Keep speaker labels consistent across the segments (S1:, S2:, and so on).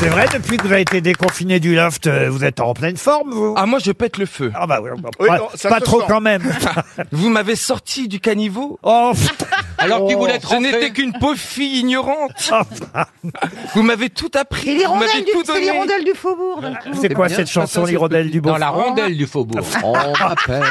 S1: C'est vrai, depuis que vous avez été déconfiné du loft, euh, vous êtes en pleine forme, vous
S2: Ah, moi, je pète le feu.
S1: Ah bah oui, bah,
S3: Oui,
S1: pas,
S3: non, ça
S1: pas
S3: se
S1: trop
S3: sent.
S1: quand même.
S2: Vous m'avez sorti du caniveau
S1: Oh, pff,
S4: Alors qu'il voulait être
S2: Je n'étais
S4: rentré.
S2: qu'une pauvre fille ignorante.
S1: oh,
S2: Vous m'avez tout appris.
S5: C'est
S2: Vous m'avez
S5: l'hirondelle du,
S2: tout
S5: c'est
S2: donné. Euh,
S5: l'hirondelle du faubourg. donc.
S1: c'est quoi
S4: bien,
S1: cette
S4: ça,
S1: chanson,
S4: ça, c'est
S1: l'hirondelle du bon
S4: Dans la rondelle du faubourg. On m'appelle.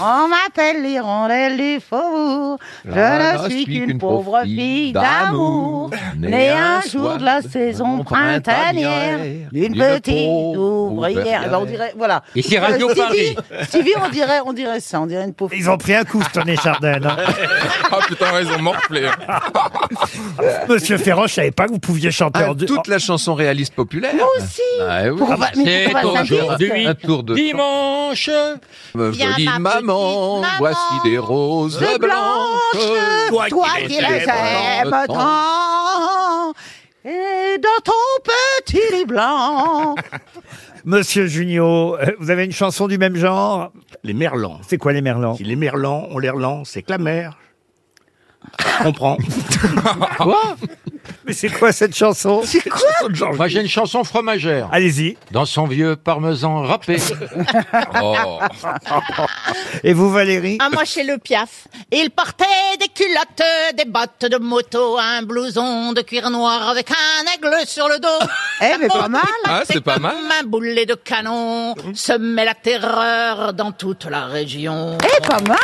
S5: On m'appelle l'hirondelle du faubourg. Je
S4: Là,
S5: ne suis qu'une pauvre fille d'amour. Née un jour de la saison printanière, une petite ouvrière. Eh ben, on dirait, voilà.
S4: Et c'est Radio
S5: Euh,
S4: Paris.
S5: Stevie, Stevie, on dirait, on dirait ça, on dirait une pauvre. Euh,
S1: Ils ont pris un coup, Stoney Chardin. hein.
S2: Ah putain, ils ont morflé. hein.
S1: Monsieur Ferrand, je savais pas que vous pouviez chanter en deux.
S6: Ah, toute la chanson réaliste populaire.
S5: Moi aussi.
S6: Ah, oui.
S5: Pour- Bah
S6: Ah bah,
S5: mais
S4: C'est
S5: pourquoi ça
S4: aujourd'hui
S6: Un tour de
S4: dimanche.
S6: Euh,
S5: Viens,
S6: Jolie
S5: ma petite
S6: maman,
S5: maman,
S6: voici des roses
S5: de
S6: blanches.
S5: blanche, toi qui les aimes tant, et dans ton petit lit blanc.
S1: Monsieur Junio, euh, vous avez une chanson du même genre
S3: Les merlans.
S1: C'est quoi les Merlans
S3: Si les merlans ont l'air lents, c'est que la mer. Je comprends.
S4: Quoi
S1: Mais c'est quoi cette chanson
S5: C'est quoi
S4: Moi, j'ai une chanson fromagère.
S1: Allez-y.
S4: Dans son vieux parmesan râpé.
S2: Oh.
S1: Et vous, Valérie
S7: Ah, moi, chez le Piaf. Il portait des culottes, des bottes de moto, un blouson de cuir noir avec un aigle sur le dos.
S5: Eh, mais pas mal.
S2: Ah, c'est pas mal.
S7: Comme un boulet de canon, semait la terreur dans toute la région.
S5: Eh, pas mal.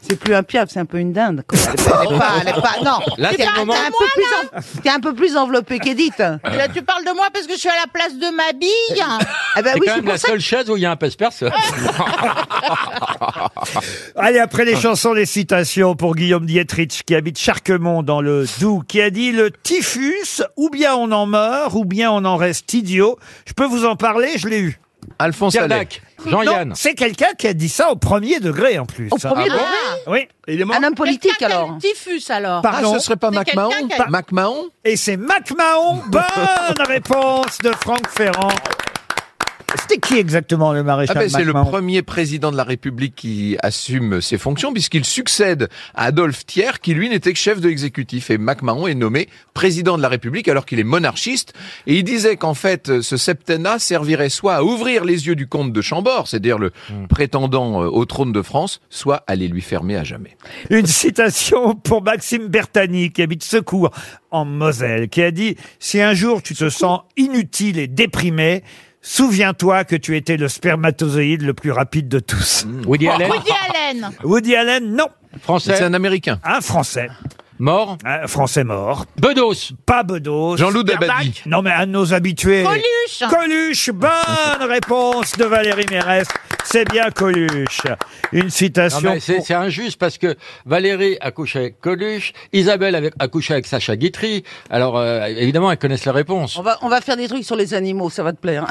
S5: C'est plus un piaf, c'est un peu une dinde. quoi. Elle est pas- elle est pas- elle est pas- non.
S4: Là, c'est le moment.
S5: T'es un, peu plus en- t'es un peu plus enveloppé qu'Edith.
S7: Là, tu parles de moi parce que je suis à la place de ma bille.
S5: Eh ben
S4: C'est quand
S5: oui, c'est
S4: même
S5: pour
S4: la
S5: ça. Ah,
S4: seule chaise où il y a un passe-perce.
S2: Ah,
S1: Allez, après
S3: Ah.
S1: les chansons, les citations pour Guillaume Dietrich, qui habite Charquemont dans le Doubs, qui a dit le typhus, ou bien on en meurt, ou bien on en reste idiot. Je peux vous en parler, je l'ai eu.
S6: Alphonse
S4: Pierre
S6: Allais.
S4: Dac,
S1: Non,
S4: Jean-Yann.
S1: C'est quelqu'un qui a dit ça au premier degré, en plus.
S5: Au premier
S7: Ah,
S5: degré,
S1: Oui,
S3: Et il est mort.
S5: un homme politique alors.
S7: Typhus, alors.
S6: Ah,
S1: pardon.
S6: ce serait pas
S7: C'est quelqu'un
S6: MacMahon
S7: qui a-
S6: MacMahon
S1: Et c'est MacMahon. Bonne réponse de Franck Ferrand. C'était qui exactement le
S6: Ah
S1: maréchal
S6: ben, c'est le
S1: MacMahon
S6: premier président de la République qui assume ses fonctions puisqu'il succède à Adolphe Thiers qui lui n'était que chef de l'exécutif et MacMahon est nommé président de la République alors qu'il est monarchiste et il disait qu'en fait ce septennat servirait soit à ouvrir les yeux du comte de Chambord, c'est-à-dire le
S1: Hmm.
S6: prétendant euh, au trône de France, soit à les lui fermer à jamais.
S1: Une citation pour Maxime Bertani, qui habite Secours, en Moselle, qui a dit « Si un jour tu te sens inutile et déprimé, souviens-toi que tu étais le spermatozoïde le plus rapide de tous.
S4: Woody Allen.
S7: Oh, Woody Allen. »
S1: Woody Allen, non.
S6: C'est
S4: Français.
S6: un Américain.
S1: Un Français.
S4: Mort.
S1: Un Français mort.
S4: Bedos.
S1: Pas Bedos.
S6: Jean-Loup Dabadi.
S1: Non, mais un de nos habitués.
S7: Coluche.
S1: Coluche, bonne réponse de Valérie Mérès. C'est bien Coluche. Une
S4: Non,
S1: citation.
S4: mais c'est
S1: pour-
S4: c'est injuste parce que Valérie a couché avec Coluche, Isabelle avec, a couché avec Sacha Guitry. Alors euh, évidemment, elles connaissent la réponse.
S5: On va, on va faire des trucs sur les animaux, ça va te plaire.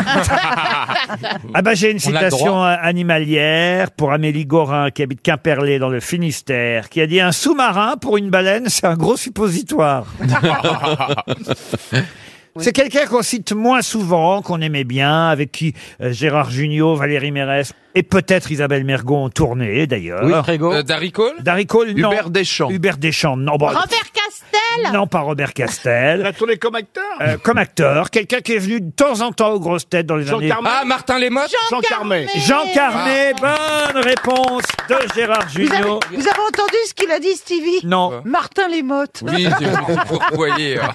S1: Ah bah j'ai une
S4: On a le
S1: citation
S4: droit.
S1: euh, animalière pour Amélie Gorin qui habite Quimperlé dans le Finistère qui a dit un sous-marin pour une baleine c'est un gros suppositoire. C'est quelqu'un qu'on cite moins souvent, qu'on aimait bien, avec qui euh, Gérard Jugnot, Valérie Mérès et peut-être Isabelle Mergon ont tourné d'ailleurs.
S4: Louis Trégo.
S2: Euh, Darry Cole
S1: Darry Ah. Cole, non.
S6: Hubert Deschamps.
S1: Hubert Deschamps, non. Bon,
S7: Robert Castel.
S1: non, pas Robert Castel.
S3: Il a tourné comme acteur.
S1: Euh, comme acteur, quelqu'un qui est venu de temps en temps aux grosses têtes dans les
S3: Jean
S1: années...
S3: Carmet.
S2: Ah, Martin Lémotte
S3: Jean Ah. Carmet.
S1: Jean Carnet, bonne réponse de Gérard
S5: Vous avez,
S1: Jugnot.
S5: vous avez entendu ce qu'il a dit, Stevie
S1: Non,
S5: Martin Lémotte.
S2: Oui, je me suis fourvoyé.
S1: hein.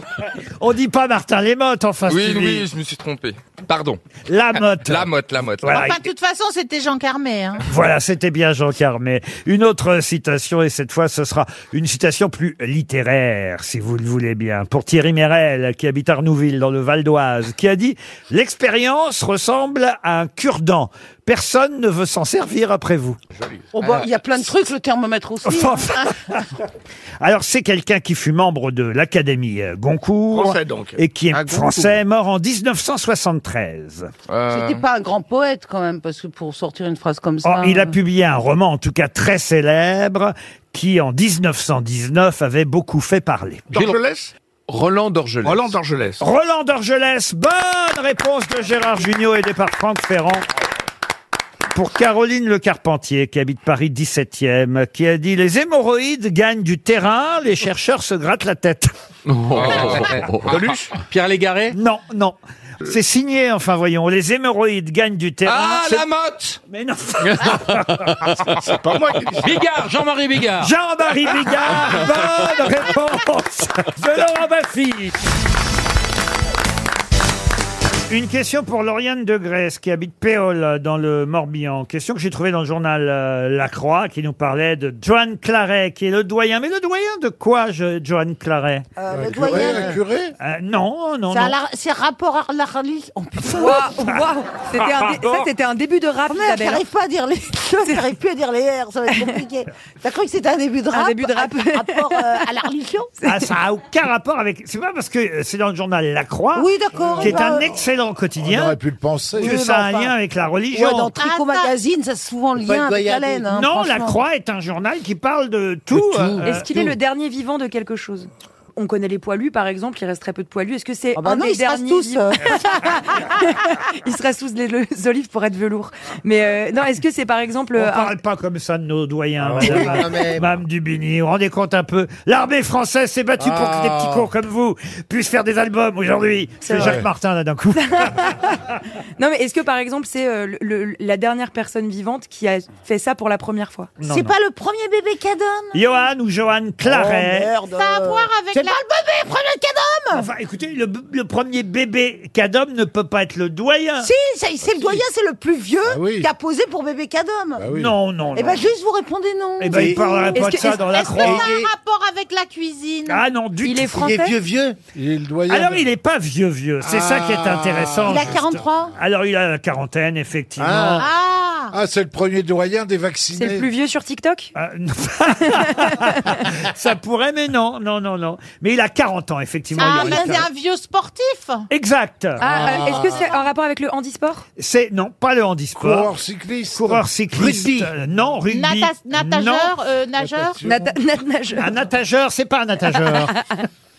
S1: on dit pas Martin Lémotte, enfin,
S2: Oui,
S1: Stevie.
S2: oui, je me suis trompé. Pardon.
S1: La motte.
S2: La motte, la motte.
S1: Voilà.
S7: Enfin, de toute façon, c'était Jean Carmet. Hein.
S1: Voilà, c'était bien Jean Carmet. Une autre citation, et cette fois, ce sera une citation plus littéraire, si vous le voulez bien, pour Thierry Mérel, qui habite Arnouville, dans le Val d'Oise, qui a dit « L'expérience ressemble à un cure-dent. Personne ne veut s'en servir après vous. » Ah.
S5: Oh, bah, il y a plein de trucs, le thermomètre aussi. hein.
S1: Alors, c'est quelqu'un qui fut membre de l'Académie euh, Goncourt.
S3: Français, donc.
S1: Et qui est
S6: Ah, Goncourt.
S1: français, mort en 1973.
S2: Euh,
S5: C'était pas un grand poète quand même, parce que pour sortir une phrase comme
S1: Oh,
S5: ça.
S1: il a
S5: euh,
S1: publié un roman, en tout cas très célèbre, qui en 1919 avait beaucoup fait parler.
S3: D'Orgelès
S6: Roland Dorgelès.
S3: Roland d'Orgelès.
S1: Roland d'Orgelès, bonne réponse de Gérard Jugnot, aidé par Franck Ferrand. pour Caroline Le Carpentier, qui habite Paris 17e, qui a dit Les hémorroïdes gagnent du terrain, les chercheurs se grattent la tête.
S2: Coluche Pierre Légaré Euh.
S1: Non, non. C'est signé, enfin voyons. Les hémorroïdes gagnent du terrain.
S8: Ah,
S1: C'est-
S8: la motte
S1: Mais non
S3: C'est pas moi qui dis ça.
S2: Bigard, Jean-Marie Bigard
S1: Jean-Marie Oh, Bigard, bonne réponse de Laurent Baffy. Une question pour Lauriane de Grèce qui habite Péole dans le Morbihan. Question que j'ai trouvée dans le journal euh, La Croix qui nous parlait de Joan Claret qui est le doyen. Mais le doyen de quoi, je, Joan Claret
S5: Euh, le doyen.
S3: curé
S1: Euh, Non, non,
S5: C'est à
S1: non.
S5: la- C'est rapport à la religion. Oh putain. Oh,
S9: Waouh, waouh. C'était un dé- Ça, c'était un début de
S5: Merde,
S9: rap, Isabelle. hein.
S5: j'arrive pas à dire les. J'arrive plus à dire les R, ça va être compliqué. T'as cru que c'était un début de
S9: Un
S5: rap
S9: début de rap.
S5: Rapport euh, à la religion
S1: Ah, ça a aucun rapport avec. C'est pas parce que euh, c'est dans le journal La Croix,
S5: Oui, d'accord.
S1: qui est
S5: bah,
S1: un excellent quotidien,
S10: pu le penser.
S1: que
S5: Oui,
S1: ça a un
S5: mais enfin.
S1: lien avec la
S5: ouais,
S1: religion.
S5: dans Tricot
S7: Attends.
S5: Magazine, ça c'est souvent le lien avec la laine. hein,
S1: non, La
S5: franchement.
S1: Croix est un journal qui parle de tout. euh,
S9: Est-ce qu'il est le dernier vivant de quelque chose on connaît les poilus, par exemple, il reste très peu de poilus. Est-ce que c'est
S5: Ah bah
S9: un
S5: non,
S9: des
S5: ils se rasent
S9: derniers
S5: tous.
S9: vivants
S5: euh,
S9: Ils se rassoussent les, les olives pour être velours. Mais euh, non, est-ce que c'est par exemple
S1: On
S9: euh, un-
S1: parle pas comme ça de nos doyens, madame, euh, madame Dubigny. Vous vous rendez compte un peu L'armée française s'est battue pour que des petits cons comme vous puissent faire des albums aujourd'hui. C'est Jacques Martin, là, d'un coup.
S9: Non, mais est-ce que par exemple c'est euh, le- le- la dernière personne vivante qui a fait ça pour la première fois
S1: Non,
S5: C'est
S1: non.
S5: pas le premier bébé qu'elle donne
S1: Johan ou Johan Claret.
S5: Oh, merde.
S7: Ça a à voir avec
S5: C'est
S7: la-
S5: pas le bébé, premier cadeau
S1: enfin, écoutez, le, b- le premier bébé cadom ne peut pas être le doyen.
S5: Si, c'est c'est le doyen, c'est le plus vieux
S10: oui.
S5: qui a posé pour bébé Cadom.
S1: Non, non, non.
S5: Eh ben juste vous répondez non.
S1: Eh ben, il parlerait
S9: Est-ce
S1: pas de
S9: que-
S1: ça
S9: est-ce-
S1: dans la
S7: Est-ce que ça
S1: croix.
S7: a un rapport avec la cuisine
S1: Ah non, du
S9: Il est
S1: tout.
S9: français.
S10: vieux. Il est le doyen.
S1: Alors, il n'est pas vieux, vieux. C'est ça qui est intéressant.
S5: Il a
S1: juste.
S5: 43
S1: Alors, il a la quarantaine, effectivement.
S7: Ah
S10: Ah, c'est le premier doyen des
S9: C'est le
S10: vaccinés.
S9: plus vieux sur TikTok
S1: Ah, non. ça pourrait, mais non, non, non, non. Mais il a 40 ans, effectivement.
S7: Ah,
S1: Yannick.
S7: ben c'est un vieux sportif
S1: Exact.
S9: Ah, euh, Est-ce que c'est en rapport avec le handisport
S1: C'est non, pas le handisport.
S10: Coureur cycliste.
S1: Coureur cycliste.
S10: Rugby.
S1: Euh, Non, rugby.
S7: Nata-
S1: Non. Ah,
S7: Natageur euh, Nageur
S9: Nata- nat- nageur.
S1: Un nattageur, c'est pas un nattageur.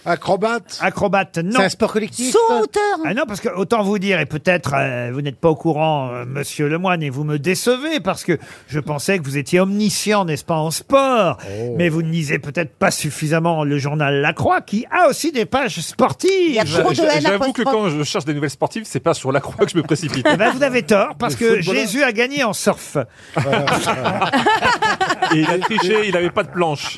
S10: Acrobate.
S1: Acrobate, non.
S10: sport collectif.
S5: Sauteur
S1: Ah non, parce que autant vous dire, et peut-être euh, vous n'êtes pas au courant, euh, monsieur Lemoine, et vous me décevez, parce que je pensais que vous étiez omniscient, n'est-ce pas, en sport.
S10: Oh.
S1: Mais vous ne lisez peut-être pas suffisamment le journal La Croix, qui a aussi des pages
S5: Il y a
S1: sportives.
S5: trop de haine
S11: J'avoue que
S5: apostrophe.
S11: quand je cherche des nouvelles sportives, c'est pas sur la croix que je me précipite.
S1: Eh ben, vous avez tort, parce
S10: Le
S1: que
S10: footballeur.
S1: Jésus a gagné en surf.
S11: Et il a triché, il avait pas de planche.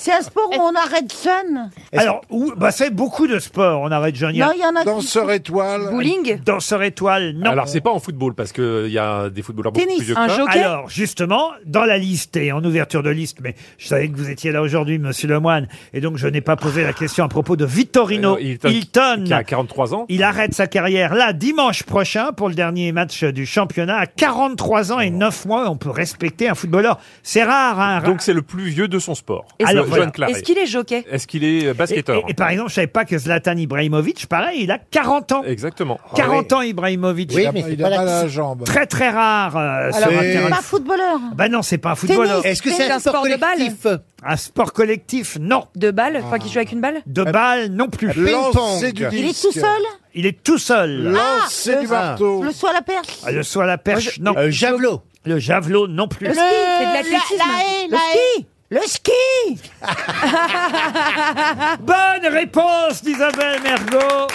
S5: C'est un sport où on arrête jeune.
S10: Est-ce-
S1: Alors, ou- bah, c'est beaucoup de sports. On arrête Johnny.
S5: Non, il y en a
S10: Danseur étoile.
S9: Bowling
S1: Danseur étoile, non.
S11: Alors c'est pas en football parce que euh, il y a des footballeurs beaucoup
S5: Tennis,
S11: plus vieux que
S9: Un
S11: ça.
S9: jockey
S1: Alors, justement, dans la liste et en ouverture de liste, mais je savais que vous étiez là aujourd'hui, monsieur Lemoine, et donc je n'ai pas posé la question à propos de Vittorino
S11: Euh,
S1: Hilton.
S11: Qui a 43 ans.
S1: Il arrête sa carrière là, dimanche prochain, pour le dernier match du championnat. À 43 ans et 9 mois, on peut respecter un footballeur. C'est rare, hein,
S11: Donc c'est le plus vieux de son sport.
S9: Est-ce
S1: Alors,
S11: Johan
S1: voilà.
S11: Claret.
S9: Est-ce qu'il est jockey
S11: Est-ce qu'il est, euh,
S1: et,
S11: basketteur
S1: et- et par exemple, je savais pas que Zlatan Ibrahimovic, pareil, il a 40 ans.
S11: Exactement.
S1: 40 ans, Ibrahimovic.
S10: Il a- il a mal à la jambe.
S1: Très, très rare euh, sur un
S10: c'est-
S1: terrain de
S5: pas footballeur.
S1: Bah non, c'est pas un footballeur.
S5: Tennis.
S3: Est-ce que
S9: C'est
S3: c'est
S9: un
S3: un sport
S9: sport de balle.
S3: collectif
S1: Un sport collectif, non. Ah.
S9: De balles Enfin, qui joue avec une balle
S1: De balle, non plus.
S10: Lancer du disque.
S5: Il est tout seul
S1: Il est tout seul. Ah,
S10: Lancer du marteau.
S5: Ah, Le soir à la perche
S1: Le saut à la perche, non.
S3: Euh, Javelot.
S1: Le javelot, non plus.
S9: Le ski C'est de l'athlétisme
S7: La haie,
S5: Le
S7: la haie
S5: ski Le ski
S1: Bonne réponse d'Isabelle Mergot.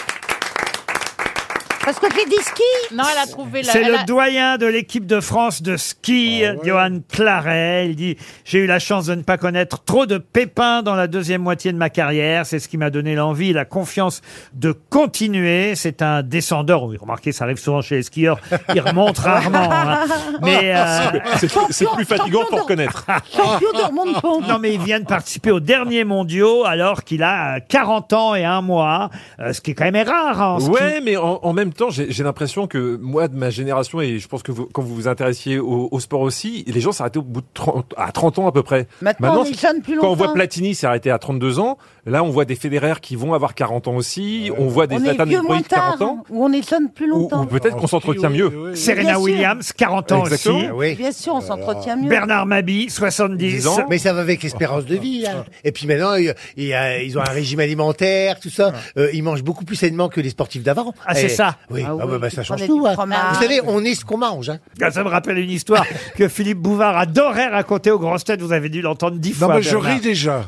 S5: Parce que je l'ai dit ski
S7: Non, elle a trouvé la...
S1: C'est
S7: elle
S1: le
S7: a-
S1: doyen de l'équipe de France de ski,
S11: Ah
S1: Johan Claret. Il dit J'ai eu la chance de ne pas connaître trop de pépins dans la deuxième moitié de ma carrière. C'est ce qui m'a donné l'envie, et la confiance de continuer. C'est un descendeur. Oui, remarquez, ça arrive souvent chez les skieurs. Ils remontent rarement. hein. Mais. euh,
S11: C'est c'est plus fatigant
S5: champion
S11: pour
S5: de-
S11: connaître.
S5: Champion de remonte pente
S1: Non, mais il vient de participer aux derniers mondiaux alors qu'il a euh, 40 ans et un mois, euh, ce qui est quand même rare. hein, en ski.
S11: Ouais, mais en, en même temps, j'ai j'ai l'impression que moi, de ma génération, et je pense que vous- quand vous vous intéressiez au, au sport aussi, les gens s'arrêtaient au bout de 30, à 30 ans à peu près.
S5: Maintenant, on est jeune plus
S11: Quand on
S5: longtemps.
S11: voit Platini s'arrêter à 32 ans, là on voit des Federer qui vont avoir 40 ans aussi, on voit des
S5: On est
S11: Zlatan
S5: vieux moins
S11: Ibrahimovic 40
S5: tard,
S11: ans,
S5: ou on est jeune plus
S11: ou,
S5: longtemps.
S11: ou peut-être qu'on s'entretient
S10: Oui,
S11: mieux.
S10: oui, oui.
S1: Serena
S5: Bien sûr.
S1: Williams, 40 ans
S11: Exactement.
S1: aussi.
S10: Oui.
S5: Bien sûr, on s'entretient mieux.
S1: Bernard Mabi, 70
S11: 10 ans.
S4: Mais ça va avec l'espérance de vie. hein. Et puis maintenant, il- il y a- ils ont un régime alimentaire, tout ça. Euh, ils mangent beaucoup plus sainement que les sportifs d'avant.
S1: Ah, c'est
S4: Et-
S1: ça.
S12: Oui, ah, bah, bah, ça change
S13: prenais
S12: tout.
S13: du
S12: hein.
S13: fromage.
S12: Vous savez, on est ce qu'on mange. Hein.
S1: Ah, Ça me rappelle une histoire que Philippe Bouvard adorait raconter aux grosses têtes. Vous avez dû l'entendre dix
S10: Non,
S1: fois.
S10: mais je
S1: Bernard.
S10: ris déjà.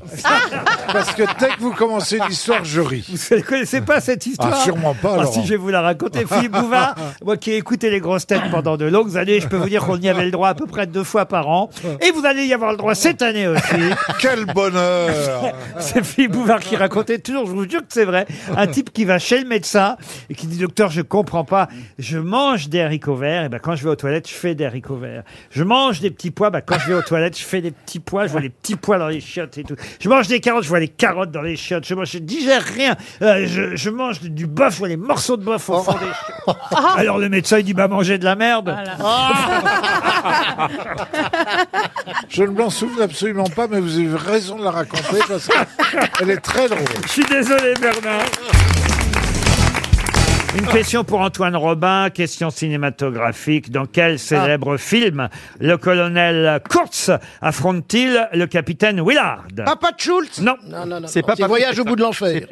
S10: Parce que dès que vous commencez l'histoire, je ris.
S1: Vous ne connaissez pas cette histoire
S10: Ah, sûrement pas,
S1: Ah,
S10: Laurent.
S1: Si je vais vous la raconter, Philippe Bouvard, moi qui ai écouté les grosses têtes pendant de longues années, je peux vous dire qu'on y avait le droit à peu près deux fois par an. Et vous allez y avoir le droit cette année aussi.
S10: Quel bonheur
S1: C'est Philippe Bouvard qui racontait toujours, je vous jure que c'est vrai, un type qui va chez le médecin et qui dit Docteur, je comprends pas, je mange des haricots verts, et ben quand je vais aux toilettes, je fais des haricots verts. Je mange des petits pois, ben quand je vais aux toilettes, je fais des petits pois, je vois les petits pois dans les chiottes et tout. Je mange des carottes, je vois les carottes dans les chiottes, je, mange, je digère rien, Euh, je, je mange du bœuf, je vois les morceaux de bœuf au fond des chiottes. Alors le médecin, il dit Bah, mangez de la merde
S13: Ah.
S10: Je ne m'en souviens absolument pas, mais vous avez raison de la raconter parce qu'elle est très drôle.
S1: Je suis désolé, Bernard. Une question pour Antoine Robin, question cinématographique. Dans quel célèbre film le colonel Kurtz affronte-t-il le capitaine Willard
S7: Papa de Schultz
S1: Non.
S7: Non, non, non.
S1: C'est
S7: C'est
S1: pas Papa-
S7: Voyage au bout de l'enfer.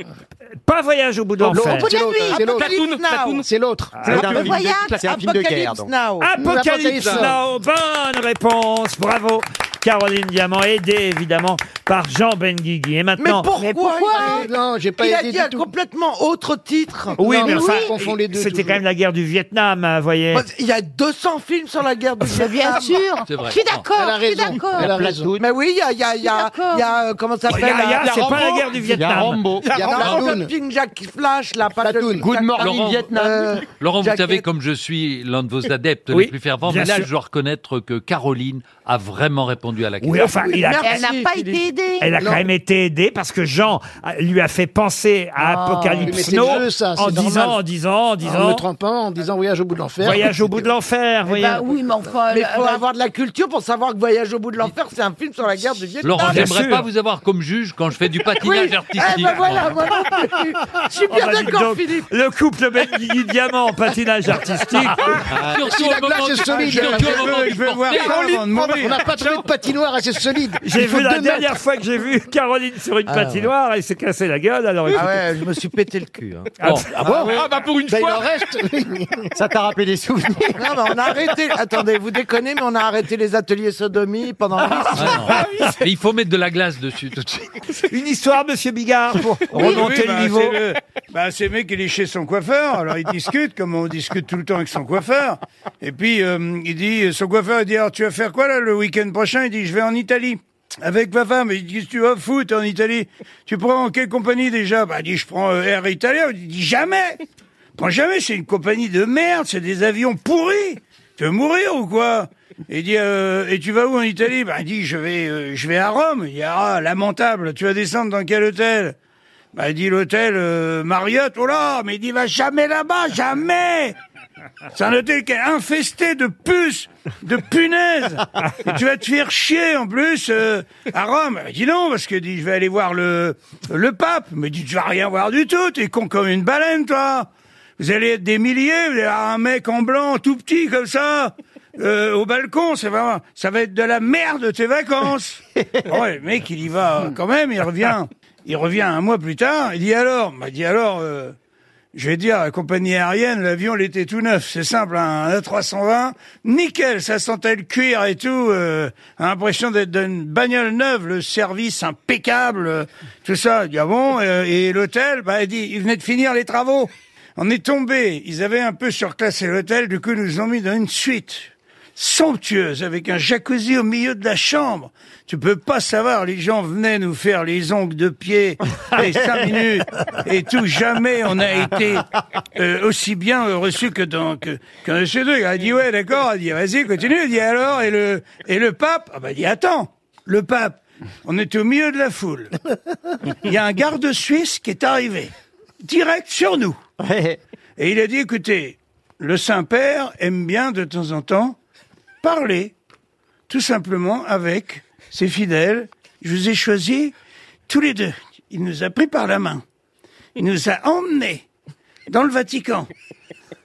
S1: Pas voyage au bout de l'enfer.
S7: C'est l'autre. C'est l'autre. Ah, C'est l'autre.
S1: C'est un film de-
S7: C'est un film de guerre. donc.
S1: Apocalypse Now. Bonne réponse. Bravo. Caroline Diamant, aidée évidemment par Jean Benguigui. Et
S7: Mais
S1: maintenant.
S7: pourquoi, il-
S12: Non, j'ai
S1: pas
S7: Il a
S1: aidé
S7: dit
S1: du
S7: un complètement autre titre.
S1: Oui,
S7: Non,
S1: mais
S7: mais
S1: enfin,
S7: on confond les deux
S1: c'était
S7: toujours.
S1: quand même la guerre du Vietnam, hein, voyez.
S7: Il y a 200 films sur la guerre du Vietnam.
S13: bien sûr.
S1: C'est vrai.
S7: Je suis d'accord.
S13: Elle a
S7: je suis
S13: raison.
S7: d'accord.
S13: Elle a
S7: La
S13: raison.
S7: Platoon. Mais oui, il y a, il y a, il y a, il y a, euh, comment ça
S1: Il y a-
S7: s'appelle
S1: il y a- c'est pas la guerre du Vietnam.
S7: Il y a Rambo. Il y a
S1: Il y a
S7: Rambo.
S1: Platoon.
S7: Le film Jack Flash, la patte de
S14: Good morning,
S7: Laurent,
S14: Vietnam.
S7: euh,
S14: Laurent, vous
S7: Jack-
S14: savez, comme je suis l'un de vos adeptes
S1: Oui,
S14: les plus fervents,
S1: bien
S14: mais là,
S1: sûr.
S14: je dois reconnaître que Caroline a vraiment répondu à la question.
S1: Oui, enfin, il a-
S13: Elle n'a pas été aidée.
S1: Elle a quand même été aidée parce que Jean a- lui a fait penser à
S12: Ah, mais
S1: Apocalypse
S12: c'est
S1: Now
S12: le jeu, ça, c'est
S1: en
S12: normal.
S1: disant, en disant,
S7: Ah,
S1: en
S12: En me
S1: disant,
S12: trompant, en disant voyage au bout de l'enfer.
S1: voyage au bout de l'enfer, voyez.
S13: Bah oui, mais enfin.
S7: Mais
S13: elle-
S7: faut
S13: elle a-
S7: avoir de la culture pour savoir que Voyage au bout de l'enfer, c'est un film sur la guerre du Vietnam.
S14: Laurent, j'aimerais
S1: sûr.
S14: pas vous avoir comme juge quand je fais du patinage
S7: Oui.
S14: artistique.
S7: Eh ben voilà, moi non plus. Je suis
S1: Oh,
S7: bien
S1: bah, dites
S7: d'accord,
S1: donc,
S7: Philippe.
S1: le couple Benguigui Diamant en patinage artistique.
S14: Ah. Surtout
S12: Si la
S14: au moment
S12: glace
S14: du-
S12: est solide,
S14: surtout au moment du porter.
S12: on n'a pas trouvé de patinoire assez solide.
S1: J'ai
S12: Il faut
S1: vu la
S12: deux mètres.
S1: dernière fois que j'ai vu Caroline sur une
S12: Ah,
S1: patinoire, elle s'est cassée la gueule. Alors,
S7: Ah
S1: écoutez.
S7: ouais, je me suis pété le cul. hein.
S1: Ah,
S14: Ah bon Ah bah pour une
S12: Ben, il en
S14: fois
S12: reste.
S7: Ça t'a rappelé des souvenirs Non, mais on a arrêté. Attendez, vous déconnez, mais on a arrêté les ateliers sodomie pendant.
S14: Ah non. Mais il faut mettre de la glace dessus tout de suite.
S1: une histoire, Monsieur Bigard, pour remonter le niveau.
S3: Bah, c'est le mec, il est chez son coiffeur, alors il discute, comme on discute tout le temps avec son coiffeur. Et puis, euh, il dit, son coiffeur, il dit, alors tu vas faire quoi là le week-end prochain Il dit, je vais en Italie. Avec ma femme, il dit, qu'est-ce que tu vas foutre en Italie Tu prends quelle compagnie déjà Bah, il dit, je prends euh, Air Italia. Il dit, jamais Prends jamais, c'est une compagnie de merde, c'est des avions pourris Tu veux mourir ou quoi Et il dit, euh, et tu vas où en Italie Bah, il dit, je vais, euh, je vais à Rome. Il dit, ah, lamentable, tu vas descendre dans quel hôtel bah, il dit l'hôtel euh, Marriott, oh là, mais il dit va jamais là-bas, jamais C'est un hôtel qui est infesté de puces, de punaises Et tu vas te faire chier en plus euh, à Rome. Il dit non, parce que il dit je vais aller voir le, le pape. Mais il dit tu vas rien voir du tout, t'es con comme une baleine toi Vous allez être des milliers, vous allez avoir un mec en blanc tout petit comme ça euh, au balcon, c'est vraiment, ça va être de la merde tes vacances. Oh ouais, le mec, il y va euh, quand même, il revient. Il revient un mois plus tard, il dit alors, m'a dit alors, euh, je vais dire, la compagnie aérienne, l'avion, il était tout neuf, c'est simple, hein. un A320, nickel, ça sentait le cuir et tout, euh, l'impression d'être dans une bagnole neuve, le service impeccable, euh, tout ça. Il dit, ah bon, euh, et l'hôtel, bah, il dit, il venait de finir les travaux. On est tombé, ils avaient un peu surclassé l'hôtel, du coup, ils nous ont mis dans une suite somptueuse avec un jacuzzi au milieu de la chambre. Tu peux pas savoir, les gens venaient nous faire les ongles de pied les cinq minutes et tout. Jamais on a été euh, aussi bien euh, reçus que dans que, que chez eux. Il a dit ouais d'accord, il a dit vas-y continue. Il dit alors et le et le pape ah bah il dit attends le pape. On était au milieu de la foule. Il y a un garde suisse qui est arrivé direct sur nous. Et il a dit, écoutez, le Saint-Père aime bien de temps en temps parler tout simplement avec ses fidèles. Je vous ai choisis tous les deux. Il nous a pris par la main. Il nous a emmenés dans le Vatican.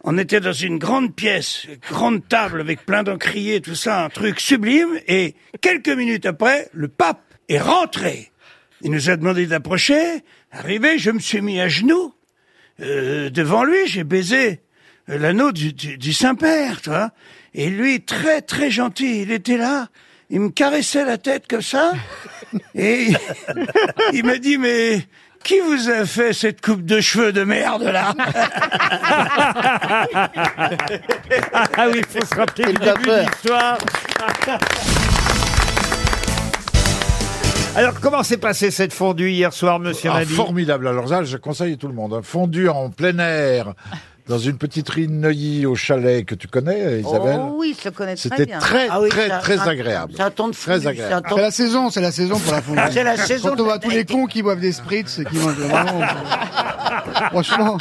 S3: On était dans une grande pièce, une grande table avec plein d'encriers, tout ça, un truc sublime. Et quelques minutes après, le pape est rentré. Il nous a demandé d'approcher. Arrivé, je me suis mis à genoux euh, devant lui, j'ai baisé euh, l'anneau du, du- du Saint-Père, tu vois. Et lui, très très gentil, il était là, il me caressait la tête comme ça, et il m'a dit, mais qui vous a fait cette coupe de cheveux de merde là
S1: Ah oui, il faut se rappeler
S3: Il
S1: du
S3: a
S1: début de
S3: peur.
S1: l'histoire. Alors, comment s'est passée cette fondue hier soir, monsieur
S10: Ah,
S1: Mabille
S10: formidable. Alors ça, je conseille tout le monde. hein. Fondue en plein air, dans une petite rille au chalet que tu connais, Isabelle.
S13: Oh oui, je le connais très
S10: C'était
S13: bien.
S10: très,
S13: Ah oui,
S10: très,
S13: c'est un-
S10: très
S13: un-
S10: agréable.
S13: C'est un temps de
S10: Très
S13: fondue,
S10: agréable. Ah,
S13: c'est un temps-
S15: saison, c'est la saison pour la fondue.
S13: C'est la saison
S15: Quand on voit tous les cons qui boivent des spritz, qui mangent vraiment. euh, Franchement.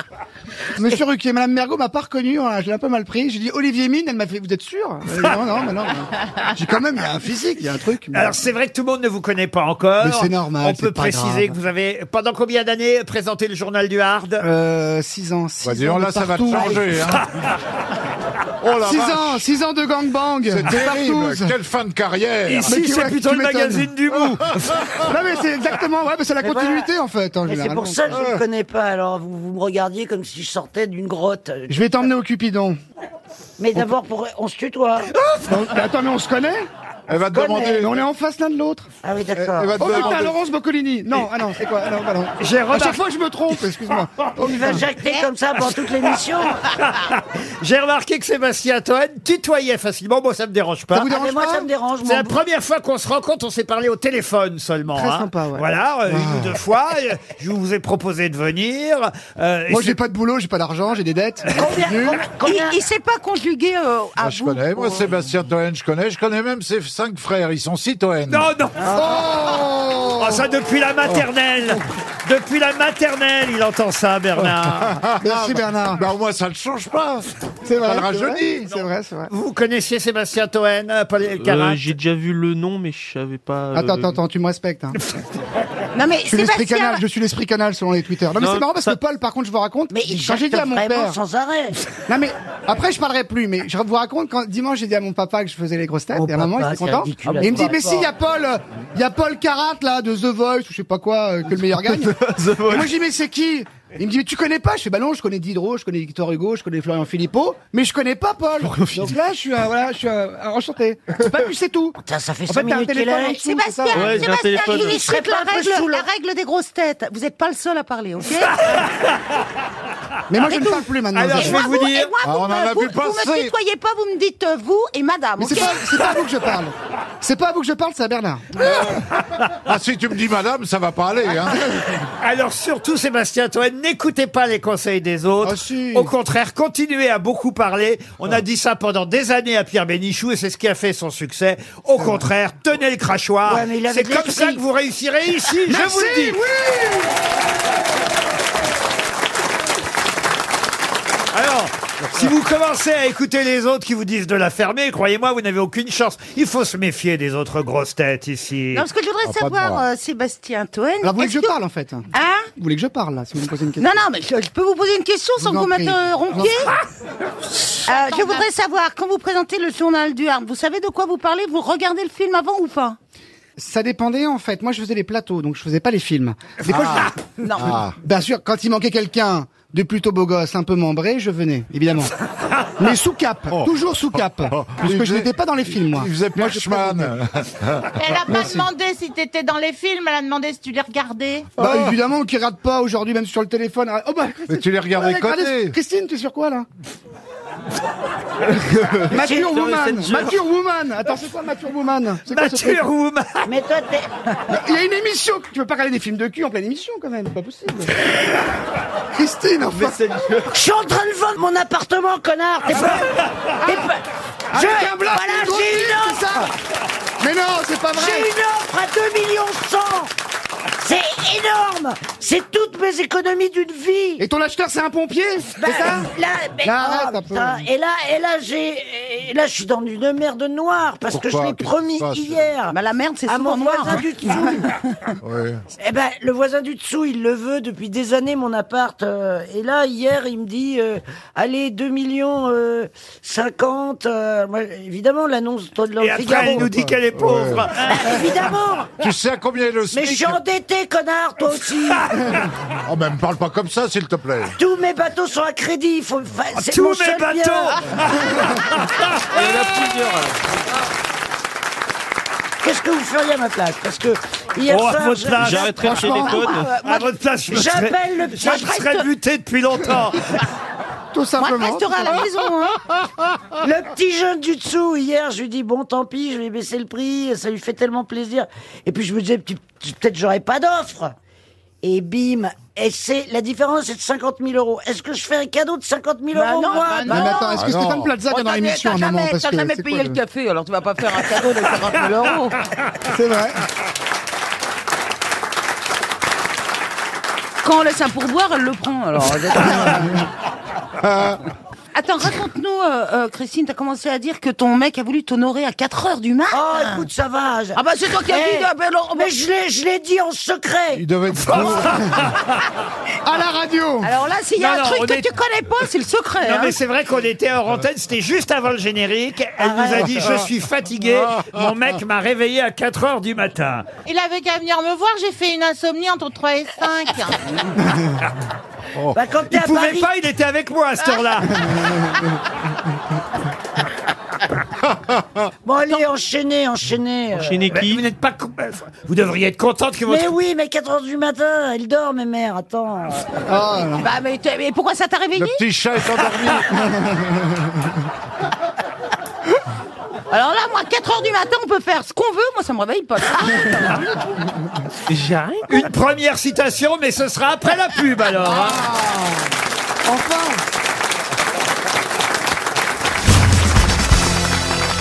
S15: Monsieur Ruquier, Madame Mergot m'a pas reconnu, hein, je l'ai un peu mal pris. J'ai dit Olivier Mine, elle m'a fait, vous êtes sûr Euh, Non, non, mais non.
S7: Ah,
S15: mais- J'ai quand même, il y a un physique, il y a un truc. mais-
S1: Alors, c'est vrai que tout le monde ne vous connaît pas encore.
S15: Mais c'est normal,
S1: On peut
S15: c'est pas
S1: préciser
S15: grave.
S1: que vous avez, pendant combien d'années, présenté le journal du Hard
S15: Euh, 6 ans, 6
S1: Bah, dis
S15: ans.
S1: donc,
S15: de
S1: là, ça va te
S15: partout. Ah,
S1: changer, hein.
S10: Oh la
S15: 6
S10: vache.
S15: ans, 6 ans de gangbang.
S10: C'est
S15: de
S10: terrible.
S15: partous.
S10: Quelle fin de carrière.
S15: Mais tu- ouais, tu m'étonnes.
S1: mou.
S15: non mais c'est exactement, ouais, mais c'est la
S16: Mais voilà.
S15: continuité en fait. hein,
S16: Mais c'est
S15: généralement.
S16: pour ça que je ne le connais pas. Alors, vous, vous me regardiez comme si je sortais d'une grotte.
S15: Je vais t'emmener au Cupidon.
S16: Mais d'abord, pour... on se tutoie.
S15: Non, Oh, mais attends, mais on se connaît
S10: Elle va te
S15: Connaît.
S10: demander-
S15: Mais On est en face l'un de l'autre.
S16: Ah oui,
S1: Eh,
S16: d'accord.
S4: Eh ben,
S15: Oh putain, Laurence Boccolini. Non, ah non, c'est quoi Non, bah non.
S1: J'ai
S15: À
S1: remarqué-
S15: chaque fois, je me trompe, excuse-moi. Oh,
S16: Il va
S15: putain.
S16: jacter comme ça pendant toute l'émission.
S1: J'ai remarqué que Sébastien Toen tutoyait facilement. Moi, ça me dérange pas.
S16: Ça vous dérange Ah, mais moi, pas ça me dérange,
S1: C'est
S16: moi.
S1: la première fois qu'on se rencontre. On s'est parlé au téléphone seulement.
S15: Très
S1: hein.
S15: sympa, ouais.
S1: Voilà, euh, une
S15: Ah.
S1: ou deux fois. euh, Je vous ai proposé de venir. euh, et
S15: Moi, j'ai
S1: c'est-
S15: pas de boulot, j'ai pas d'argent, j'ai des dettes.
S13: Il, il s'est pas conjugué euh, à
S10: Moi, Ah, je
S13: vous.
S10: connais, moi, Sébastien Toen, je connais. Je connais même ses cinq frères. Ils sont six Toen.
S1: Non, non. Oh, ça depuis la maternelle. Depuis la maternelle, il entend ça, Bernard.
S15: Merci, Bernard.
S10: Bah, au moins, ça ne change pas.
S1: Ça
S15: C'est vrai.
S1: le
S15: c'est vrai,
S1: rajeunit.
S15: C'est vrai, c'est vrai.
S1: Vous connaissiez Sébastien Toen, euh, Paul Elkarat
S17: Euh, J'ai déjà vu le nom, mais je savais pas. euh,
S15: Attends, attends, attends, tu me respectes. hein.
S13: Non mais
S15: Je suis l'esprit
S13: Sébastien,
S15: canal, je suis l'esprit canal selon les Twitter. Ah, Non, mais
S17: Non,
S15: c'est marrant parce
S17: ça-
S15: que Paul, par contre, je vous raconte. Mais
S16: il
S15: quand j'ai dit à
S16: jacte
S15: mon
S16: vraiment
S15: père,
S16: sans arrêt.
S15: Non mais après je parlerai plus, mais je vous raconte quand dimanche j'ai dit à mon papa que je faisais les grosses têtes et à un moment il
S16: Oh, papa,
S15: était
S16: c'est
S15: content.
S16: ridicule,
S15: Et il me dit
S16: attends,
S15: mais si il y a Paul, euh, il y a Paul Carat là de The Voice ou je sais pas quoi euh, que le meilleur gagne. et moi j'ai dit mais c'est qui Il me dit mais tu connais pas Je fais bah non je connais Diderot, je connais Victor Hugo, je connais Florian Philippot, mais je connais pas Paul. Donc là je suis un, voilà je suis un, un enchanté. C'est pas plus c'est tout.
S16: ça fait cinq
S15: En fait, t'as un
S16: minutes qu'il
S15: téléphone
S16: est.
S15: en dessous, c'est ça
S13: Sébastien,
S17: Ouais, j'ai un
S13: Sébastien,
S17: téléphone.
S13: il
S17: Il
S13: explique
S16: serait
S13: la
S16: pas un peu
S13: règle,
S16: saoulant.
S13: la règle des grosses têtes. Vous n'êtes pas le seul à parler, ok
S15: Mais moi je
S13: C'est
S15: ne
S13: tout.
S15: parle plus maintenant. Ah,
S13: Et moi, vous- et moi, vous
S15: on en
S13: me-
S15: a
S13: vous-
S15: vu
S13: Vous me
S15: passer.
S13: tutoyez pas, vous me dites euh, vous et madame,
S15: Mais c'est
S13: ok
S15: pas, c'est pas à vous que je parle. C'est pas à vous que je parle, c'est à Bernard.
S10: Ah, si tu me dis madame, ça va pas aller, hein.
S1: Alors surtout, Sébastien Toen, n'écoutez pas les conseils des autres.
S15: Ah,
S1: Au contraire, continuez à beaucoup parler. On a dit ça pendant des années à Pierre Bénichou et c'est ce qui a fait son succès. Au contraire, tenez le crachoir.
S16: Ouais, mais il avait
S1: Ah, c'est
S16: de
S1: comme ça
S16: l'esprit.
S1: que vous réussirez ici, je vous le dis. Alors, si vous commencez à écouter les autres qui vous disent de la fermer, croyez-moi, vous n'avez aucune chance. Il faut se méfier des autres grosses têtes ici.
S13: Non, ce que je
S5: Ah,
S1: Ah,
S13: voudrais savoir, euh, Sébastien Toen,
S15: Alors vous voulez que
S13: est-ce
S15: je parle en fait
S13: Hein
S15: Vous voulez que je parle là si vous me posez une question
S13: Non, non, mais je, je peux vous poser une question sans que
S15: vous
S13: vous
S15: en prie.
S13: m'interrompiez
S15: Je vous en
S13: Euh, Je voudrais savoir, quand vous présentez le journal du Hard, vous savez de quoi vous parlez Vous regardez le film avant ou pas
S15: Ça dépendait en fait. Moi, je faisais les plateaux, donc je faisais pas les films. Des fois,
S13: Ah.
S15: je-
S13: Non.
S15: Ah. Bien sûr, quand il manquait quelqu'un de plutôt beau gosse, un peu membré, je venais, évidemment. Mais sous cap, toujours sous cap, puisque je n'étais pas dans les films, moi.
S10: Il faisait
S15: Moi, je
S10: Perchman.
S18: Elle a pas
S15: Bah, Merci.
S18: demandé si t'étais dans les films, elle a demandé si tu les regardais. Oh.
S15: Bah
S5: Oh.
S15: évidemment, qui rate pas aujourd'hui, même sur le téléphone. Oh bah,
S10: Mais tu les regardais
S15: regardez,
S10: côté.
S15: Christine, tu es sur quoi là
S10: Bah,
S15: Mature Woman, Mature Woman. Attends, c'est quoi Mature Woman C'est quoi ce truc
S1: Mature Woman.
S16: Mais toi, t'es.
S15: Il y a une émission, tu peux pas regarder des films de cul en pleine émission quand même, c'est pas possible. Christine, enfin.
S16: Je suis en train de vendre mon appartement, connard. T'es pas. T'es pas.
S15: Avec un blague,
S16: Voilà,
S15: une grosse
S16: j'ai
S15: fille,
S16: une
S15: c'est ça
S16: offre.
S15: Mais non, c'est pas vrai.
S16: J'ai une offre à 2 millions 100 C'est énorme C'est toutes mes économies d'une vie
S15: Et ton acheteur, c'est un pompier
S16: Bah,
S15: c'est ça
S16: là, mais-
S15: Là, arrête
S16: oh,
S15: un peu.
S16: putain, et là, et là, j'ai, et là, je suis dans une merde noire parce que je
S15: Pourquoi
S16: l'ai
S15: Qu'est-ce qui
S16: promis
S15: se passe
S16: hier.
S13: Bah la merde, c'est
S16: à
S13: souvent
S16: mon
S13: noir.
S16: voisin du dessous. Eh ben, le voisin du dessous, il le veut depuis des années, mon appart. euh, et là, hier, il me dit, euh, allez, 2 millions euh, 50. euh, moi, évidemment, l'annonce toi, de
S1: Et
S16: Le
S1: après,
S16: Figaro.
S1: elle nous dit qu'elle est pauvre.
S16: Bah, évidemment
S10: Tu sais à combien est le
S16: Mais
S10: SMIC
S16: je suis endetté, connard, toi aussi si.
S10: Oh, mais me parle pas comme ça, s'il te plaît.
S16: Tous mes bateaux sont à crédit. il Faut... fa- c'est
S10: Ah, tous
S16: mon
S10: mes
S16: seul bien.
S11: Il y en a plusieurs.
S16: Qu'est-ce que vous feriez à ma place Parce que hier
S1: Oh, à
S16: soir,
S1: votre
S16: je-
S1: place.
S16: Franchement, euh, moi, moi,
S1: À votre place, je me serais-
S16: J'appelle le
S1: je me serais buté depuis longtemps.
S15: Tout
S16: simplement. Moi, je resterai à la maison. hein. Le petit jeune du dessous, hier, je lui dis bon, tant pis, je vais baisser le prix, ça lui fait tellement plaisir. Et puis je me disais, Petit- petit- peut-être j'aurais pas d'offre. Et bim, et c'est la différence est de 50 000 euros. Est-ce que je fais un cadeau de 50 000
S19: Bah
S16: euros
S19: non,
S16: moi
S19: bah non. Non, mais attends, est-ce que Ah Stéphane non.
S15: Plaza vient dans l'émission à un moment, parce
S19: T'as
S15: que
S19: jamais
S15: c'est
S19: payé
S15: quoi,
S19: le
S15: le-
S19: café, alors tu vas pas faire un cadeau de 40 000 euros.
S15: C'est vrai.
S19: Quand on laisse un pourboire, elle le prend. Alors,
S13: Attends, raconte-nous, euh, euh, Christine, t'as commencé à dire que ton mec a voulu t'honorer à 4 heures du matin.
S16: Oh, écoute, ça va.
S13: Ah bah, c'est toi qui as
S16: Eh,
S13: dit, ah bah, alors,
S16: Mais je l'ai, je l'ai dit en secret.
S10: Il devait
S16: à la radio.
S19: Alors là, s'il y a un truc que tu connais pas, c'est le secret.
S1: Non,
S19: hein.
S1: mais c'est vrai qu'on était hors antenne, c'était juste avant le générique. Elle nous a
S19: Arrête.
S1: dit
S4: Ah.
S1: Je suis fatiguée, mon mec m'a réveillé à 4 heures du matin.
S18: Il avait qu'à venir me voir, j'ai fait une insomnie entre 3 et 5.
S1: il pouvait pas, il était avec moi à cette heure-là.
S16: Bon, allez, enchaînez, enchaînez. euh.
S1: Vous n'êtes pas. con- Vous devriez être contente que votre.
S16: Mais oui, mais 4 heures du matin, elle dort, mes mères, attends.
S19: Bah, mais, t'es- mais pourquoi ça t'a réveillé
S10: chat est endormi.
S19: Alors là, moi, 4 heures du matin, on peut faire ce qu'on veut. Moi, ça me réveille pas.
S1: Une première citation, mais ce sera après la pub alors. hein.
S15: Enfin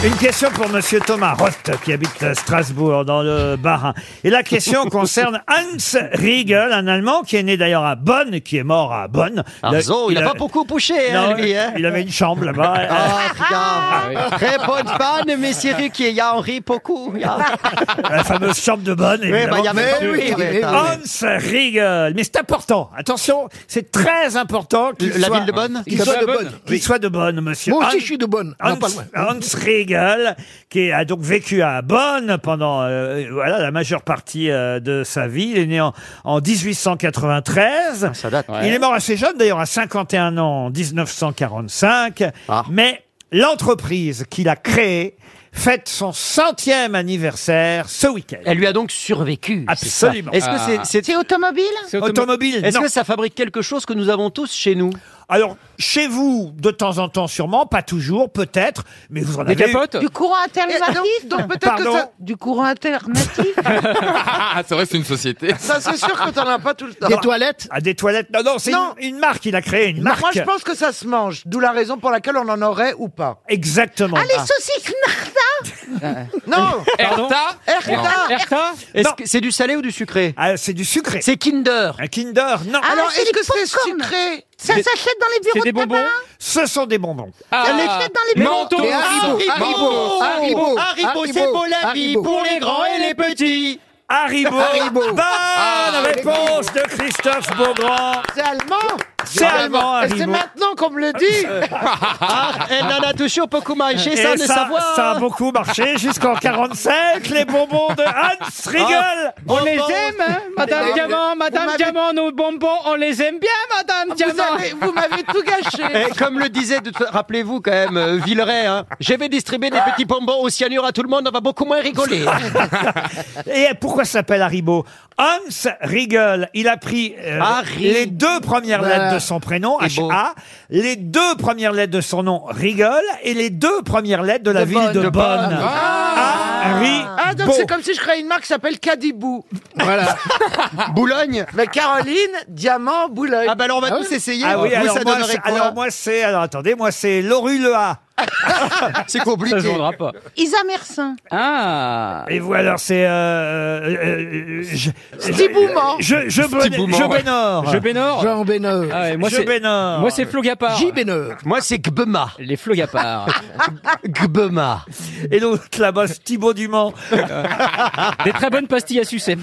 S1: Une question pour Monsieur Thomas Roth, qui habite à Strasbourg, dans le Bas-Rhin. Et la question concerne Hans Riegel, un Allemand qui est né d'ailleurs à Bonn, qui est mort à Bonn.
S4: Arzo, il a pas beaucoup
S1: poussé,
S4: poussé, hein, lui, hein.
S1: Il avait une chambre là-bas. euh,
S4: Ah,
S1: Ah.
S4: putain. Très bonne fan, mais c'est lui qui y a Henri beaucoup. ja.
S1: La fameuse chambre de bonne,
S4: Oui, bah,
S1: évidemment.
S4: il y avait Mais pas oui, plus, il y avait pas, oui.
S1: Hans Riegel. Mais c'est important. Attention, c'est très important qu'il
S4: La
S1: soit-
S4: ville de Bonn
S1: Qu'il
S4: Il
S1: soit
S4: soit
S1: de
S4: de
S1: bonne.
S4: Bonn.
S1: Qu'il soit de bonne, monsieur.
S15: Moi aussi,
S1: Hans-
S15: je suis de bonne. On
S1: Hans,
S15: va pas loin.
S1: Hans Riegel, qui a donc vécu à Bonn pendant euh, voilà la majeure partie euh, de sa vie. Il est né en, en
S4: Ah,
S1: 1893. Il est mort assez jeune, d'ailleurs à 51 ans en 1945. Mais l'entreprise qu'il a créée fête son centième anniversaire ce week-end.
S4: Elle lui a donc survécu. c'est ça.
S1: Absolument.
S4: Est-ce que c'est- c'est
S19: automobile
S1: Automobile,
S4: Est-ce
S1: non.
S4: que ça fabrique quelque chose que nous avons tous chez nous
S1: Alors, chez vous, de temps en temps sûrement, pas toujours, peut-être, mais vous en
S4: Des
S1: avez eu.
S4: capotes
S19: Du courant
S1: alternatif,
S19: alternatif
S1: donc peut-être que Pardon ça-
S19: Du courant alternatif
S20: Ah, c'est vrai, c'est une société.
S12: Ça, c'est sûr que t'en as pas tout le temps.
S1: Non. Ah, des toilettes Non, non, c'est
S12: Non.
S1: une, une marque, il a créé une marque.
S12: Moi, je pense que ça se mange, d'où la raison pour laquelle on en aurait ou pas.
S1: Exactement.
S12: Allez,
S19: saucisses Narda
S12: Non
S4: Pardon
S12: Erta
S4: Non. Erta Est-ce que c'est du salé ou du sucré
S1: Ah, C'est du sucré.
S4: C'est Kinder.
S1: Un Kinder, non.
S19: Ah,
S12: Alors,
S19: c'est
S12: est-ce
S19: des
S12: que c'est
S19: popcorn.
S12: sucré
S19: Ça s'achète dans les bureaux de tabac hein
S1: Ce sont des bonbons.
S19: Ah, Elle les fait dans les Mentos,
S12: Et Haribo, Haribo, Haribo,
S4: Haribo, c'est beau la vie
S12: Haribo.
S4: pour les grands et les petits.
S1: Haribo.
S4: Haribo.
S1: Bonne
S4: Ah,
S1: réponse de Christophe Beaugrand.
S12: C'est allemand
S1: C'est allemand,
S12: Et c'est
S1: Haribo.
S12: maintenant qu'on me le dit
S4: Ah, elle en a toujours beaucoup marché, ça,
S1: Et
S4: de savoir.
S1: ça a beaucoup marché jusqu'en 47, les bonbons de Hans Riegel.
S4: Ah,
S1: on
S4: les hein,
S1: aime,
S4: Madame
S17: Diamant, hein, Madame Diamant, nos bonbons, on les aime bien,
S1: Ah,
S17: Madame Diamant.
S5: Eh,
S4: Et comme le disait, de- rappelez-vous quand même, euh, Villeray, hein, je vais distribuer des petits bonbons au cyanure à tout le monde, on va beaucoup moins rigoler.
S1: Et pourquoi ça s'appelle Haribo Hans Riegel, il a pris euh,
S4: Harry.
S1: les deux premières
S4: Voilà.
S1: lettres de son prénom,
S4: Et beau.
S1: H.A., les deux premières lettres de son nom, Riegel, et les deux premières lettres de la ville de, Bonn.
S19: Ah.
S1: Haribo.
S12: Ah, donc c'est comme si je créais une marque qui s'appelle Cadibou. Voilà.
S4: Boulogne.
S12: Mais Caroline, Diamant, Boulogne.
S4: Ah, bah alors on va
S12: Ah
S4: tous
S12: oui.
S4: essayer.
S1: Ah oui,
S4: Vous,
S1: alors
S4: ça
S1: moi,
S4: donnerait
S1: c'est-
S4: quoi
S1: alors moi, c'est... Alors attendez, moi c'est Loru Le A.
S4: C'est compliqué.
S1: Ça se vendra pas.
S19: Isa Mersin.
S1: Ah Et vous alors, c'est... Euh, euh, euh, je,
S19: Steve Bouman.
S1: Je, je, je,
S4: Steve Bouman, ouais.
S1: Bénor.
S4: Oh. Je Bénor.
S15: Jean Bénor.
S4: Ah ouais, moi,
S1: Je
S4: c'est-
S1: Bénor.
S4: moi, c'est Flogapar.
S15: J Bénor.
S4: Moi, c'est Gbema. Les Flogapar. Gbema.
S1: Et l'autre là-bas, c'est Thibaut Dumont. Ah,
S17: Des très bonnes pastilles à sucer.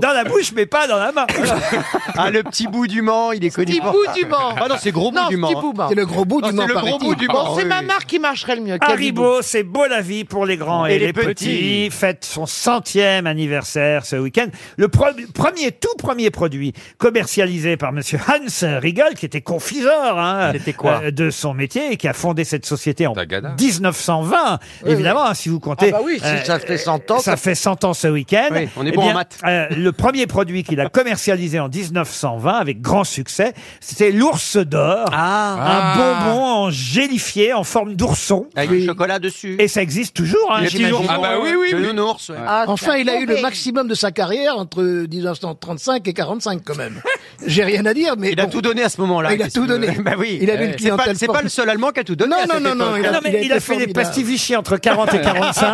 S1: Dans la bouche, mais pas dans la main.
S4: Ah, le petit bout du Mans, il est connu.
S12: Petit
S4: pour
S12: bout
S4: ça.
S12: du Mans.
S4: Ah non, c'est gros bout
S12: Non,
S4: du Mans. Oh,
S12: petit
S1: bout, ben. C'est le gros bout du Mans, paraît-il.
S4: Ah
S7: Bon, c'est ma marque qui marcherait le mieux.
S1: Haribo, c'est beau la vie pour les grands et, les, petits. Fête son centième anniversaire ce week-end. Le pro- premier, tout premier produit commercialisé par Monsieur Hans Riegel, qui était confiseur hein,
S14: quoi
S1: euh, de son métier et qui a fondé cette société en
S6: Tagada.
S1: 1920.
S7: Oui,
S1: Évidemment, hein, si vous comptez, euh,
S7: Ah bah oui, si ça fait 100 ans,
S1: ça
S7: ça-
S1: fait 100 ans ce week-end.
S7: Oui, on est
S1: Eh
S7: bon en
S1: bien,
S7: maths.
S1: euh, le premier produit qu'il a commercialisé en 1920 avec grand succès, c'était l'ours d'or,
S4: Ah.
S1: un bonbon en gélifié en forme d'ourson.
S4: Avec du chocolat dessus.
S1: Et ça existe toujours, hein,
S4: Il y a
S1: j'imagine.
S4: toujours- Ah bah oui, oui, oui. Le nounours, ouais. Ah,
S15: enfin,
S4: t'as
S15: il a eu le
S4: tombé.
S15: maximum de sa carrière entre 1935 et 45 quand même. J'ai rien à dire, mais
S4: Il a
S15: bon.
S4: tout donné à ce moment-là.
S15: Il a tout donné.
S4: Bah oui.
S15: Il avait une
S4: C'est pas,
S15: clientèle
S4: c'est pas le
S15: formidable.
S4: seul Allemand qui a tout donné.
S15: Non,
S4: à
S15: non,
S4: cette
S15: non, non,
S4: époque.
S15: il a- Non, mais il a il a été
S1: fait des formidable. pastilles Vichy entre 40 et 45.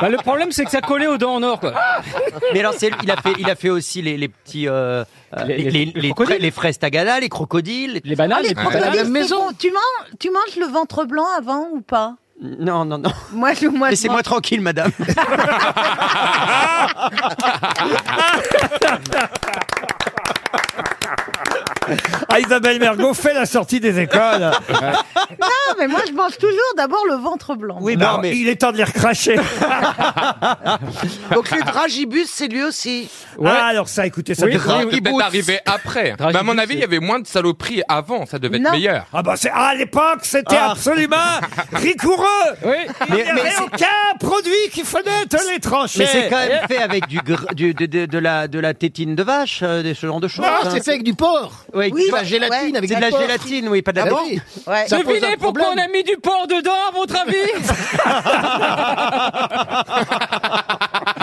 S14: Bah, le problème, c'est que ça collait aux dents en or, quoi.
S4: Mais alors, c'est- il a fait, il a fait aussi les, les petits, euh, euh, les, les, les fra- les fraises Tagada, les crocodiles, Ah, les
S14: bananes,
S4: les
S19: maison. Tu, manges, tu manges le ventre blanc avant ou pas
S4: Non, non, non.
S19: Moi, je moi, je
S4: Laissez-moi
S19: mange-
S4: tranquille, madame.
S1: Ah, Isabelle Mergot fait la sortie des écoles.
S19: Non, mais moi, je mange toujours d'abord le ventre blanc.
S1: Oui, bah, il est temps de les recracher.
S7: Donc le dragibus, c'est lui aussi.
S1: Ah, alors ça, écoutez, ça
S7: Oui,
S1: devrait-
S7: oui, oui.
S20: C'est peut-être arrivé après. Mais à mon avis, il y avait moins de saloperies avant. Ça devait
S1: Non.
S20: être meilleur.
S1: Ah bah c'est à l'époque, c'était
S20: Ah.
S1: absolument rigoureux. Il n'y
S4: Mais- mais
S1: avait
S4: c'est-
S1: aucun produit qui fallait te les trancher.
S4: Mais c'est quand même fait avec du, gr- du- de, de- de la, de la tétine de vache, euh, des ce genre de choses.
S7: Ah,
S15: Non,
S4: hein.
S15: c'est fait avec du porc.
S4: Oui,
S15: de
S7: bah,
S15: la gélatine avec
S4: C'est de la
S15: porc.
S4: gélatine, oui, pas de la
S15: Ah bon
S4: viande.
S15: Ouais. Ça pose un
S17: Devinez pourquoi on
S15: problème.
S17: a mis du porc dedans, à votre avis
S1: Ah,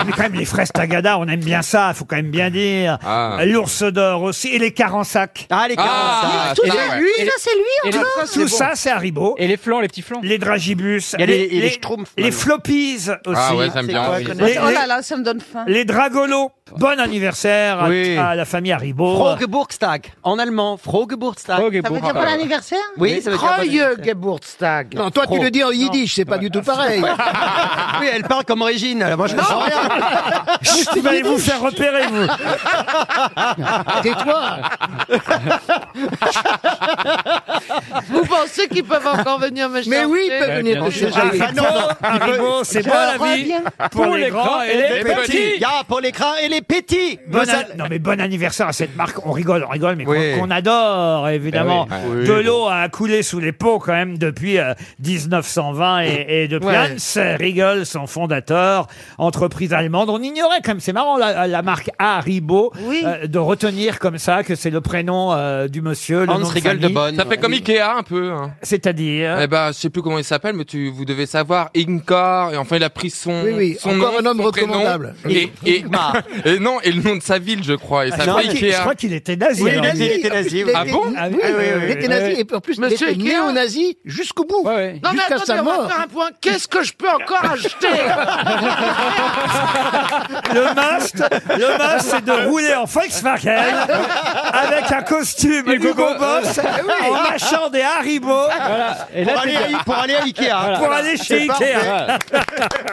S1: Mais quand même les fraises Tagada, on aime bien ça, faut quand même bien dire. L'ours d'or aussi et les carensacs.
S4: Ah les
S14: Ah,
S19: Tout ça, lui, ça, c'est lui
S1: tout
S19: encore.
S1: ça, c'est Haribo.
S14: Et les flancs, les petits flancs.
S1: Les dragibus.
S14: Il y a les- les Schtroumpfs,
S1: Les
S14: maintenant.
S1: floppies aussi.
S14: Ah ouais, j'aime bien,
S19: Oh
S14: oui.
S19: là là, ça me donne faim.
S1: Les, les dragolos. Bon anniversaire à-
S4: Oui.
S1: à, la famille Haribo.
S4: Frogeburgstag, en allemand, Frogeburgstag.
S14: Oh,
S19: Ça veut dire pour l'anniversaire
S4: Oui, ça veut dire bon anniversaire.
S7: Geburtstag.
S15: Non, toi, tu
S4: Pro.
S15: le dis en yiddish, c'est pas du tout pareil.
S4: Oui, elle parle comme Régine, alors moi je comprends rien.
S1: Chut, vous allez vous faire repérer, vous.
S15: Tais-toi.
S7: Vous pensez qu'ils peuvent encore venir Ah me chercher
S15: Mais oui, ils peuvent Ouais, venir bien te sûr. chercher.
S1: Haribo, Haribo, c'est bon la vie pour les grands et les petits.
S4: Ya, pour les grands et les petits.
S1: Bon
S4: Mais ça-
S1: an- Non mais bon anniversaire à cette marque, on rigole, on rigole, mais qu'on-
S4: Oui.
S1: qu'on adore évidemment.
S4: Ben oui.
S1: De
S4: Oui,
S1: l'eau a coulé sous les pots quand même depuis euh, 1920 et, et depuis
S4: Mm. Ouais.
S1: Hans Riegel, son fondateur, entreprise allemande. On ignorait quand même, c'est marrant la, la marque Haribo, euh, de retenir comme ça que c'est le prénom euh, du monsieur. le nom de famille.
S20: Ça fait comme Ikea un peu. hein.
S1: C'est-à-dire
S20: Eh ben, je sais plus comment il s'appelle, mais tu, vous devez savoir, Ingvar, et enfin, il a pris son,
S15: Oui, oui,
S20: son
S15: encore
S20: nom,
S15: un homme
S20: son prénom,
S15: recommandable.
S20: Et, et,
S4: Ingmar.
S20: et non, et le nom de sa ville, je crois, et ça
S1: Ah,
S2: Ah
S1: Je crois
S20: fait
S1: qu'il- je
S20: Ikea.
S1: crois qu'il était nazi.
S4: Oui,
S1: alors.
S4: nazi, il était nazi, oui.
S20: Ah bon
S1: Ah oui,
S15: Oui,
S1: oui, oui, oui,
S15: il était nazi,
S1: oui.
S15: et en plus,
S7: Monsieur
S15: il était
S7: Ikea.
S15: néo-nazi jusqu'au bout.
S7: Non mais
S15: Jusqu'à
S7: attendez,
S15: sa
S7: on va
S15: mort.
S7: faire un point. Qu'est-ce que je peux encore acheter
S1: Le must, le must, c'est de rouler en Volkswagen avec un costume Hugo Boss en mâchant des Haribo
S14: Et
S4: pour,
S14: là,
S4: aller à, pour aller à Ikea.
S1: pour aller chez
S4: C'est parfait.
S1: Ikea.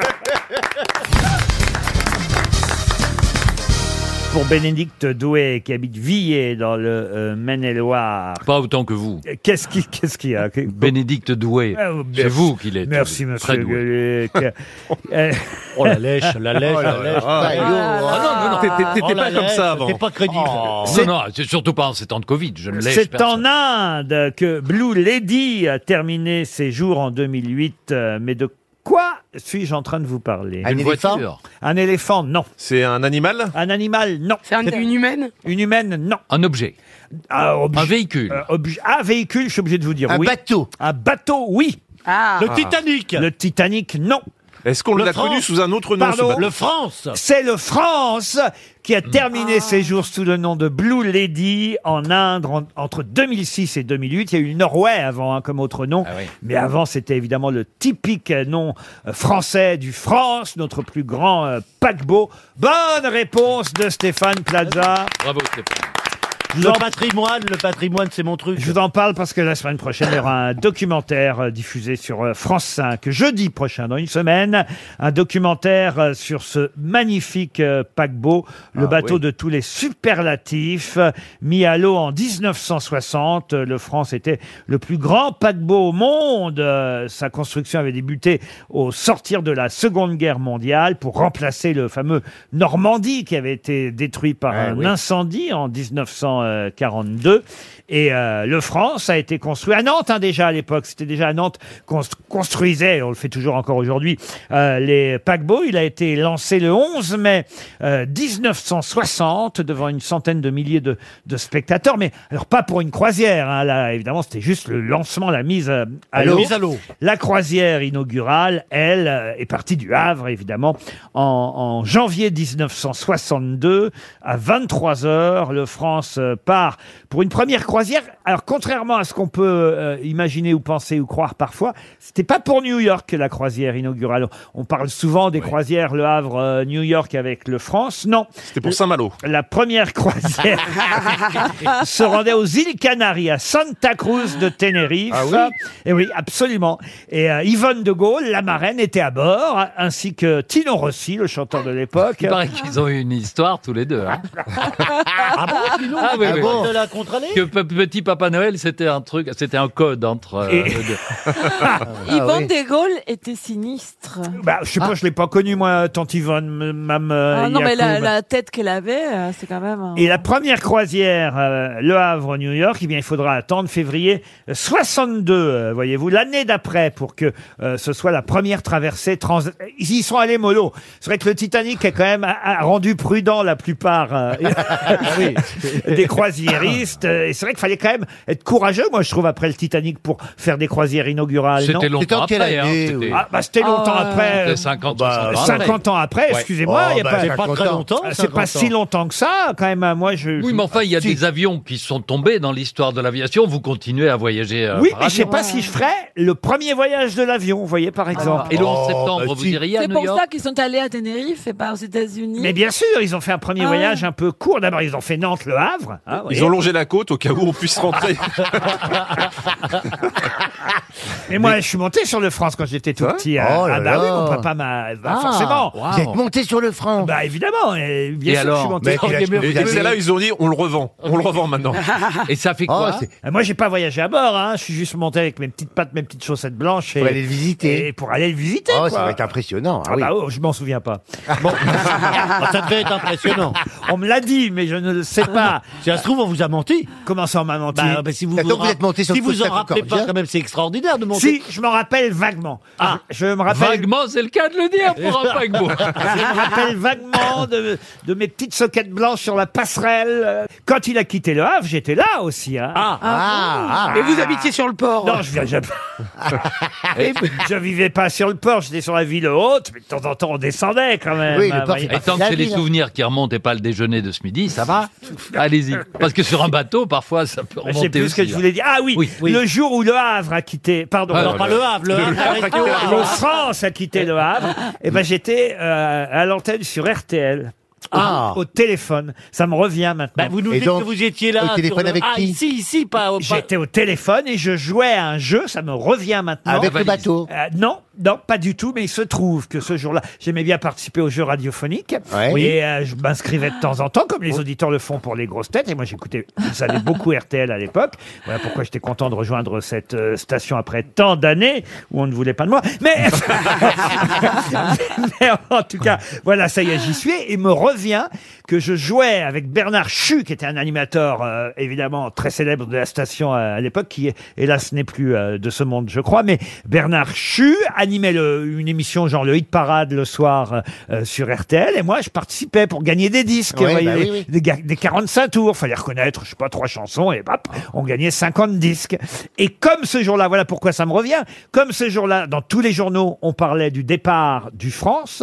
S1: Pour Bénédicte Doué, qui habite Villers dans le euh, Maine-et-Loire, Euh,
S14: Pas autant que vous.
S1: qu'est-ce qui, qu'est-ce qu'il y a Que-
S14: Bénédicte Doué.
S1: Ah, oh,
S14: C'est
S1: merci.
S14: vous qui l'êtes.
S1: Merci, monsieur
S14: Très doué.
S1: Gueluc. Euh,
S14: Oh la lèche, la lèche,
S11: Oh là
S14: la
S11: là.
S14: lèche.
S11: Ah,
S14: Bah,
S11: non,
S14: yo.
S11: non, non, t'étais- t'étais
S14: Oh la
S11: pas comme
S14: lèche,
S11: ça avant.
S14: T'es pas crédible.
S1: C'est-
S14: Non, non, c'est surtout pas en ces temps de Covid. Je ne lèche
S1: C'est
S14: personne.
S1: en Inde que Blue Lady a terminé ses jours en 2008. euh, Mais de quoi suis-je en train de vous parler
S14: Une Une voiture. voiture.
S1: Un éléphant, non.
S11: C'est un animal
S1: Un animal, non. C'est
S14: une
S1: humaine Une humaine, non.
S14: Un objet.
S1: Un, obje-
S14: Un véhicule.
S1: euh, obje- un véhicule, je suis obligé de vous dire
S14: Un
S1: oui. bateau Un bateau, oui.
S19: Ah.
S11: Le Titanic.
S1: Le Titanic, non.
S11: Est-ce qu'on
S1: Le
S11: l'a
S1: France.
S11: connu sous un autre nom
S1: Pardon
S11: sous-
S1: Le
S14: France.
S1: C'est le France qui a terminé ses jours sous le nom de Blue Lady en Inde en- entre 2006 et 2008. Il y a eu le Norway avant hein, comme autre nom. Mais avant, c'était évidemment le typique euh, nom euh, français du France, notre plus grand euh, paquebot. Bonne réponse de Stéphane Plaza.
S14: Bravo, Stéphane.
S1: Je vous en-
S21: Le patrimoine, le patrimoine, c'est mon truc.
S1: Je vous en parle parce que la semaine prochaine, il y aura un documentaire euh, diffusé sur euh, France 5, jeudi prochain, dans une semaine. Un documentaire euh, sur ce magnifique euh, paquebot, le
S12: Ah,
S1: bateau
S12: oui.
S1: de tous les superlatifs, euh, mis à l'eau en 1960. Euh, Le France était le plus grand paquebot au monde. Euh, Sa construction avait débuté au sortir de la Seconde Guerre mondiale pour remplacer le fameux Normandie qui avait été détruit par un
S12: oui.
S1: incendie en 1942. Et euh, le France a été construit à Nantes hein, déjà à l'époque. C'était déjà à Nantes qu'on s- construisait, on le fait toujours encore aujourd'hui, euh, les paquebots. Il a été lancé le 11 mai euh, 1960 devant une centaine de milliers de, de spectateurs. Mais alors pas pour une croisière. hein, là, évidemment, c'était juste le lancement, la mise euh, à
S21: La
S1: l'eau.
S21: mise à l'eau.
S1: La croisière inaugurale, elle, euh, est partie du Havre, évidemment, en, en janvier 1962. À 23 heures, le France euh, part pour une première croisière. Alors, contrairement à ce qu'on peut euh, imaginer ou penser ou croire parfois, c'était pas pour New York que la croisière inaugurale. On parle souvent des croisières Le Havre, euh, New York avec le France. Non. C'était
S11: pour Saint-Malo.
S1: La première croisière
S22: Ah,
S12: Ah.
S1: se rendait aux îles Canaries, à Santa Cruz de Tenerife.
S12: Ah oui
S1: Et oui, absolument. Et euh, Yvonne de Gaulle, la marraine, était à bord, ainsi que Tino Rossi, le chanteur de l'époque.
S14: Il paraît qu'ils ont eu une histoire tous les deux. hein.
S21: Ah bon, dis donc,
S14: Ah oui,
S21: ah
S14: oui.
S21: bon. de la contre-allée
S14: Que pe- petit Papa Noël, c'était un truc, c'était un code entre euh,
S1: Et-
S14: les deux.
S9: Yvan de Gaulle était sinistre.
S1: Ah. Bah, je sais pas, je l'ai pas connue, moi, tante Yvonne, m- même. euh,
S9: Ah non, mais la,
S1: Yacoub.
S9: la tête qu'elle avait, euh, c'est quand même. un-
S1: Et la première croisière, euh, Le Havre, New York, eh bien, il faudra attendre février 62, euh, voyez-vous, l'année d'après, pour que euh, ce soit la première traversée trans. euh, Ils y sont allés mollo. C'est vrai que le Titanic a quand même a- a rendu prudent la plupart euh, des croisiéristes. Euh, Et c'est vrai qu'il fallait quand même être courageux, moi, je trouve, après le Titanic, pour faire des croisières inaugurales. non
S14: C'était longtemps après. hein, c'était-
S1: Ah, bah, c'était longtemps
S14: Ah,
S1: après.
S14: C'était 50
S1: Euh, 50 ans après, excusez-moi, il y a pas, Ah, C'est pas si longtemps que ça, quand même. hein. Moi, je.
S14: Oui,
S1: je-
S14: mais enfin, il y a
S1: Si.
S14: des avions qui sont tombés dans l'histoire de l'aviation. Vous continuez à voyager. euh,
S1: Oui,
S14: par
S1: mais je sais
S14: avion.
S1: pas si je ferais le premier voyage de l'avion, vous voyez, par exemple.
S14: Ah. Et le
S11: Oh,
S14: 11 septembre,
S11: bah
S14: vous diriez à
S2: C'est
S14: New
S2: pour
S14: York
S2: ça qu'ils sont allés à Tenerife et pas aux États-Unis.
S1: Mais bien sûr, ils ont fait un premier
S2: Ah ouais.
S1: voyage un peu court. D'abord, ils ont fait Nantes, le Havre. hein, vous
S11: Ils
S1: voyez.
S11: ont longé la côte au cas où on puisse rentrer.
S1: Et moi, je suis monté sur le France quand j'étais tout petit. hein.
S12: Oh là
S1: ah bah oui,
S12: là.
S1: mon papa m'a... bah,
S12: Ah,
S1: forcément.
S12: Vous êtes monté sur le franc
S1: Bah évidemment, et bien
S12: Et
S1: sûr
S12: alors
S1: que je
S12: Mais il
S1: suis monté.
S12: a- Mais- vous avez-
S11: celle-là, ils ont dit, on le revend. On le revend maintenant.
S14: Et ça fait
S11: quoi
S1: Ah, Moi, j'ai pas voyagé à bord. Hein. Je suis juste monté avec mes petites pattes, mes petites chaussettes blanches. Et,
S12: Pour aller le visiter.
S1: Et pour aller le visiter.
S12: Oh, ça
S1: quoi.
S12: va être impressionnant, ah
S1: Ah
S12: oui.
S1: bah, oh, je m'en souviens pas. Bon.
S21: Ah. ça devait être impressionnant.
S1: On me l'a dit, mais je ne le sais pas.
S21: Si ça se trouve, on vous a menti.
S1: Comment ça, on m'a menti
S21: Bah, bah, si vous,
S1: Attends,
S21: vous,
S1: vous êtes monté sur
S21: si
S1: le
S21: vous en
S1: Costa
S21: rappelez
S1: Concordia
S21: pas, quand même, c'est extraordinaire de monter.
S1: Si, je m'en rappelle vaguement. Ah, je me rappelle.
S14: Vaguement, Oh, c'est le cas de le dire pour un paquebot.
S1: je me rappelle vaguement de, de mes petites soquettes blanches sur la passerelle. Euh, Quand il a quitté le Havre, j'étais là aussi. Hein. Ah,
S12: Ah, ah. Et vous habitiez
S1: sur le port Non, je, viens- je... je vivais pas sur le port, j'étais sur la ville haute, mais de temps en temps on descendait quand même. hein, voyez.
S14: Et tant que c'est les souvenirs qui remontent et pas le déjeuner de ce midi, ça va Allez-y. Parce que sur un bateau, parfois, ça peut
S1: Mais Je sais
S14: remonter
S1: plus ce que
S14: aussi,
S1: je
S14: hein.
S1: voulais dire. Ah oui,
S14: Oui, oui.
S1: le jour où le Havre a quitté, pardon,
S14: Ah, Non, le- pas le Havre, le le- Havre a le Havre a quitté le quitté le Havre. Havre.
S1: France a quitté le Havre. Et ben j'étais euh, à l'antenne sur RTL. Au,
S21: Ah.
S1: au téléphone, ça me revient maintenant.
S21: Bah, vous nous dites que vous étiez là. sur le- ah, ici, ici, pas au pas-
S1: J'étais au téléphone et je jouais à un jeu, ça me revient maintenant.
S21: Ah,
S12: Avec le bateau.
S1: Euh, non, non, pas du tout, mais il se trouve que ce jour-là, j'aimais bien participer aux jeux radiophoniques.
S12: Ouais.
S1: Et euh, je m'inscrivais de temps en temps, comme
S12: Oh.
S1: les auditeurs le font pour les grosses têtes. Et moi, j'écoutais, vous savez, beaucoup RTL à l'époque. Voilà pourquoi j'étais content de rejoindre cette euh, station après tant d'années où on ne voulait pas de moi. Mais, mais en tout cas, voilà, ça y est, j'y suis. Et me revient que je jouais avec Bernard Chu, qui était un animateur, euh, évidemment, très célèbre de la station euh, à l'époque, qui, hélas, n'est plus euh, de ce monde, je crois. Mais Bernard Chu animait le- une émission genre le Hit Parade le soir euh, euh, sur RTL. Et moi, je participais pour gagner des disques,
S12: Ouais,
S1: vous voyez,
S12: bah oui, oui.
S1: Des, ga- des 45 tours. Fallait reconnaître, je sais pas, trois chansons. Et hop, on gagnait 50 disques. Et comme ce jour-là, voilà pourquoi ça me revient, comme ce jour-là, dans tous les journaux, on parlait du départ du France.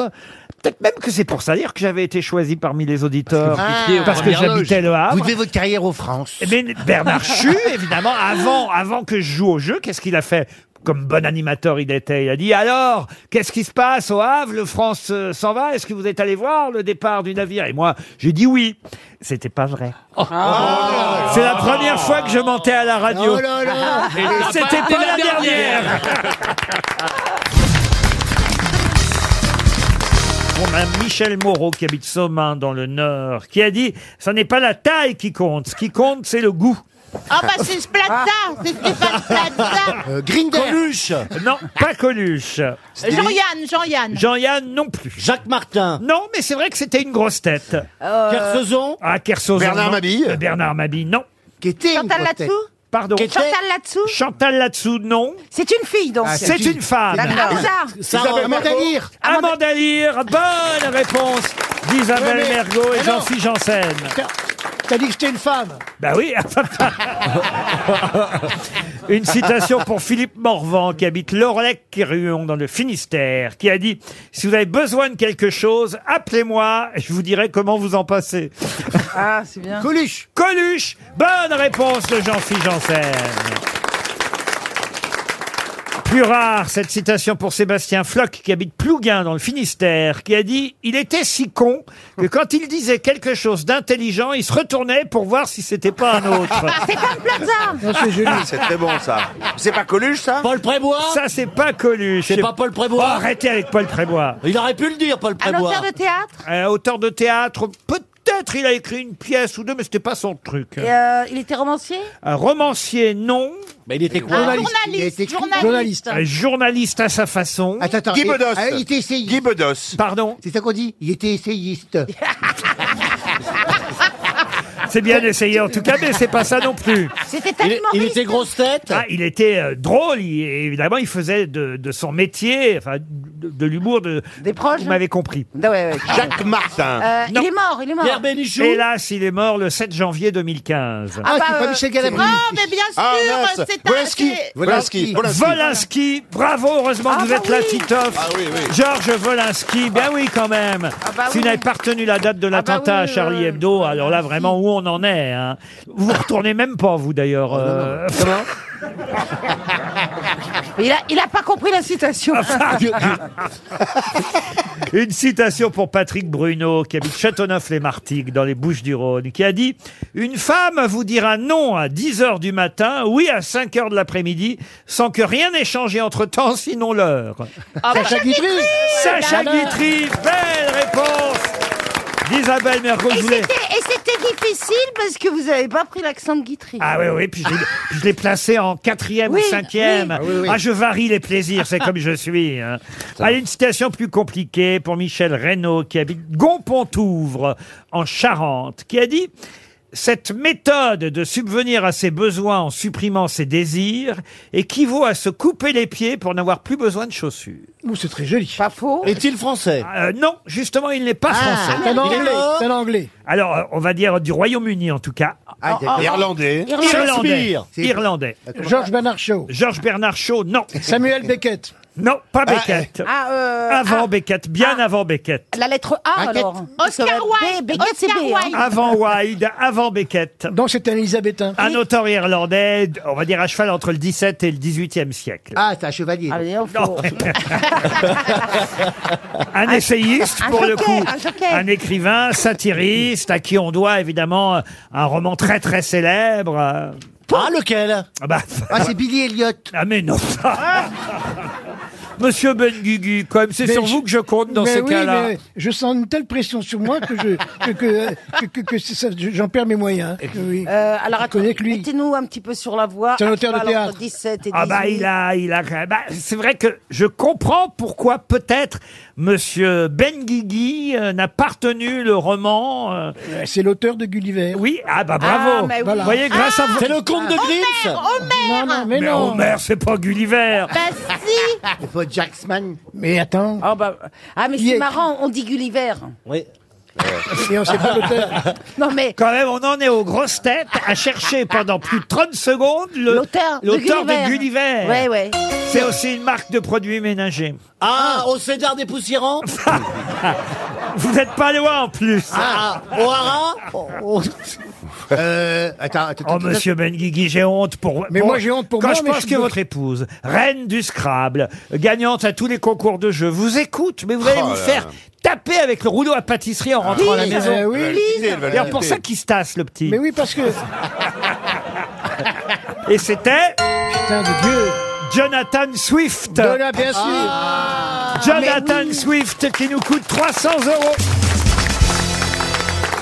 S1: Peut-être même que c'est pour ça dire que j'avais été choisi parmi les
S12: Parce
S1: auditeurs
S12: que vous étiez en
S1: parce que
S12: première loge.
S1: j'habitais le Havre. Eh
S12: Vous devez votre carrière aux France.
S1: Mais Bernard Chu, évidemment, avant, avant que je joue au jeu, qu'est-ce qu'il a fait comme bon animateur il était, il a dit alors, qu'est-ce qui se passe au Havre Le France euh, s'en va Est-ce que vous êtes allé voir le départ du navire Et moi, j'ai dit oui. C'était pas vrai. Oh, C'est la première fois que je mentais à la radio.
S7: Oh là là.
S23: Ah,
S1: Et Ah, c'était pas la dernière. On a Michel Moreau qui habite Somain dans le Nord qui a dit « Ça n'est pas la taille qui compte, ce qui compte c'est le goût ».
S24: Ah bah c'est Splaza, c'est Stéphane Splaza.
S1: Coluche Non, pas Coluche.
S24: Jean-Yann, Jean-Yann.
S1: Jean-Yann non plus. Jacques Martin Non, mais c'est vrai que c'était une grosse tête.
S24: Euh, Kersozon
S1: Ah, Kersozon.
S24: Bernard
S1: non.
S24: Mabille
S1: Euh, Bernard Mabille, non. Qui était
S5: Chantal Latsou
S1: Pardon.
S5: Chantal Latsou
S1: Chantal Latsou, non.
S5: C'est une fille, donc.
S1: Ah, c'est une une femme.
S5: D'accord.
S1: Ah.
S5: Sarah
S1: Isabelle
S5: Margot.
S1: Mergo. Amanda Lear, bonne réponse d'Isabelle
S7: Oui, mais-
S1: Mergot et
S7: mais non.
S1: Jean-Philippe Janssen.
S7: T'as- T'as dit que j'étais une femme.
S1: Bah oui. Une citation pour Philippe Morvan qui habite Lorlec-Ruon dans le Finistère qui a dit si vous avez besoin de quelque chose, appelez-moi, je vous dirai comment vous en passez.
S25: Ah, c'est bien.
S1: Coluche. Coluche. Bonne réponse de Jean-Philippe Janssen. Plus rare, cette citation pour Sébastien Floch, qui habite Plouguin, dans le Finistère, qui a dit « Il était si con que quand il disait quelque chose d'intelligent, il se retournait pour voir si c'était pas un autre. »
S5: Ah,
S7: Non, c'est joli.
S1: Ah, C'est très bon, ça. C'est pas Coluche, ça Paul Prébois Ça, c'est pas Coluche.
S4: C'est pas Paul Prébois
S1: Oh, Arrêtez avec Paul Prébois.
S4: Il aurait pu le dire, Paul
S1: Un
S4: Prébois.
S1: auteur de théâtre Euh, auteur de théâtre, peut-être il a écrit une pièce ou deux, mais c'était pas son truc.
S5: Et, euh, il était romancier
S1: Un romancier, non. Mais il était
S5: quoi Un Journaliste. journaliste, Il a été écrit- journaliste. journaliste.
S1: Un journaliste à sa façon.
S7: Attends, attends. il- ah, il était essayiste. Guy
S1: Bedos. Pardon
S7: C'est ça qu'on dit Il était essayiste.
S1: C'est bien essayé en tout cas, mais c'est pas ça non plus.
S5: C'était un humoriste.
S1: grosse tête. il était euh, drôle. il- et évidemment, il faisait de, de son métier, enfin, de, de l'humour, de. Des proches. Vous m'avez compris.
S5: Jacques
S1: Martin.
S5: Euh, il est mort, il est mort. Pierre Bénichou.
S1: Hélas, il est mort le 7 janvier 2015.
S5: Ah, Ah, c'est bah, pas euh, Michel Galabru.
S24: Ah, mais bien sûr,
S5: Ah, mince.
S24: c'est un...
S1: Volinsky,
S24: c'est-
S1: Volinsky, Volinsky, bravo, heureusement que vous êtes là, Titoff.
S5: Ah,
S1: Georges Volinsky, bien oui quand même.
S7: bah
S1: si vous
S7: oui.
S1: n'avez pas retenu la date de l'attentat à Charlie Hebdo, alors là vraiment où on en est. Hein. Vous vous retournez même pas vous
S5: Oh,
S1: d'ailleurs. euh,
S5: Il a, il a pas compris la citation.
S1: Ah, Une citation pour Patrick Bruno, qui habite Châteauneuf-les-Martigues, dans les Bouches-du-Rhône, qui a dit « Une femme vous dira non à 10 heures du matin, oui à 5 heures de l'après-midi, sans que rien n'ait changé entre-temps, sinon l'heure.
S7: Ah bah, Sacha Guitry
S1: Sacha
S7: Bernard.
S1: Guitry Belle réponse d'Isabelle Mergo, je
S5: Et
S1: voulais-
S5: c'était et c'était difficile parce que vous avez pas pris l'accent de Guitry.
S1: Ah oui, oui, puis je l'ai- puis je l'ai placé en quatrième
S5: Oui,
S1: ou cinquième.
S5: oui.
S1: Ah,
S5: Ah oui, oui.
S1: je varie les plaisirs, c'est comme je suis. hein. Allez, une citation plus compliquée pour Michel Reynaud, qui habite Gonpontouvre, en Charente, qui a dit... Cette méthode de subvenir à ses besoins en supprimant ses désirs équivaut à se couper les pieds pour n'avoir plus besoin de chaussures.
S7: c'est très joli.
S5: Pas faux.
S1: Est-il français Non, justement, il n'est pas
S7: Ah,
S1: français.
S7: c'est un Il est Anglais, mort c'est un Anglais.
S1: Alors, euh, on va dire du Royaume-Uni en tout cas.
S7: Ah, d'accord. Irlandais.
S1: Irlandais.
S7: Shakespeare. C'est-
S1: Irlandais.
S7: Georges Bernard Shaw.
S1: Georges Bernard Shaw, non.
S7: Samuel Beckett.
S1: Non, pas Beckett.
S5: Ah, euh, ah,
S1: Avant Beckett, bien avant Beckett.
S5: La lettre A alors. Oscar Wilde. Oscar Wilde.
S1: Avant Wilde, avant Beckett.
S7: Donc c'est un Élisabétain.
S1: Un auteur irlandais, d- on va dire à cheval entre le 17 et le 18e siècle.
S7: Ah, c'est un chevalier.
S1: Non. un essayiste
S7: Ah, un
S1: pour le
S7: jockey,
S1: coup,
S7: un jockey.
S1: écrivain, satiriste, à qui on doit évidemment un roman très très célèbre. euh.
S4: Ah, lequel
S1: Ah, bah.
S7: Ah, c'est Billy Elliot.
S1: Ah mais non Monsieur Ben Gugu, quand même, c'est
S7: Mais
S1: sur
S7: je-
S1: vous que je compte dans
S7: Mais
S1: ces
S7: oui,
S1: cas-là.
S7: mais Je sens une telle pression sur moi que je que, que- que- que c'est ça, j'en perds mes moyens. hein. Oui.
S5: Euh, alors, attends,
S7: connais que lui.
S5: mettez-nous un petit peu sur la voie.
S7: C'est un auteur de
S5: À cheval ah, entre
S7: théâtre.
S5: 17 et 18.
S1: Ah bah il a, il a. bah, c'est vrai que je comprends pourquoi peut-être Monsieur Ben Guigui euh, n'a pas retenu le roman. euh,
S7: C'est l'auteur de Gulliver.
S1: Oui, ah bah bravo.
S7: mais oui.
S1: Vous voyez, grâce à
S7: Ah,
S1: vous.
S7: c'est le comte de Grimm. Homer,
S24: Homer.
S7: Non, non, mais
S1: mais
S7: non.
S1: Homer, c'est pas Gulliver.
S5: Bah si
S7: Il faut Jacksman. Mais attends.
S5: Ah bah, ah mais
S7: Qui
S5: c'est
S7: est-
S5: marrant, on dit Gulliver.
S7: Oui.
S1: Euh,
S7: Et on sait pas l'auteur.
S5: Non mais
S1: Quand même, on en est aux grosses têtes à chercher pendant plus de 30 secondes le-
S5: l'auteur
S1: l'auteur de Gulliver.
S5: Gulliver. Ouais ouais.
S7: Ah,
S1: C'est aussi une marque de produits ménagers.
S4: Ah, au Cédar des Poussiérants
S1: Vous n'êtes pas loin en plus.
S22: Ah, ah, au haras
S1: Euh, attends, oh, monsieur Benguigui, j'ai honte pour.
S12: Mais moi, j'ai honte pour
S1: Quand
S12: moi,
S1: je
S12: mais
S1: pense
S12: je-
S1: que votre épouse, reine du Scrabble, gagnante à tous les concours de jeu, vous écoute, mais vous allez
S12: Oh
S1: vous
S12: là
S1: faire
S12: là.
S1: taper avec le rouleau à pâtisserie en rentrant à la
S12: Oui,
S1: maison.
S12: euh, oui. Elle va l'éviter, elle va
S1: D'ailleurs, pour
S12: l'éviter.
S1: ça qu'il se tasse, le petit.
S12: Mais oui, parce que.
S1: Et c'était. Putain de Dieu. Jonathan Swift. Ah.
S12: Donna, bien sûr.
S1: Jonathan Swift qui nous coûte 300 euros.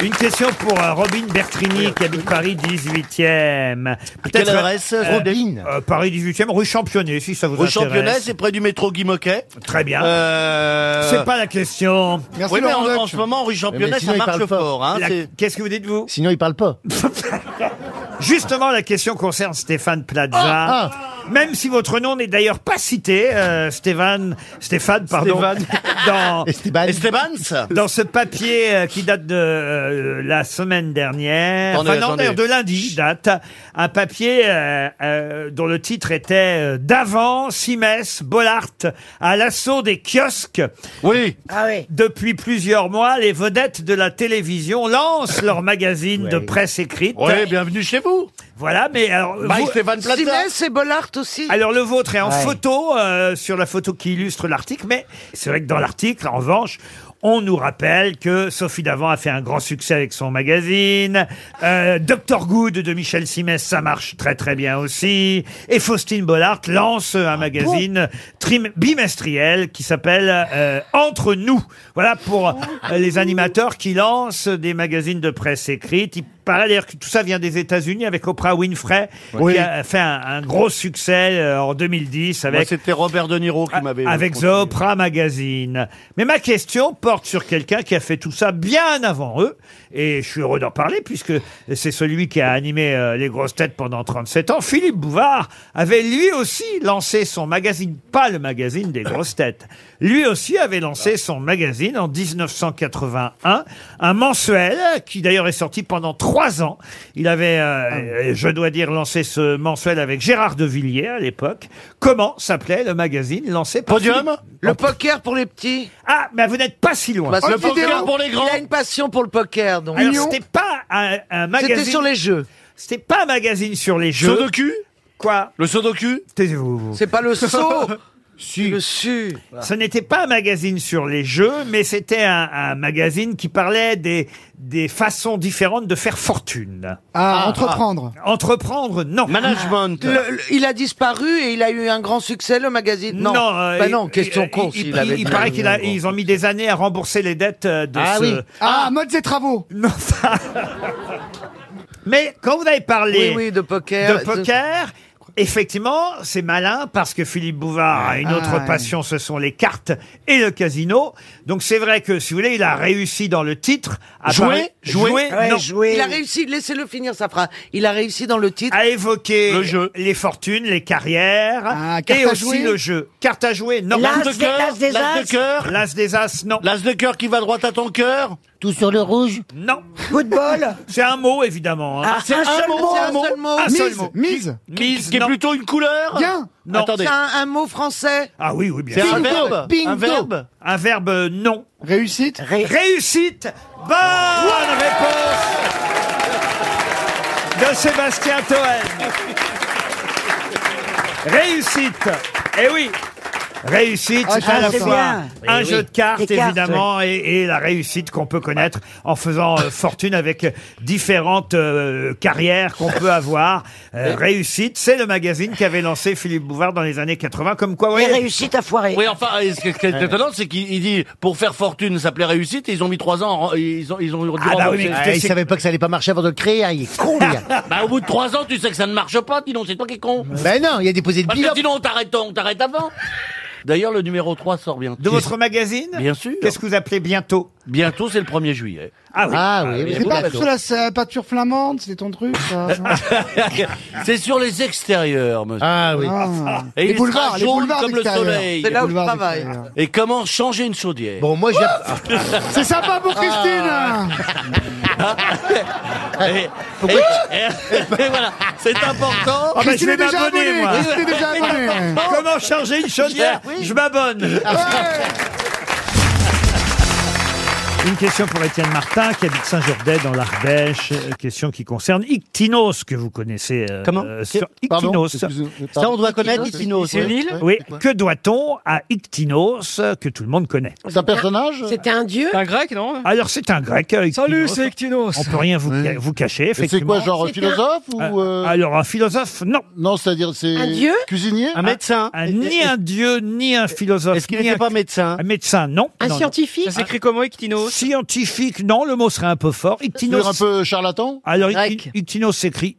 S1: Une question pour euh, Robin Bertrini qui habite Paris 18e.
S21: quelle adresse, Robin
S1: euh, Paris 18e, rue Championnet, si ça vous
S21: Au
S1: intéresse.
S21: championnat, c'est près du métro Guy Moquet.
S1: Très bien.
S21: Euh,
S1: C'est pas la question.
S21: Merci, Oui, mais Laurent en- Deutsch. en ce moment, rue Championnet,
S1: Eh, Mais sinon,
S21: ça
S1: il
S21: marche
S1: parle
S21: fort, hein,
S1: La-
S21: c'est-
S1: Qu'est-ce que vous dites, vous Sinon, il parle pas. Justement, la question concerne Stéphane Plaza.
S21: Ah,
S1: Même si votre nom n'est d'ailleurs pas cité, euh, Stéphane, Stéphane, pardon,
S21: Stéphane.
S1: dans,
S21: Estebans
S1: dans ce papier euh, qui date de euh, la semaine dernière,
S21: Attendez,
S1: enfin, non,
S21: attendez.
S1: d'ailleurs, de lundi date, un papier euh, euh, dont le titre était euh, D'avant, Simès, Bollard, à l'assaut des kiosques.
S21: Oui.
S1: Depuis plusieurs mois, les vedettes de la télévision lancent leur magazine de presse écrite.
S21: Ouais, bienvenue chez vous.
S1: Voilà, mais alors.
S21: Mike
S1: vous-
S21: Stéphane Plaza.
S16: Simès et Bollard aussi.
S1: alors le vôtre est en
S16: Ouais.
S1: photo euh, sur la photo qui illustre l'article, mais c'est vrai que dans l'article, en revanche, on nous rappelle que Sophie Davant a fait un grand succès avec son magazine, euh, Dr Good de Michel Simès, ça marche très très bien aussi, et Faustine Bollard lance un magazine trim- bimestriel qui s'appelle euh, Entre nous. Voilà pour euh, les animateurs qui lancent des magazines de presse écrite. Il paraît d'ailleurs que tout ça vient des États-Unis avec Oprah Winfrey qui a fait un, un gros succès euh, en 2010
S21: Moi,
S1: avec
S21: C'était Robert De Niro qui m'avait. euh,
S1: avec The Oprah Magazine. Mais ma question porte sur quelqu'un qui a fait tout ça bien avant eux, et je suis heureux d'en parler puisque c'est celui qui a animé euh, les grosses têtes pendant 37 ans. Philippe Bouvard avait lui aussi lancé son magazine, pas le magazine des grosses têtes. Lui aussi avait lancé son magazine en 1981, un mensuel qui d'ailleurs est sorti pendant trois ans. Il avait, euh, je dois dire, lancé ce mensuel avec Gérard de Villiers à l'époque. Comment s'appelait le magazine lancé par
S21: Podium
S1: Le poker pour les petits. Ah, mais vous n'êtes pas si loin.
S21: Bah,
S7: Oh,
S21: c'est le Occident. poker pour les grands.
S1: Il a une passion pour le poker, donc.
S21: Union.
S1: Alors, c'était pas un, un magazine.
S21: sur les
S1: jeux. C'était pas un magazine sur les jeux.
S21: Sudoku
S1: Quoi
S21: Le Sudoku
S1: Taisez-vous. vous.
S21: C'est pas le saut.
S1: Si. Ce n'était pas un magazine sur les jeux, mais c'était un, un magazine qui parlait des, des façons différentes de faire fortune.
S15: Ah, Ah, entreprendre.
S1: Entreprendre, non.
S21: Management.
S7: Le- le- il a disparu et il a eu un grand succès, le magazine. Non,
S1: euh,
S7: Bah
S1: il-
S7: non, question
S1: il-
S7: con.
S1: Il,
S7: s'il
S1: il-
S7: avait
S1: il
S7: dit- Euh,
S1: paraît
S21: Ah
S1: qu'ils ont mis des années à rembourser les dettes euh, de
S15: Ah
S1: ce...
S15: oui. Ah, modes et travaux.
S1: Mais quand vous avez parlé
S15: Oui, oui,
S1: de
S15: poker.
S1: poker, effectivement, c'est malin parce que Philippe Bouvard a une
S15: Ah,
S1: autre
S15: ouais.
S1: passion, ce sont les cartes et le casino. Donc c'est vrai que, si vous voulez, il a réussi dans le titre à
S7: Jouer,
S1: parler-
S7: jouer,
S1: Ah, jouer,
S7: ouais,
S1: non.
S7: jouer. Il a réussi, laissez-le finir sa phrase. Il a réussi dans le titre.
S1: À évoquer les fortunes, les carrières
S21: Ah,
S7: carte
S1: et
S7: à
S1: aussi
S7: jouer.
S1: le jeu. Carte à jouer, non.
S21: L'as de cœur, l'as des l'as de as. cœur.
S1: L'as des as, non.
S21: L'as de cœur qui va droit à ton cœur.
S1: Tout sur le rouge Non. Football C'est un mot, évidemment. hein.
S21: Ah, c'est un seul mot,
S1: c'est
S21: un seul mot.
S1: Un seul
S21: Mise,
S1: mot.
S15: mise.
S1: Mise,
S21: Qui est
S1: Ah, non.
S21: plutôt une couleur
S1: Non.
S21: Attendez.
S7: C'est un, un mot français.
S1: Ah oui, oui, bien
S21: C'est
S1: sûr.
S21: un Bingo. verbe. Bingo. Un verbe.
S1: Un verbe, euh, non. Réussite Réussite Bonne réponse de Sébastien Toen. Réussite Eh oui Réussite,
S21: Ah, c'est
S1: à la
S21: bien.
S1: fois
S21: Eh
S1: un
S21: oui.
S1: jeu de cartes,
S21: Des cartes,
S1: évidemment, et, et la réussite qu'on peut connaître en faisant euh, fortune avec différentes euh, carrières qu'on peut avoir. Euh, réussite, c'est le magazine qu'avait lancé Philippe Bouvard dans les années 80, comme quoi... oui.
S16: réussite à foirer.
S21: Oui, enfin, et ce qui est
S1: Ouais.
S21: étonnant, c'est qu'il il dit pour faire fortune, ça s'appelait réussite, et ils ont mis trois ans, en- ils ont, ils ont dû
S1: Ah, bah oui,
S21: rembourser.
S1: mais écoutez, Ah, il c'est- savait
S21: pas que ça allait pas marcher avant de le créer, il est con,
S1: lui.
S21: Bah, au bout de trois ans, tu sais que ça ne marche pas, dis donc, c'est toi qui es con.
S4: Ben non, il a déposé le
S21: Parce
S4: bilan.
S21: que sinon, on t'arrête, on t'arrête avant. D'ailleurs, le numéro 3 sort bientôt.
S1: De votre magazine
S21: Bien sûr.
S1: Qu'est-ce que vous appelez bientôt
S21: Bientôt, c'est le 1er juillet.
S1: Ah oui.
S15: C'est pas sur la sa- peinture flamande, c'est ton truc,
S17: Euh,
S15: ça. non
S21: c'est sur les extérieurs, monsieur.
S15: Ah oui. Ah.
S21: Et
S15: Les
S21: il
S15: boulevards,
S21: sera
S15: les
S21: jaune
S15: boulevards
S21: comme le
S15: d'extérieur.
S21: soleil.
S15: C'est là où Les je boulevards travaille. d'extérieur.
S21: Et comment changer une chaudière Ah.
S4: Bon, moi, j'ai.
S15: C'est sympa pour Christine
S21: Ah. Et, et- et- et voilà, c'est important.
S1: Ah bah, je vais m'abonner, moi.
S21: Mais
S1: Comment charger une chaudière Je m'abonne. Une question pour Étienne Martin, qui habite Saint-Jourdais, dans l'Ardèche. Euh, Question qui concerne Ictinos, que vous connaissez. euh,
S22: Comment
S1: euh, sur
S22: Pardon,
S1: Ictinos.
S22: excusez-moi, pardon. Ça, on doit connaître Ictinos,
S1: C'est une
S22: ouais.
S1: île
S22: Ouais.
S1: Oui.
S22: C'est quoi
S1: Que doit-on à Ictinos, euh, que tout le monde connaît
S22: C'est un personnage C'était un dieu
S17: Un grec, non
S1: Alors, c'est un grec. euh, Ictinos.
S17: Salut, c'est Ictinos.
S1: On peut rien vous,
S17: Oui.
S1: vous cacher,
S17: Et c'est
S1: effectivement.
S17: quoi, genre, C'est un- philosophe ou,
S1: Euh, Alors, un philosophe, non. Non, c'est-à-dire, c'est.
S22: Un dieu
S1: Cuisinier
S22: Un médecin
S1: un- Ni un dieu, ni un philosophe. Est-ce qu'il n'était pas médecin Un médecin, non.
S22: Un
S1: Non, Ah, non.
S22: scientifique
S17: Ça s'écrit comment, Ictinos
S1: Scientifique, non, le mot serait un peu fort. Ictinos.
S22: C'est-à-dire un
S1: peu charlatan Alors, Icti- Ictinos s'écrit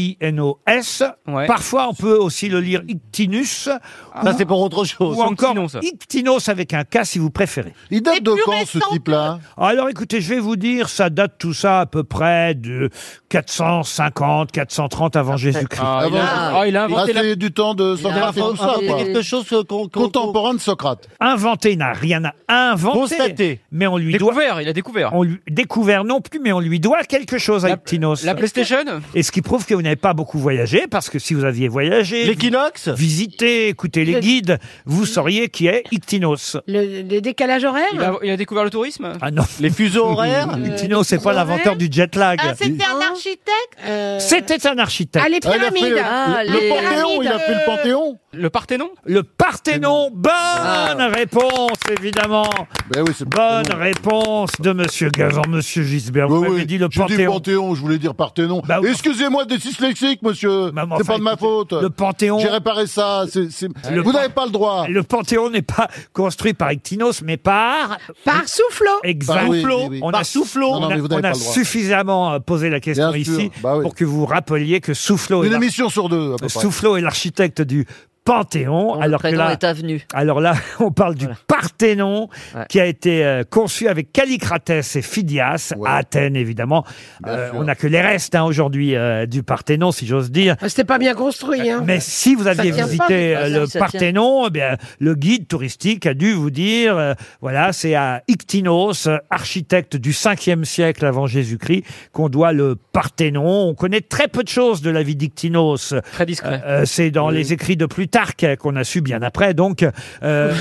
S1: I-C-T-I-N-O-S.
S22: Ouais.
S1: Parfois, on peut aussi le lire Ictinus.
S22: Ah, Ça, c'est pour autre chose.
S1: Ou
S22: C'est
S1: encore
S22: Ictinos, ça.
S1: Ictinos avec un K si vous préférez. Ah,
S22: Il date de quand, ce type-là
S1: Alors écoutez, je vais vous dire, ça date tout ça à peu près de 450, 430 avant Jésus-Christ.
S22: Ah, il a- Ah. ah, il a inventé la-
S1: du temps de
S22: Il a inventé quelque chose contemporain de Socrate.
S1: Inventé, il n'a rien inventé.
S22: Constaté.
S1: Mais on lui doit.
S17: Il a découvert.
S1: On lui, découvert non plus, mais on lui doit quelque chose à Ictinos.
S17: la PlayStation
S1: Et ce qui prouve que vous n'avez pas beaucoup voyagé, parce que si vous aviez voyagé. L'équinoxe Visité, écouté les
S5: Le-
S1: guides, vous sauriez qui est Ictinos.
S5: Le, le décalage horaire
S17: Il a, il a découvert le tourisme
S1: Ah non. Les
S22: fuseaux
S18: Mmh.
S22: horaires
S18: Euh,
S1: Ictinos, c'est pas l'inventeur du jet lag. Hein
S5: Ah, c'était un
S18: architecte
S1: Euh, C'était un architecte.
S5: Ah, les Ah, il a fait pyramides. le- Ah, le les Panthéon, pyramides. il a fait le
S1: Panthéon.
S17: Le Parthénon
S1: Le Parthénon. Bonne
S22: Ah.
S1: réponse, évidemment.
S22: Ben
S1: Bonne réponse de Monsieur Gazan, Monsieur Gisbert. Vous m'avez dit le
S22: J'ai
S1: Panthéon. Bah
S22: dit Panthéon, je voulais dire Parthénon. Excusez-moi d'être dyslexique, monsieur. Euh, c'est
S1: enfin,
S22: pas de ma faute.
S1: le Panthéon-
S22: J'ai réparé ça. c'est- c'est-
S1: Le
S22: Vous
S1: Pan-
S22: n'avez pas le droit.
S1: Le Panthéon n'est pas construit par Ictinos, mais par...
S5: Par soufflot
S1: Exact.
S22: Par Soufflot. Bah oui, oui, oui.
S1: On
S22: Par
S1: a,
S22: Soufflot. Non, non,
S1: on a,
S22: mais vous n'avez
S1: on a
S22: pas le droit.
S1: suffisamment euh, posé la question
S22: Bien sûr. bah
S1: ici pour que vous vous rappeliez que Soufflot...
S22: Une
S1: est là.
S22: émission sur deux. à peu près.
S1: Soufflot est l'architecte du Panthéon. alors que
S5: prénom
S1: là,
S5: est avenu.
S1: Alors là, on parle du Parthénon qui a été euh, conçu avec Callicratès et Phidias à Athènes, évidemment. Euh, on n'a que les restes hein, aujourd'hui euh, du Parthénon, si j'ose dire.
S5: Ah,
S1: Euh,
S5: C'était pas bien construit. Hein.
S1: Mais si vous
S5: Ça
S1: aviez
S5: tient pas,
S1: visité
S5: mais-
S1: euh,
S5: Ah,
S1: le
S5: ça tient.
S1: Parthénon, eh bien, le guide touristique a dû vous dire, euh, voilà, c'est à Ictinos, euh, architecte du 5e siècle avant Jésus-Christ, qu'on doit le Parthénon. On connaît très peu de choses de la vie d'Ictinos.
S17: Très discret.
S1: Euh, c'est dans les écrits de Plutarque euh, qu'on a su bien après, donc, euh,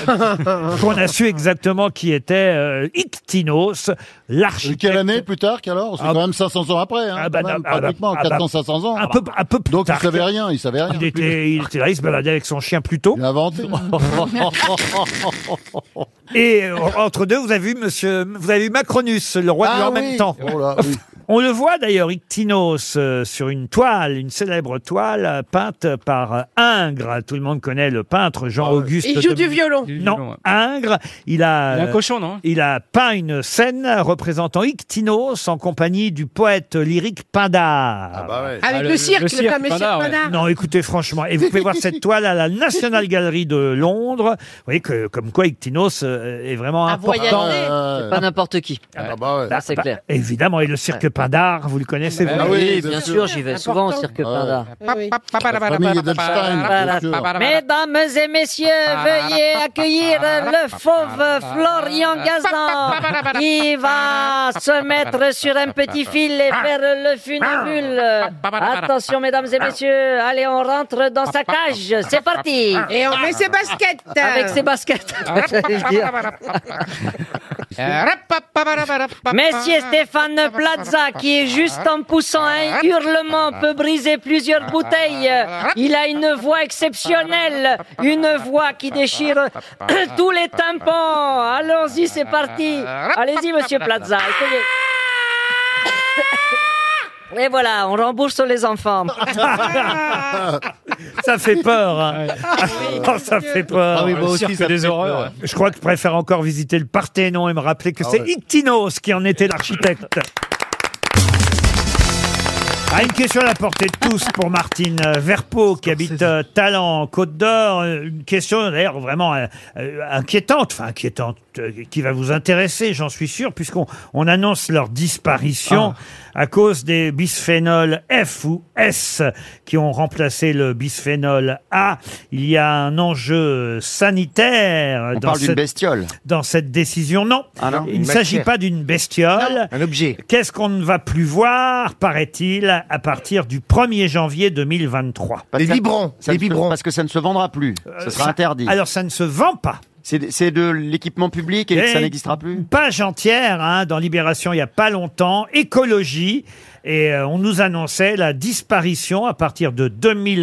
S1: qu'on a su exactement qui était euh, Ictinos, l'architecte.
S22: Quelle année Plutarque alors C'est
S1: Ah,
S22: quand même 500 ans après. Hein,
S1: ah, bah,
S22: quand même,
S1: ah, bah,
S22: pratiquement
S1: ah, bah,
S22: 400, 500 ans.
S1: un peu- un peu
S22: Donc il
S1: Plutarque.
S22: savait rien. Il savait rien.
S1: Il était, il était là, il se baladait avec son chien Pluto.
S22: Il a inventé.
S14: Oh,
S1: Et euh, entre deux, vous avez vu monsieur, vous avez vu Macronus, le roi de
S22: Ah
S1: l'eau en
S22: oui.
S1: même temps.
S22: Oh là, oui.
S1: On le voit d'ailleurs, Ictinos, euh, sur une toile, une célèbre toile euh, peinte par euh, Ingres. Tout le monde connaît le peintre Jean-Auguste.
S5: Ah, Il joue
S1: de-
S5: du violon.
S1: Non, Ingres. Il a,
S17: Il est un
S1: euh,
S17: cochon,
S5: hein
S17: non
S1: Il a peint une scène représentant Ictinos en compagnie du poète lyrique Pindar.
S22: bah
S5: Avec Ah, le- le cirque, le le cirque, fameux cirque Pindar, ouais. Pindar.
S1: Non, écoutez, franchement, et vous pouvez voir cette toile à la National Gallery de Londres. Vous voyez que, comme quoi, Ictinos euh, est vraiment important.
S26: C'est pas n'importe qui. Ça, c'est
S1: Bah,
S26: clair.
S1: Évidemment, et le cirque
S26: ah. Ouais.
S1: Pindar, vous le connaissez vous
S26: Ah oui, bien sûr, j'y vais souvent au cirque Pindar. Mesdames et messieurs, veuillez accueillir le fauve Florian Gazan. Il va se mettre sur un petit fil et faire le funambule. Attention, mesdames et messieurs, allez, on rentre dans sa cage. C'est parti.
S5: Et on met ses baskets.
S26: Avec ses baskets. J'allais dire.
S13: Euh,
S26: Messieurs Stéphane Plaza, qui est juste en poussant un hurlement, peut briser plusieurs bouteilles. Il a une voix exceptionnelle, une voix qui déchire tous les tympans. Allons-y, c'est parti. Allez-y, monsieur Plaza. essayez. Et voilà, on rembourse les enfants.
S1: Ça fait peur. hein. Oh, ça fait peur.
S26: Ah oui, moi
S1: Le
S26: aussi,
S1: cirque
S26: ça fait peur.
S1: Je crois que je préfère encore visiter le Parthénon et me rappeler que
S26: Ah
S1: c'est
S26: ouais.
S1: Ictinos qui en était l'architecte. Ah, une question à la portée de tous pour Martine euh, Verpeau qui habite euh, Talent, en Côte d'Or. Euh, Une question d'ailleurs vraiment euh, euh, inquiétante, enfin inquiétante, euh, qui va vous intéresser, j'en suis sûr, puisqu'on on annonce leur disparition à cause des bisphénols F ou S qui ont remplacé le bisphénol A. Il y a un enjeu sanitaire
S27: On parle d'une
S1: cette-
S27: bestiole.
S1: dans cette décision. Non,
S27: Ah non,
S1: il
S27: une
S1: ne s'agit
S27: matière.
S1: pas d'une bestiole.
S27: Un objet.
S1: Qu'est-ce qu'on ne va plus voir, paraît-il, à partir du 1er janvier 2023
S27: Parce que- parce que ça ne se vendra plus. ce sera interdit.
S1: Alors Euh, ça ne se vend pas. Eh
S4: C'est c'est de l'équipement public et que ça
S1: Et
S4: n'existera plus
S1: Une page entière hein, dans Libération il n'y a pas longtemps, écologie. Et euh, on nous annonçait la disparition à partir de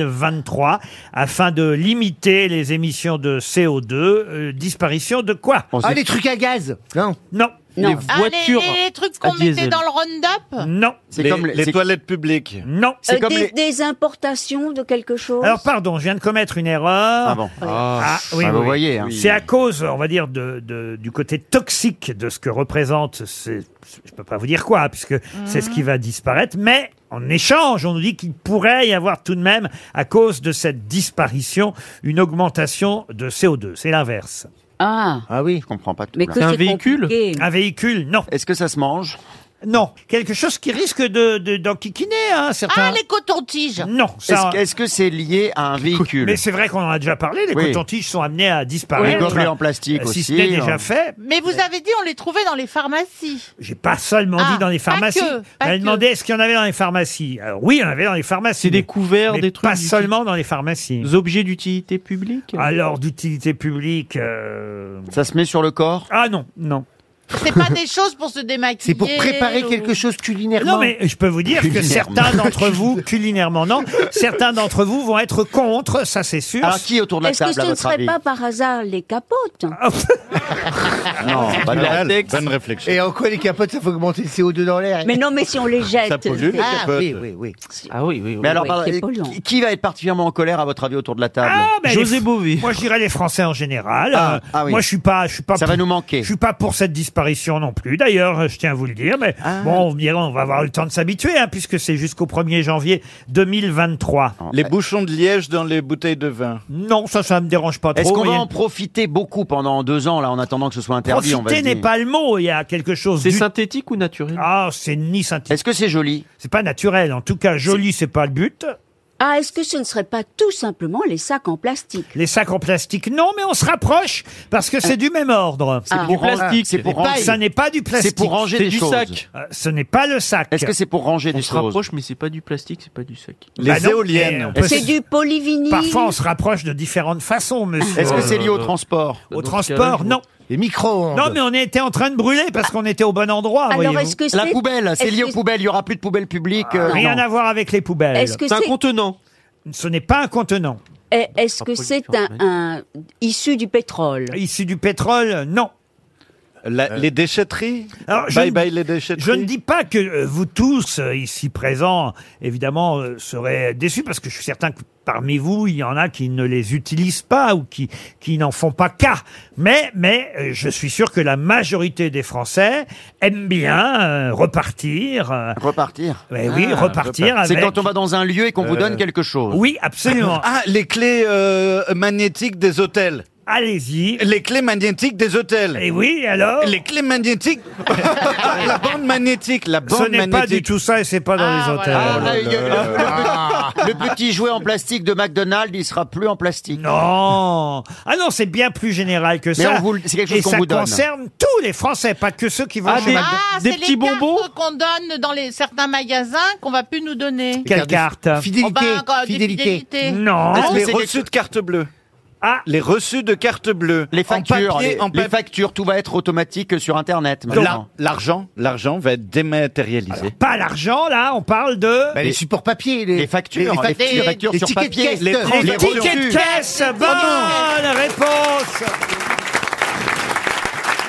S1: 2023 afin de limiter les émissions de CO2. Euh, disparition de quoi
S15: Ah, les trucs à gaz
S1: Non. Non.
S18: Non. Ah, les- les, trucs qu'on
S1: à
S18: mettait
S1: diesel.
S18: dans le Roundup
S1: Non.
S4: C'est Les- comme les- les c'est-
S1: toilettes publiques. Non.
S23: Euh, des, des importations de quelque chose
S1: Alors pardon, je viens de commettre une erreur.
S23: Ah bon.
S1: Ah, oui,
S4: Ah,
S1: oui,
S4: vous
S1: oui.
S4: voyez, hein.
S1: C'est à cause, on va dire, de, de- du côté toxique de ce que représente. ces- Je peux pas vous dire quoi, puisque c'est ce qui va disparaître. Mais en échange, on nous dit qu'il pourrait y avoir tout de même, à cause de cette disparition, une augmentation de CO2. C'est l'inverse.
S23: Ah,
S4: Ah oui, je comprends pas tout.
S1: Mais
S4: là.
S1: que c'est
S23: compliqué.
S1: Un véhicule, non.
S4: Est-ce que ça se mange
S1: Non, quelque chose qui risque de de- d'enquiquiner, hein, certains.
S18: Ah, les cotons-tiges
S1: Non, ça.
S4: Est-ce que- est-ce que c'est lié à un véhicule
S1: Mais c'est vrai qu'on en a déjà parlé, les
S4: Oui.
S1: cotons-tiges sont amenés à disparaître.
S4: Les gobelets en plastique
S1: Euh, Si ce
S4: aussi,
S1: n'est déjà
S4: hein.
S1: fait,
S18: Mais vous avez dit, on les trouvait dans les pharmacies.
S1: J'ai pas seulement
S18: Ah,
S1: dit dans les
S18: pas
S1: pharmacies.
S18: que, pas
S1: on a
S18: que.
S1: demandé est-ce qu'il y en avait dans les pharmacies. Alors oui, il y en avait dans les pharmacies. C'est des couverts, des trucs. Pas seulement dans les pharmacies. Des objets d'utilité publique Alors d'utilité publique. euh,
S4: Ça se met sur le corps
S1: Ah non, non.
S18: C'est pas des choses pour se démaquiller. ou-
S1: chose culinairement. Non, mais je peux vous dire que
S4: Culinairement.
S1: certains d'entre vous, culinairement, non, certains d'entre vous vont être contre, ça c'est sûr.
S4: Alors, qui autour de la
S23: Est-ce que ce ne serait pas par hasard les capotes
S1: Ah,
S13: Ah,
S4: Non, pas de latex.
S15: réflexion. Et en quoi les capotes, ça fait augmenter le CO2 dans l'air
S23: Mais non, mais si on les jette.
S15: Ah, oui, oui, oui.
S4: Ah oui, oui.
S23: oui.
S4: Mais alors,
S23: Ouais,
S4: pardon,
S23: c'est
S4: et
S23: polluant.
S4: qui- qui va être particulièrement en colère, à votre avis, autour de la table
S1: mais Ah, ben, les- Moi, je dirais les Français en général.
S4: Ah,
S1: Euh,
S4: ah oui.
S1: Moi, je suis pas, je suis pas.
S4: Ça va nous manquer.
S1: Je suis pas pour cette disparition non plus. D'ailleurs, euh, je tiens à vous le dire, mais
S4: Ah.
S1: bon, on me dira, on va avoir le temps de s'habituer, hein, puisque c'est jusqu'au 1er janvier 2023.
S4: Ah.
S13: Les bouchons de liège dans les bouteilles de vin.
S1: Non, ça, ça me dérange pas trop.
S4: Est-ce qu'on va
S1: voyez.
S4: en profiter beaucoup pendant deux ans, là, en attendant que ce soit interdit on va
S1: Profiter
S4: se
S1: n'est
S4: dire.
S1: pas le mot. Il y a quelque chose. C'est synthétique ou naturel Ah, c'est ni synthétique.
S4: Est-ce que c'est joli
S1: C'est pas naturel. En tout cas, joli, c'est pas le but.
S23: Ah, est-ce que ce ne serait pas tout simplement les sacs en plastique
S1: Les sacs en plastique, non, mais on se rapproche parce que c'est du même ordre.
S23: C'est Ah. du plastique.
S4: C'est pour
S1: Des
S4: ranger.
S1: pailles. Ça n'est pas du plastique.
S4: C'est pour ranger C'est des du choses. sac.
S1: Euh, Ce n'est pas le sac.
S4: Est-ce que c'est pour ranger des
S3: se
S4: choses
S3: rapproche, mais c'est pas du plastique, c'est pas du sac.
S1: Bah non, mais on peut
S23: C'est
S1: se-
S23: du polyvinyle.
S1: Parfois, on se rapproche de différentes façons, monsieur.
S4: Est-ce que c'est lié au transport
S1: Au transport, non.
S4: Les micros
S1: Non, mais on était en train de brûler parce qu'on était au bon endroit. voyez-vous.
S4: La poubelle, c'est lié aux poubelles, il n'y aura plus de poubelles publiques. euh,
S1: Rien
S4: non.
S1: à voir avec les poubelles.
S23: Est-ce que C'est un c'est-
S1: contenant. Ce n'est pas un contenant.
S23: Et Eh, Est-ce que c'est un, un- issu du pétrole
S1: Issu du pétrole, non.
S13: les déchetteries
S1: bye bye les déchetteries. Je ne dis pas que euh, vous tous euh, ici présents, évidemment, euh, serez déçus parce que je suis certain que parmi vous, il y en a qui ne les utilisent pas ou qui, qui n'en font pas cas. Mais, mais euh, je suis sûr que la majorité des Français aiment bien euh, repartir. euh, Eh
S4: repartir
S1: Oui,
S4: Ah,
S1: repartir.
S4: C'est
S1: avec-
S4: quand on va dans un lieu et qu'on vous
S1: Euh,
S4: donne quelque chose.
S1: Oui, absolument.
S13: Ah, les clés euh, magnétiques des hôtels.
S1: Allez-y.
S13: Les clés magnétiques des hôtels.
S1: Et oui, alors
S13: Les clés magnétiques. Ah, la bande magnétique, la bande
S1: Ce n'est pas du
S13: magnétique.
S1: tout ça et c'est pas dans les hôtels.
S4: Ah, là, il y a le- le, le petit jouet en plastique de McDonald's, il sera plus en plastique.
S1: Non. Ah non, c'est bien plus général que
S4: Mais
S1: ça.
S4: on vous le- c'est quelque chose
S1: Et
S4: qu'on
S1: ça
S4: vous donne.
S1: concerne tous les Français, pas que ceux qui vont chez McDo.
S18: Ah, c'est les cartes qu'on donne dans les, certains magasins qu'on va plus nous donner.
S1: Quelle carte
S18: Oh ben, encore des fidélités.
S1: Non.
S13: Ah, les
S4: c'est quelque-
S13: reçus de carte bleue.
S1: Ah.
S13: Les reçus de carte bleue.
S4: Les factures,
S13: En papier,
S4: les,
S13: en
S4: les
S13: papier.
S4: factures, tout va être automatique sur Internet.
S13: La-
S4: maintenant.
S13: L'argent, l'argent va être dématérialisé.
S1: Pas l'argent, là, on parle de...
S15: Bah, les supports papier, les,
S4: les
S1: Oh,
S4: factures,
S15: les
S4: les
S15: factures,
S4: factures,
S15: les
S4: sur
S15: tickets de
S4: papier,
S15: caisse,
S4: les
S15: les
S4: trans-
S1: Les
S4: reçus.
S1: tickets de caisse Bonne réponse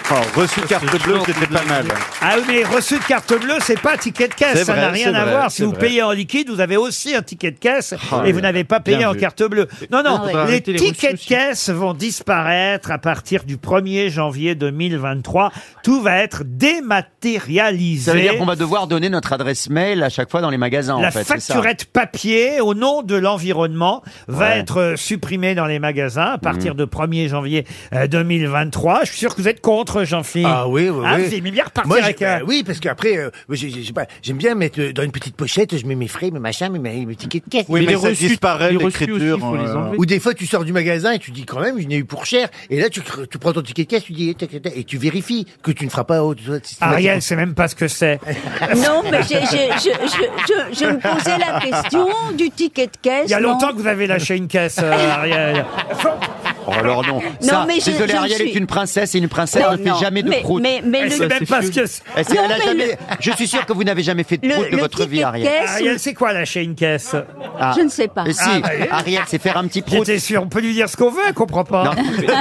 S13: Oh, reçu de carte bleue, c'était pas mal.
S1: Ah oui, mais reçu de carte bleue, c'est pas ticket de caisse,
S13: C'est
S1: ça
S13: vrai,
S1: n'a rien
S13: c'est
S1: à
S13: vrai,
S1: voir. Si
S13: c'est
S1: vous
S13: vrai.
S1: payez en liquide, vous avez aussi un ticket de caisse
S13: Ah
S1: et
S13: oui,
S1: vous n'avez pas payé
S13: bien
S1: en
S13: vu.
S1: carte bleue. Non, non,
S23: Ah ouais.
S1: les
S23: Arrêtez les reçus
S1: tickets de caisse vont disparaître à partir du 1er janvier 2023. Tout va être dématérialisé.
S4: Ça veut dire qu'on va devoir donner notre adresse mail à chaque fois dans les magasins.
S1: La
S4: en fait, c'est ça.
S1: facturette papier au nom de l'environnement va
S4: Ouais. Mhm.
S1: être euh, supprimée dans les magasins à partir de 1er janvier euh, 2023. Je suis sûr que vous êtes contre, Jean-Philippe.
S27: Ah oui, oui,
S1: Ah,
S27: oui.
S1: vous aimez bien repartir
S27: Moi,
S1: avec
S27: j'ai-
S1: un...
S27: euh, Oui, parce qu'après, euh, moi, j'ai- j'ai- j'ai pas- j'aime bien mettre euh, dans une petite pochette, je mets mes frais, mes machins, mes, mes, mes tickets de caisse.
S13: Oui, Mais mais les ça reçus- disparaît, les reçus l'écriture, aussi, faut les euh, enlever.
S27: Ou des fois, tu sors du magasin et tu dis quand même, je n'ai eu pour cher. Et là, tu, cr- tu prends ton ticket de caisse, tu dis, eh, tac, tac, tac, et tu vérifies que tu ne feras pas autre
S1: Ariel, c'est même pas ce que c'est.
S23: Non, mais j'ai- j'ai- je, je- je- je me posais la question du ticket de caisse.
S1: Il y a
S23: non
S1: longtemps que vous avez lâché une caisse, euh, Ariel.
S4: Oh, alors non. Ça,
S23: mais je-
S4: désolé,
S23: je
S4: Ariel
S23: suis-
S4: est une princesse et une princesse
S23: Non,
S4: ne fait
S23: non,
S4: jamais de
S23: mais-
S4: prout.
S23: mais- mais
S4: Elle
S23: le-
S4: sait
S23: Ça,
S4: même
S23: c'est
S4: pas
S23: fou.
S4: ce que c'est. Elle sait-
S23: Non,
S4: elle a
S23: mais
S4: jamais-
S23: le-
S4: Je suis sûr que vous n'avez jamais fait de
S23: Le-
S4: prout de
S23: le
S4: votre vie,
S23: ticket de
S4: Ariel.
S23: caisse
S1: Ariel, c'est quoi lâcher une caisse
S4: Ah.
S23: Je ne sais pas.
S4: Et si,
S23: Ah, bah,
S4: Ariel, c'est faire un petit prout.
S1: J'étais sûr, on peut lui dire ce qu'on veut, elle comprend pas.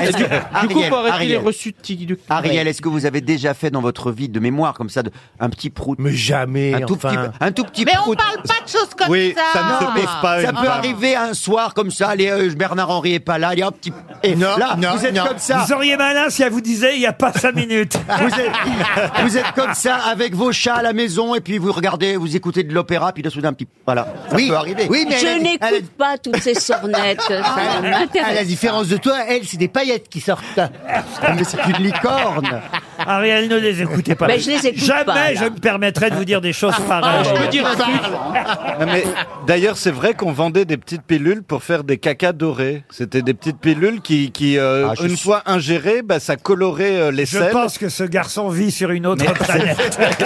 S4: Est-ce que-
S3: Du coup,
S4: Ariel,
S3: faut arrêter les
S4: Ariel.
S3: reçus de tic- de-
S4: Ariel,
S3: Ouais.
S4: est-ce que vous avez déjà fait dans votre vie de mémoire comme ça de, un petit prout Mais jamais. Un tout
S27: enfin.
S4: petit, un tout petit
S18: Mais on
S4: prout.
S18: parle pas de choses comme ça.
S4: Non, mais Ça peut arriver un soir comme ça. Allez, euh, Bernard Henry est pas là. Allez, hop, petit. Et là, vous êtes comme ça.
S1: Vous auriez malin si elle vous disait, il n'y a pas cinq minutes.
S4: Vous êtes, vous êtes comme ça avec vos chats à la maison et puis vous regardez, vous écoutez de l'opéra puis d'un soudain un petit. Voilà, ça
S27: Oui,
S4: peut arriver.
S27: oui, mais
S23: je
S27: elle a- Ah, elle
S23: n'écoute pas toutes ces sornettes. ça ne
S27: À la
S23: m'intéresse
S27: différence de toi, elle, c'est des paillettes qui sortent.
S4: Mais c'est une licorne.
S1: Ariel, ne les écoutez pas.
S27: Mais je les écoute
S1: Jamais
S27: pas, là.
S1: je me permettrai de vous dire des choses pareilles.
S20: Ah. je peux dire un truc Non, Ah, mais D'ailleurs, c'est vrai qu'on vendait des petites pilules pour faire des cacas dorés. C'était des petites pilules qui, qui euh,
S1: Ah, je
S20: une
S1: suis-
S20: fois ingérées, bah, ça colorait euh, les
S1: Je
S20: selles.
S1: pense que ce garçon vit sur une autre planète.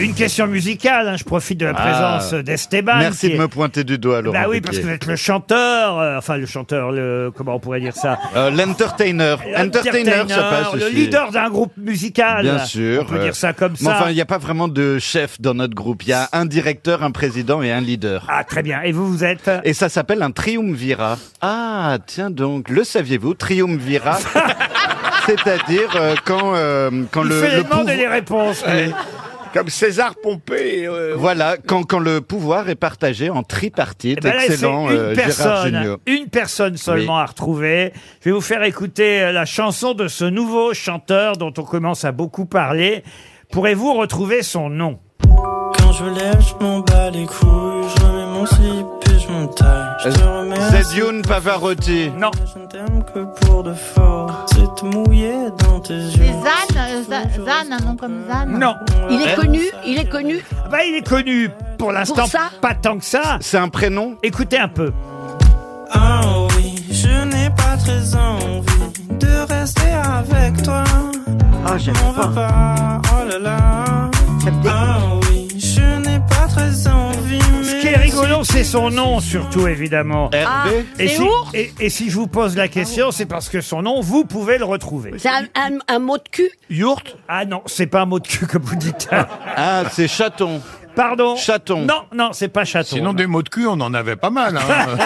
S1: Une question musicale, hein, je profite de la
S20: Ah.
S1: présence d'Esteban.
S20: Merci
S1: qui
S20: de me
S1: est-
S20: pointer du doigt, Laurent.
S1: Bah oui, parce que
S20: Ruquier.
S1: vous êtes le chanteur, euh, enfin le chanteur, le comment on pourrait dire ça
S20: Euh, L'entertainer.
S1: Ah,
S20: Entertainer, ça passe.
S1: le
S20: aussi.
S1: leader d'un groupe musical.
S20: Bien sûr.
S1: Ah On peut
S20: euh,
S1: dire ça comme
S20: Mais
S1: ça.
S20: enfin, il n'y a pas vraiment de chef dans notre groupe. Il y a un directeur, un président et un leader.
S1: Ah, très bien. Et vous, vous êtes
S20: Et ça s'appelle un triumvirat. Ah, tiens donc. Le saviez-vous Triumvirat C'est-à-dire euh, quand, euh, quand
S1: Il
S20: le.
S1: fait les
S20: le
S1: demandes et les réponses. lui.
S20: Comme César euh. Pompée. Voilà, quand, quand le pouvoir est partagé en tripartite.
S1: Eh ben là, c'est
S20: Excellent,
S1: une
S20: euh, Gérard
S1: personne,
S20: Jugnot.
S1: une personne seulement à retrouver. Je vais vous faire écouter euh, la chanson de ce nouveau chanteur dont on commence à beaucoup parler. Pourrez-vous retrouver son nom
S6: Quand je lève, je m'en bats les couilles, je remets mon slip et je m'entaille. Je te remets
S20: Zedioun Pavarotti.
S1: Non.
S6: je ne t'aime que pour de fort, c'est te mouiller dans tes yeux.
S18: C'est Zan, euh, Za- Zan, un nom comme Zan.
S1: Non.
S6: Il est
S1: connu, il est connu. Bah, il est connu pour l'instant,
S6: Pour ça
S1: pas tant que ça.
S20: C'est un prénom
S1: Écoutez un peu.
S6: Ah oui, je n'ai pas très envie de rester avec toi. Ah, j'aime pas. pas. Oh là là. Ah oui, je n'ai pas très envie.
S1: Ce qui est rigolo, c'est son nom surtout, évidemment.
S6: Ah,
S1: et,
S6: c'est
S1: si,
S6: ours
S1: et, et si je vous pose la question, c'est parce que son nom, vous pouvez le retrouver.
S23: C'est un, un- un mot de cul
S20: Yourt
S1: Ah non, c'est pas un mot de cul comme vous dites.
S20: Ah, c'est chaton.
S1: Pardon
S20: Chaton.
S1: Non, non, c'est pas chaton.
S10: Sinon, des mots de cul, on en avait pas mal. hein.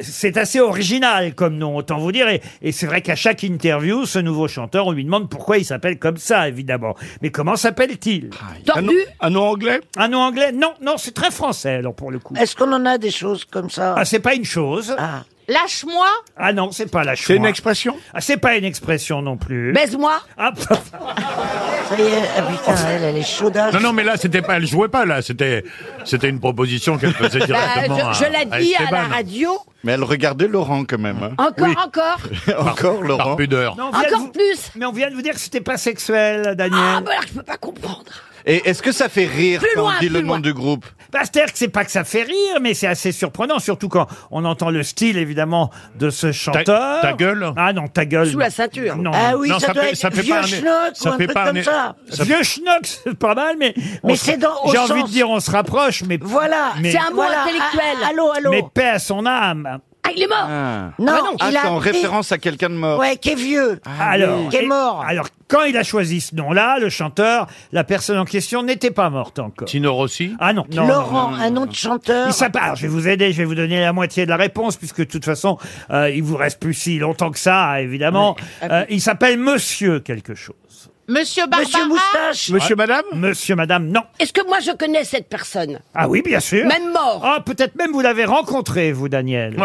S1: C'est assez original comme nom, autant vous dire. Et, et c'est vrai qu'à chaque interview, ce nouveau chanteur, on lui demande pourquoi il s'appelle comme ça, évidemment. Mais comment s'appelle-t-il
S6: Tordu Ah, Un nom-
S20: anglais
S1: Un nom anglais Non, non, c'est très français, alors, pour le coup.
S23: Ah.
S16: Est-ce qu'on en a des choses comme ça
S1: Ah, c'est pas une chose. Ah,
S18: Lâche-moi.
S1: non, c'est pas la chose. C'est une expression Ah, c'est pas une expression non plus.
S23: Baise-moi.
S1: Ah,
S16: Ça y est, ah, putain, elle, elle est chaudasse.
S10: Non, non, mais là, c'était pas, elle jouait pas, là. C'était, c'était une proposition qu'elle faisait directement.
S6: Bah, je- je l'ai dit à la
S10: Esteban.
S6: radio.
S20: Mais elle regardait Laurent quand même. hein.
S6: Encore,
S20: Oui.
S6: encore.
S20: Encore Laurent.
S10: Par pudeur.
S1: Non, on vient de
S6: Encore
S1: vous-
S6: plus.
S1: Mais on vient de vous dire que c'était pas sexuel, Daniel.
S6: Ah, bah alors, je peux pas comprendre.
S20: Et est-ce que ça fait rire
S6: Plus
S20: quand
S6: loin,
S20: on dit
S6: plus
S20: le nom
S6: loin.
S20: du groupe
S1: Bah, c'est-à-dire que c'est pas que ça fait rire, mais c'est assez surprenant, surtout quand on entend le style, évidemment, de ce chanteur.
S10: ta gueule
S1: Ah non, ta gueule.
S6: Sous la ceinture.
S1: Non.
S6: Ah oui,
S1: non,
S6: ça doit être vieux schnock ou un truc comme ça.
S1: Vieux schnock, c'est pas mal, mais...
S16: Mais
S1: on
S16: c'est
S1: se-
S16: dans- au
S1: J'ai envie
S16: sens-
S1: de dire, on se rapproche, mais... Voilà, Ah,
S16: c'est un mot intellectuel. allô, allô.
S1: Mais paix à son âme.
S6: Ah, il est mort
S20: Ah.
S16: Non,
S20: Ah,
S16: il
S20: c'est
S16: a-
S20: en référence à quelqu'un de mort. Ah
S16: Ouais, qui est vieux.
S1: Ah, Alors,
S16: Qui est
S1: et-
S16: mort.
S1: Alors, quand il a choisi ce nom-là, le chanteur, la personne en question n'était pas morte encore.
S10: Tino Rossi
S1: Ah non, non, non,
S16: Laurent,
S1: non, non.
S16: un autre chanteur.
S1: Il s'appelle- alors, je vais vous aider, je vais vous donner la moitié de la réponse, puisque de toute façon, euh, il vous reste plus si longtemps que ça, évidemment. Euh, il s'appelle Monsieur quelque chose.
S18: Monsieur Barbara.
S1: Ah, Monsieur, Madame, non.
S6: Est-ce que moi je connais cette personne
S1: Ah oui, bien sûr.
S6: Même mort.
S1: Ah, peut-être même vous l'avez rencontré, vous, Daniel.
S10: Un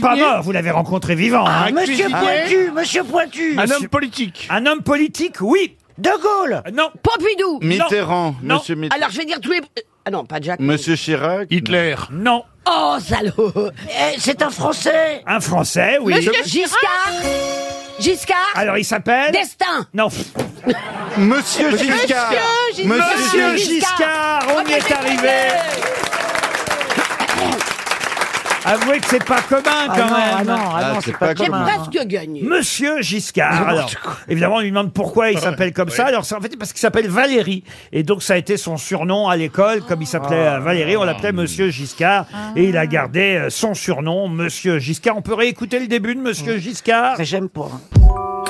S1: Pas mort, vous l'avez rencontré vivant. hein.
S16: Monsieur Pointu, monsieur Pointu.
S1: Monsieur-
S10: politique.
S1: Un homme politique, oui.
S16: De Gaulle.
S1: Non.
S6: Pompidou
S20: Mitterrand,
S6: Non.
S20: Monsieur Mitterrand.
S6: Alors je vais dire tous les. Ah non, pas Jack.
S20: Monsieur Chirac.
S10: Hitler.
S1: Non.
S6: Oh, salaud
S16: Eh, C'est un Français.
S1: Un Français, oui.
S6: Giscard Giscard
S1: Alors, il s'appelle
S6: Destin
S1: Non.
S20: Monsieur Giscard.
S6: Giscard.
S1: Monsieur
S6: Monsieur
S1: Giscard, on y est arrivé. Avouez que c'est pas commun quand
S16: Ah non,
S1: même.
S16: ah non, ah Ah, non, c'est c'est pas pas J'ai presque gagné.
S1: Monsieur Giscard. Alors, évidemment, on lui demande pourquoi il s'appelle comme ça. Alors, c'est en fait c'est parce qu'il s'appelle Valérie. Et donc, ça a été son surnom à l'école. Comme il s'appelait euh, Valérie, on l'appelait Monsieur Giscard. Et il a gardé euh, son surnom, Monsieur Giscard. On peut réécouter le début de Monsieur Giscard.
S19: J'aime pas.
S16: hein.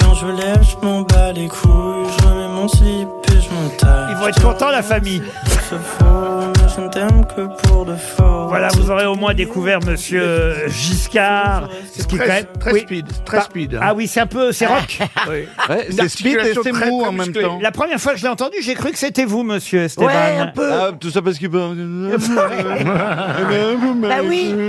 S13: Quand je me lève, je m'en bats les couilles, je remets mon slip et je m'entaille.
S1: Ils vont être contents, la famille.
S13: Je ne t'aime que pour de fort.
S1: Voilà, vous aurez au moins découvert Monsieur euh, Giscard. Ce qui est
S3: très-
S1: quand même-
S3: très
S1: oui.
S3: speed, très
S1: Par-
S3: speed.
S1: Ah oui, c'est un peu, c'est rock.
S3: Oui. Ouais, Une c'est speed et articulation c'est très mou en musclée. même temps.
S1: La première fois que je l'ai entendu, j'ai cru que c'était vous, monsieur Esteban.
S3: Ouais, un peu. Ah,
S1: tout ça parce qu'il peut.
S3: Bah oui.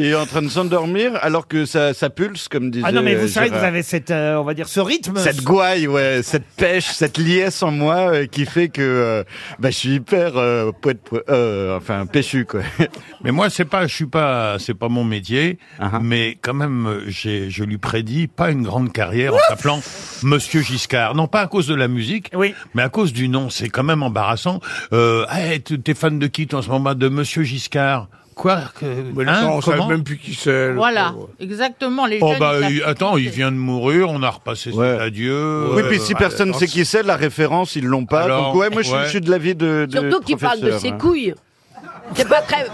S20: Il est en train de s'endormir alors que ça, ça pulse, comme disait
S1: Ah non, mais vous
S20: euh,
S1: savez que vous
S20: Gérard.
S1: avez cette, euh, on va dire, ce rythme.
S20: Cette gouaille, ouais, cette pêche, cette liesse en moi euh, qui fait que euh, bah, je suis hyper euh, poète, poète, euh, enfin péchu quoi.
S22: Mais moi, c'est pas, je suis pas, c'est pas mon métier,
S20: Ah
S22: mais quand même, euh, j'ai, je lui prédis pas une grande carrière en s'appelant Monsieur Giscard. Non pas à cause de la musique, mais à cause du nom. C'est quand même embarrassant. Euh, hey, t- t'es fan de qui toi, en ce moment De Monsieur Giscard Quoi que,
S3: gens, on savait même
S22: plus qui c'est.
S5: Voilà, exactement. Les
S22: Oh
S5: jeunes,
S22: bah
S5: ils savent
S22: il-
S5: pas.
S22: attends, il vient de mourir, on a repassé son adieu. Euh,
S20: oui, puis si personne sait qui c'est, la référence ils l'ont pas.
S22: Alors,
S20: donc ouais, moi je suis-
S22: ouais.
S20: je suis de l'avis de, de
S16: Surtout qu'il parle de
S20: professeur,
S16: ses
S20: hein.
S16: couilles. C'est pas très.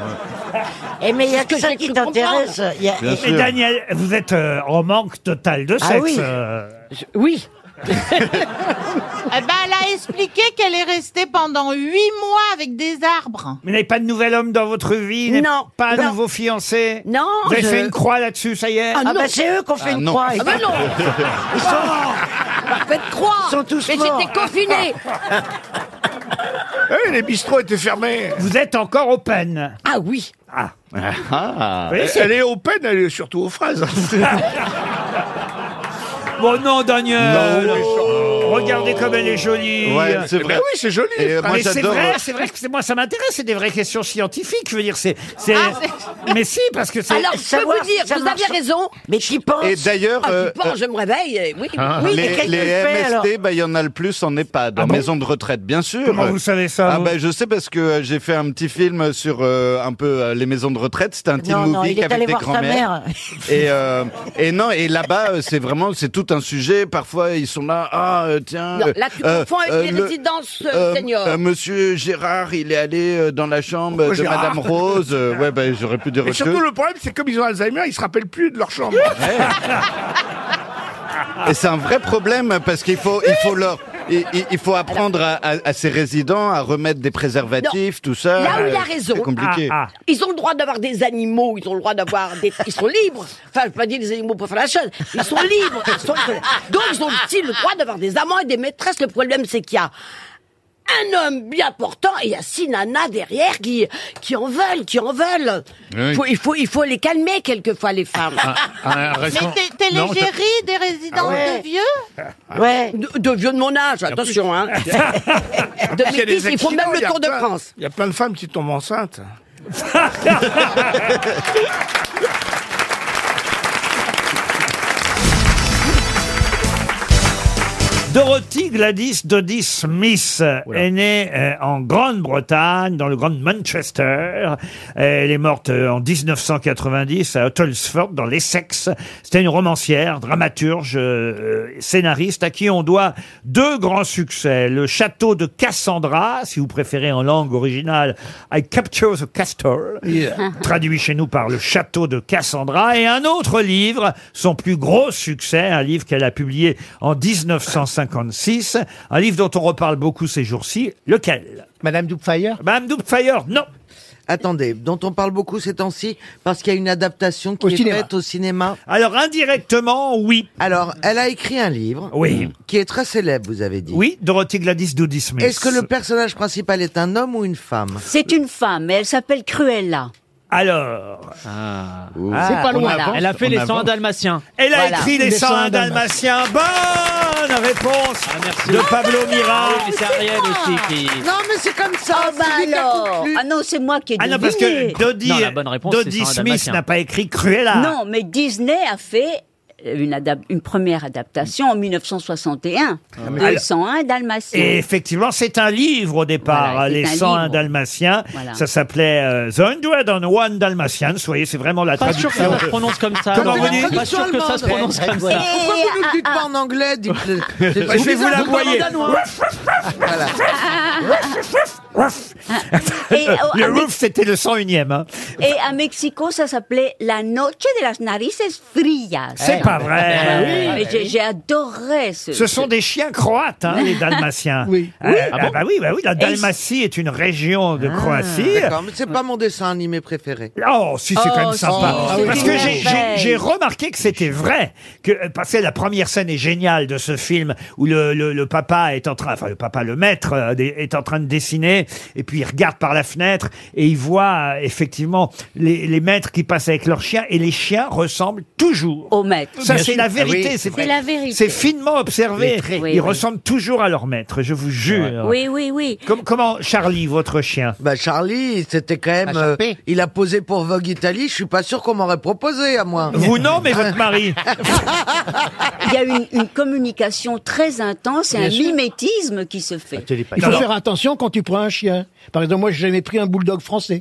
S19: Eh mais il y a
S16: C'est ce
S19: que
S16: que
S19: ça
S16: j'ai
S19: qui
S16: cru
S19: t'intéresse.
S16: comprendre.
S19: Il y a-
S1: Mais
S20: sûr.
S1: Daniel, vous êtes euh, en manque total de
S19: Ah
S1: sexe. euh.
S16: Oui.
S19: oui.
S5: Eh ben, elle a expliqué qu'elle est restée pendant huit mois avec des
S19: Hein.
S5: arbres.
S1: Vous n'avez pas de nouvel homme dans votre vie n'avez
S5: Non,
S1: Pas un
S5: non.
S1: nouveau fiancé
S5: Non,
S1: Vous avez
S5: je-
S1: fait une croix là-dessus, ça y est
S19: Ah Ah non. bah, c'est eux qu'on fait Ah une non. croix. Ah bah non. Ils sont-
S1: Oh.
S16: Faites croire.
S19: Ils sont tous
S16: Mais
S19: morts.
S16: j'étais confinée.
S1: Eh, les bistrots étaient fermés Vous êtes encore open
S16: Ah oui.
S1: Ah
S3: Ah.
S1: Oui,
S3: Elle-
S1: c'est-
S3: elle est open, elle est surtout aux phrases. hein.
S16: Ah.
S1: Bon Oh non, Daniel
S3: Oh,
S1: Regardez comme elle est jolie
S3: Ouais, c'est vrai. Eh ben oui, c'est joli.
S1: Et
S3: Et moi,
S1: mais c'est
S3: j'adore,
S1: vrai,
S3: euh,
S1: c'est vrai que c'est- moi ça m'intéresse, c'est des vraies questions scientifiques, je veux dire, c'est... c'est- mais si, parce que c'est...
S16: Alors, je peux
S19: Ah, Savoir
S16: vous dire,
S19: si ça
S16: vous aviez
S19: marche.
S16: raison.
S19: Mais qui pense
S20: Et d'ailleurs,
S16: Ah,
S20: euh,
S16: tu penses,
S20: euh,
S16: je me réveille. et Oui,
S20: Ah.
S16: oui.
S20: les,
S16: et qu'est-ce
S20: les
S16: que je fais, alors
S20: MST, bah, il y en a le plus en EHPAD, en maison de retraite, bien sûr.
S1: Ah Comment vous savez ça,
S20: Ah
S1: vous
S20: bah, je sais parce que euh, j'ai fait un petit film sur euh, un peu euh, les maisons de retraite. C'était un teen
S19: Non,
S20: movie
S19: non, il est
S20: avec
S19: allé
S20: des
S19: voir sa
S20: grands-mères.
S19: mère.
S20: Et, euh, et non, et là-bas, euh, c'est vraiment, c'est tout un sujet. Parfois, ils sont là, ah euh, tiens.
S16: Non, là, tu
S20: euh,
S16: confonds avec
S20: euh,
S16: les
S20: le-
S16: résidences euh,
S20: euh,
S16: seniors.
S20: euh, Monsieur Gérard, il est allé euh, dans la chambre de
S3: Pourquoi Gérard
S20: Madame Rose. Euh, ouais, bah, j'aurais pu dire
S3: Et
S20: autre
S3: surtout,
S20: chose.
S3: le problème, c'est comme ils ont Alzheimer, ils se rappellent plus de leur chambre.
S16: Ah.
S20: Et c'est un vrai problème parce qu'il faut, il faut leur, il, il- il faut apprendre à, à- à ces résidents à remettre des préservatifs, tout ça.
S16: Là où il
S20: Euh,
S16: a raison.
S20: C'est compliqué.
S3: Ah,
S1: Ah,
S16: Ils ont le droit d'avoir des animaux, ils ont le droit d'avoir des. Ils sont libres. Enfin, je ne pas dire les animaux pour faire la chose. Ils sont libres. ils sont- Donc, ils ont aussi le droit d'avoir des amants et des maîtresses. Le problème, c'est qu'il y a un homme bien portant et il y a six nanas derrière qui, qui en veulent, qui en veulent.
S22: Oui.
S16: Faut- il, faut, il faut les calmer quelquefois, les femmes.
S20: Ah,
S22: Un- un restaurant-
S5: Mais t'es- t'es
S22: Non,
S5: les
S22: ça-
S5: géris des résidences
S16: Ah ouais.
S5: de vieux
S16: Ouais. De, de vieux de mon âge, attention, hein.
S20: Ah.
S16: De
S3: Parce qu'il y a
S16: mes
S3: des
S16: fils, ils font même
S3: accidents, il y
S16: le
S3: a
S16: Tour de
S3: plein-
S16: France.
S3: Il y a plein de femmes qui tombent enceintes.
S1: Dorothy Gladys Doddy Smith est née euh, en Grande-Bretagne, dans le Grand Manchester. Elle est morte euh, en 1990 à Otlesford, dans l'Essex. C'était une romancière, dramaturge, euh, euh, scénariste, à qui on doit deux grands succès. Le château de Cassandra, si vous préférez en langue originale, I Capture the Castle, traduit chez nous par le château de Cassandra, et un autre livre, son plus gros succès, un livre qu'elle a publié en 1956, un livre dont on reparle beaucoup ces jours-ci, lequel
S7: Madame Doubtfire
S1: Madame Doubtfire, non
S7: Attendez, dont on parle beaucoup ces temps-ci, parce qu'il y a une adaptation qui est
S1: cinéma.
S7: faite au cinéma.
S1: Alors, indirectement, oui.
S7: Alors, elle a écrit un livre.
S1: Oui.
S7: Qui est très célèbre, vous avez dit.
S1: Oui, Dorothy Gladys Doody Smith.
S7: Est-ce que le personnage principal est un homme ou une femme
S23: C'est une femme, mais elle s'appelle Cruella.
S1: Alors.
S23: Ah.
S1: Ah.
S23: C'est pas loin.
S4: Elle a fait les 100 dalmatiens.
S1: Elle a
S4: Voilà.
S1: écrit Les
S4: Les
S1: 101
S4: 101
S1: Dalmatiens. Bonne réponse de Pablo Mira.
S4: Ah oui, mais c'est Ariel aussi qui.
S23: Non, mais c'est comme ça. Ah, bah alors. Ah non, c'est moi qui ai
S1: Ah non, parce
S23: deviné.
S1: que Dodie,
S4: Non, la bonne réponse,
S1: Dodie
S4: c'est Sarah
S1: Smith
S4: Dalmatien.
S1: n'a pas écrit Cruella.
S23: Non, mais Disney a fait une, adap- une première adaptation en 1961 de
S1: Alors-
S23: 101 Dalmatien.
S1: Et effectivement, c'est un livre au départ,
S23: Voilà,
S1: hein,
S23: c'est
S1: Les
S23: un
S1: 101
S23: livre.
S1: Dalmatiens.
S23: Voilà.
S1: Ça s'appelait euh, The 101 Dalmatians. Vous voyez, c'est vraiment la
S3: Pas sûr
S1: traduction.
S3: que ça se prononce comme ça,
S1: Comment
S3: non.
S1: vous dites
S3: Pas sûr que ça se prononce comme ça.
S7: Pourquoi vous nous le dites pas en anglais dites-
S1: Je vais vous
S7: dites-
S1: l'avouer.
S7: danois.
S1: Voilà.
S23: Ah. Et, euh,
S1: le
S23: à
S1: roof, c'était le 101e. hein.
S23: Et à Eh, Mexico, ça s'appelait La Noche de las Narices Frías.
S1: C'est pas vrai.
S23: Ah oui,
S1: Ah
S23: mais j'ai- J'ai adoré ce.
S1: Ce sont des chiens croates, hein, les Dalmatiens.
S23: Oui.
S1: Euh,
S23: Oui.
S1: ah bah oui, bah oui, la
S7: Et ils-
S1: Dalmatie est une région
S12: Ah.
S1: de Ah. Croatie.
S7: D'accord, mais c'est pas mon dessin animé préféré.
S1: Oh, si, c'est quand même
S7: Oh,
S1: sympa.
S7: si, c'est
S1: parce
S7: une
S1: que j'ai- j'ai
S7: merveille.
S1: j'ai remarqué que c'était vrai. Que, euh, parce que la première scène est géniale de ce film où le, le- le papa est en train, enfin, le papa, le maître, euh, des- est en train de dessiner. Et puis il regarde par la fenêtre et il voit euh, effectivement les, les maîtres qui passent avec leurs chiens. Et les chiens ressemblent toujours
S23: aux maîtres.
S1: Ça,
S23: Bien
S1: c'est
S23: sûr.
S1: la
S23: Ah
S1: vérité.
S23: oui.
S1: vrai.
S23: C'est la vérité.
S1: C'est finement observé.
S23: Les traits.
S1: ils
S23: Oui, oui.
S1: ressemblent toujours à leur maître, je vous jure.
S23: Oui, oui, oui.
S1: Comme, comment Charlie, votre chien
S7: Bah Charlie, c'était quand même. euh, il a posé pour Vogue Italie. Je suis pas sûr qu'on m'aurait proposé à moi.
S1: Vous non, mais votre mari.
S23: Il y a une, une communication très intense et
S12: Bien
S23: un
S12: sûr.
S23: mimétisme qui se
S17: Ah,
S23: fait.
S12: Il faut faire attention quand tu prends un chien. Par exemple, moi, j'ai jamais pris un bulldog français.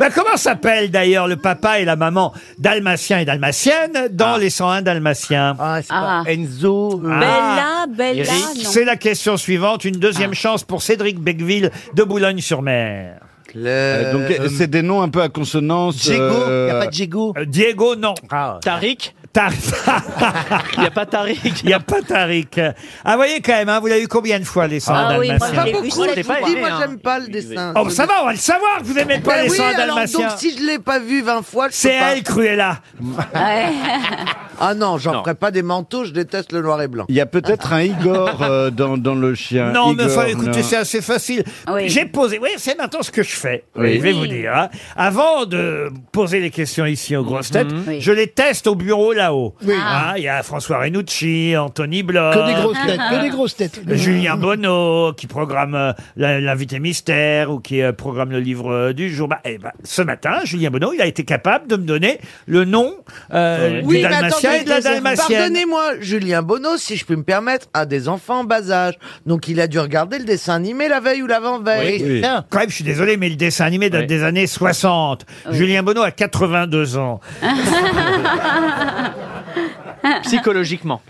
S1: Bah, comment s'appelle d'ailleurs le papa et la maman dalmatien et dalmatienne dans les 101 dalmatiens
S23: pas- Ah.
S1: Enzo.
S23: Bella, Bella, non.
S1: C'est la question suivante. Une deuxième chance pour Cédric Becqueville de Boulogne-sur-Mer.
S20: Euh, donc, euh, c'est des noms un peu à consonance. euh,
S1: Diego Diego, non. Tariq Il n'y a pas Tariq. Il n'y a pas Tariq. Ah, voyez quand même, hein, vous l'avez eu combien de fois, les 101
S23: Ah
S1: dalmatiens
S7: Pas hein. beaucoup. Ah Je vous dis, moi, j'aime pas le dessin.
S1: Oh, ça va, on va le savoir que vous n'aimez pas
S7: Bah
S1: les
S7: oui,
S1: 101
S7: alors,
S1: dalmatiens.
S7: Donc, si je l'ai pas vu 20 fois, je
S1: C'est
S7: sais pas.
S1: elle, Cruella.
S7: ah non, j'en ferai pas des manteaux. Je déteste le noir et blanc.
S20: Il y a peut-être un Igor euh, dans, dans le chien.
S1: Non, mais
S20: Igor,
S1: enfin, écoutez,
S20: non.
S1: c'est assez facile. J'ai posé, oui, c'est maintenant ce que je fais.
S20: Oui.
S1: Je vais vous
S20: Oui.
S1: dire. hein. Avant de poser les questions ici aux grosses têtes,
S12: Mhm. Oui.
S1: je les teste au bureau là-haut.
S12: Oui. Ah.
S1: Hein, Il y a François Renucci, Anthony Bloch.
S12: Que des grosses têtes, que des grosses têtes.
S1: Julien Bonneau, qui programme euh, la- l'invité mystère ou qui euh, programme le livre euh, du jour. Bah, eh ben, ce matin, Julien Bonneau, il a été capable de me donner le nom euh, du
S7: Oui, mais
S1: Dalmatien
S7: attendez,
S1: et de la Dalmatienne.
S7: Pardonnez-moi, Julien Bonneau, si je peux me permettre, a des enfants en bas âge. Donc il a dû regarder le dessin animé la veille ou l'avant-veille.
S1: Quand même, je suis désolé, mais le dessin animé date des années 60. Julien Bonneau a 82 ans.
S3: Psychologiquement.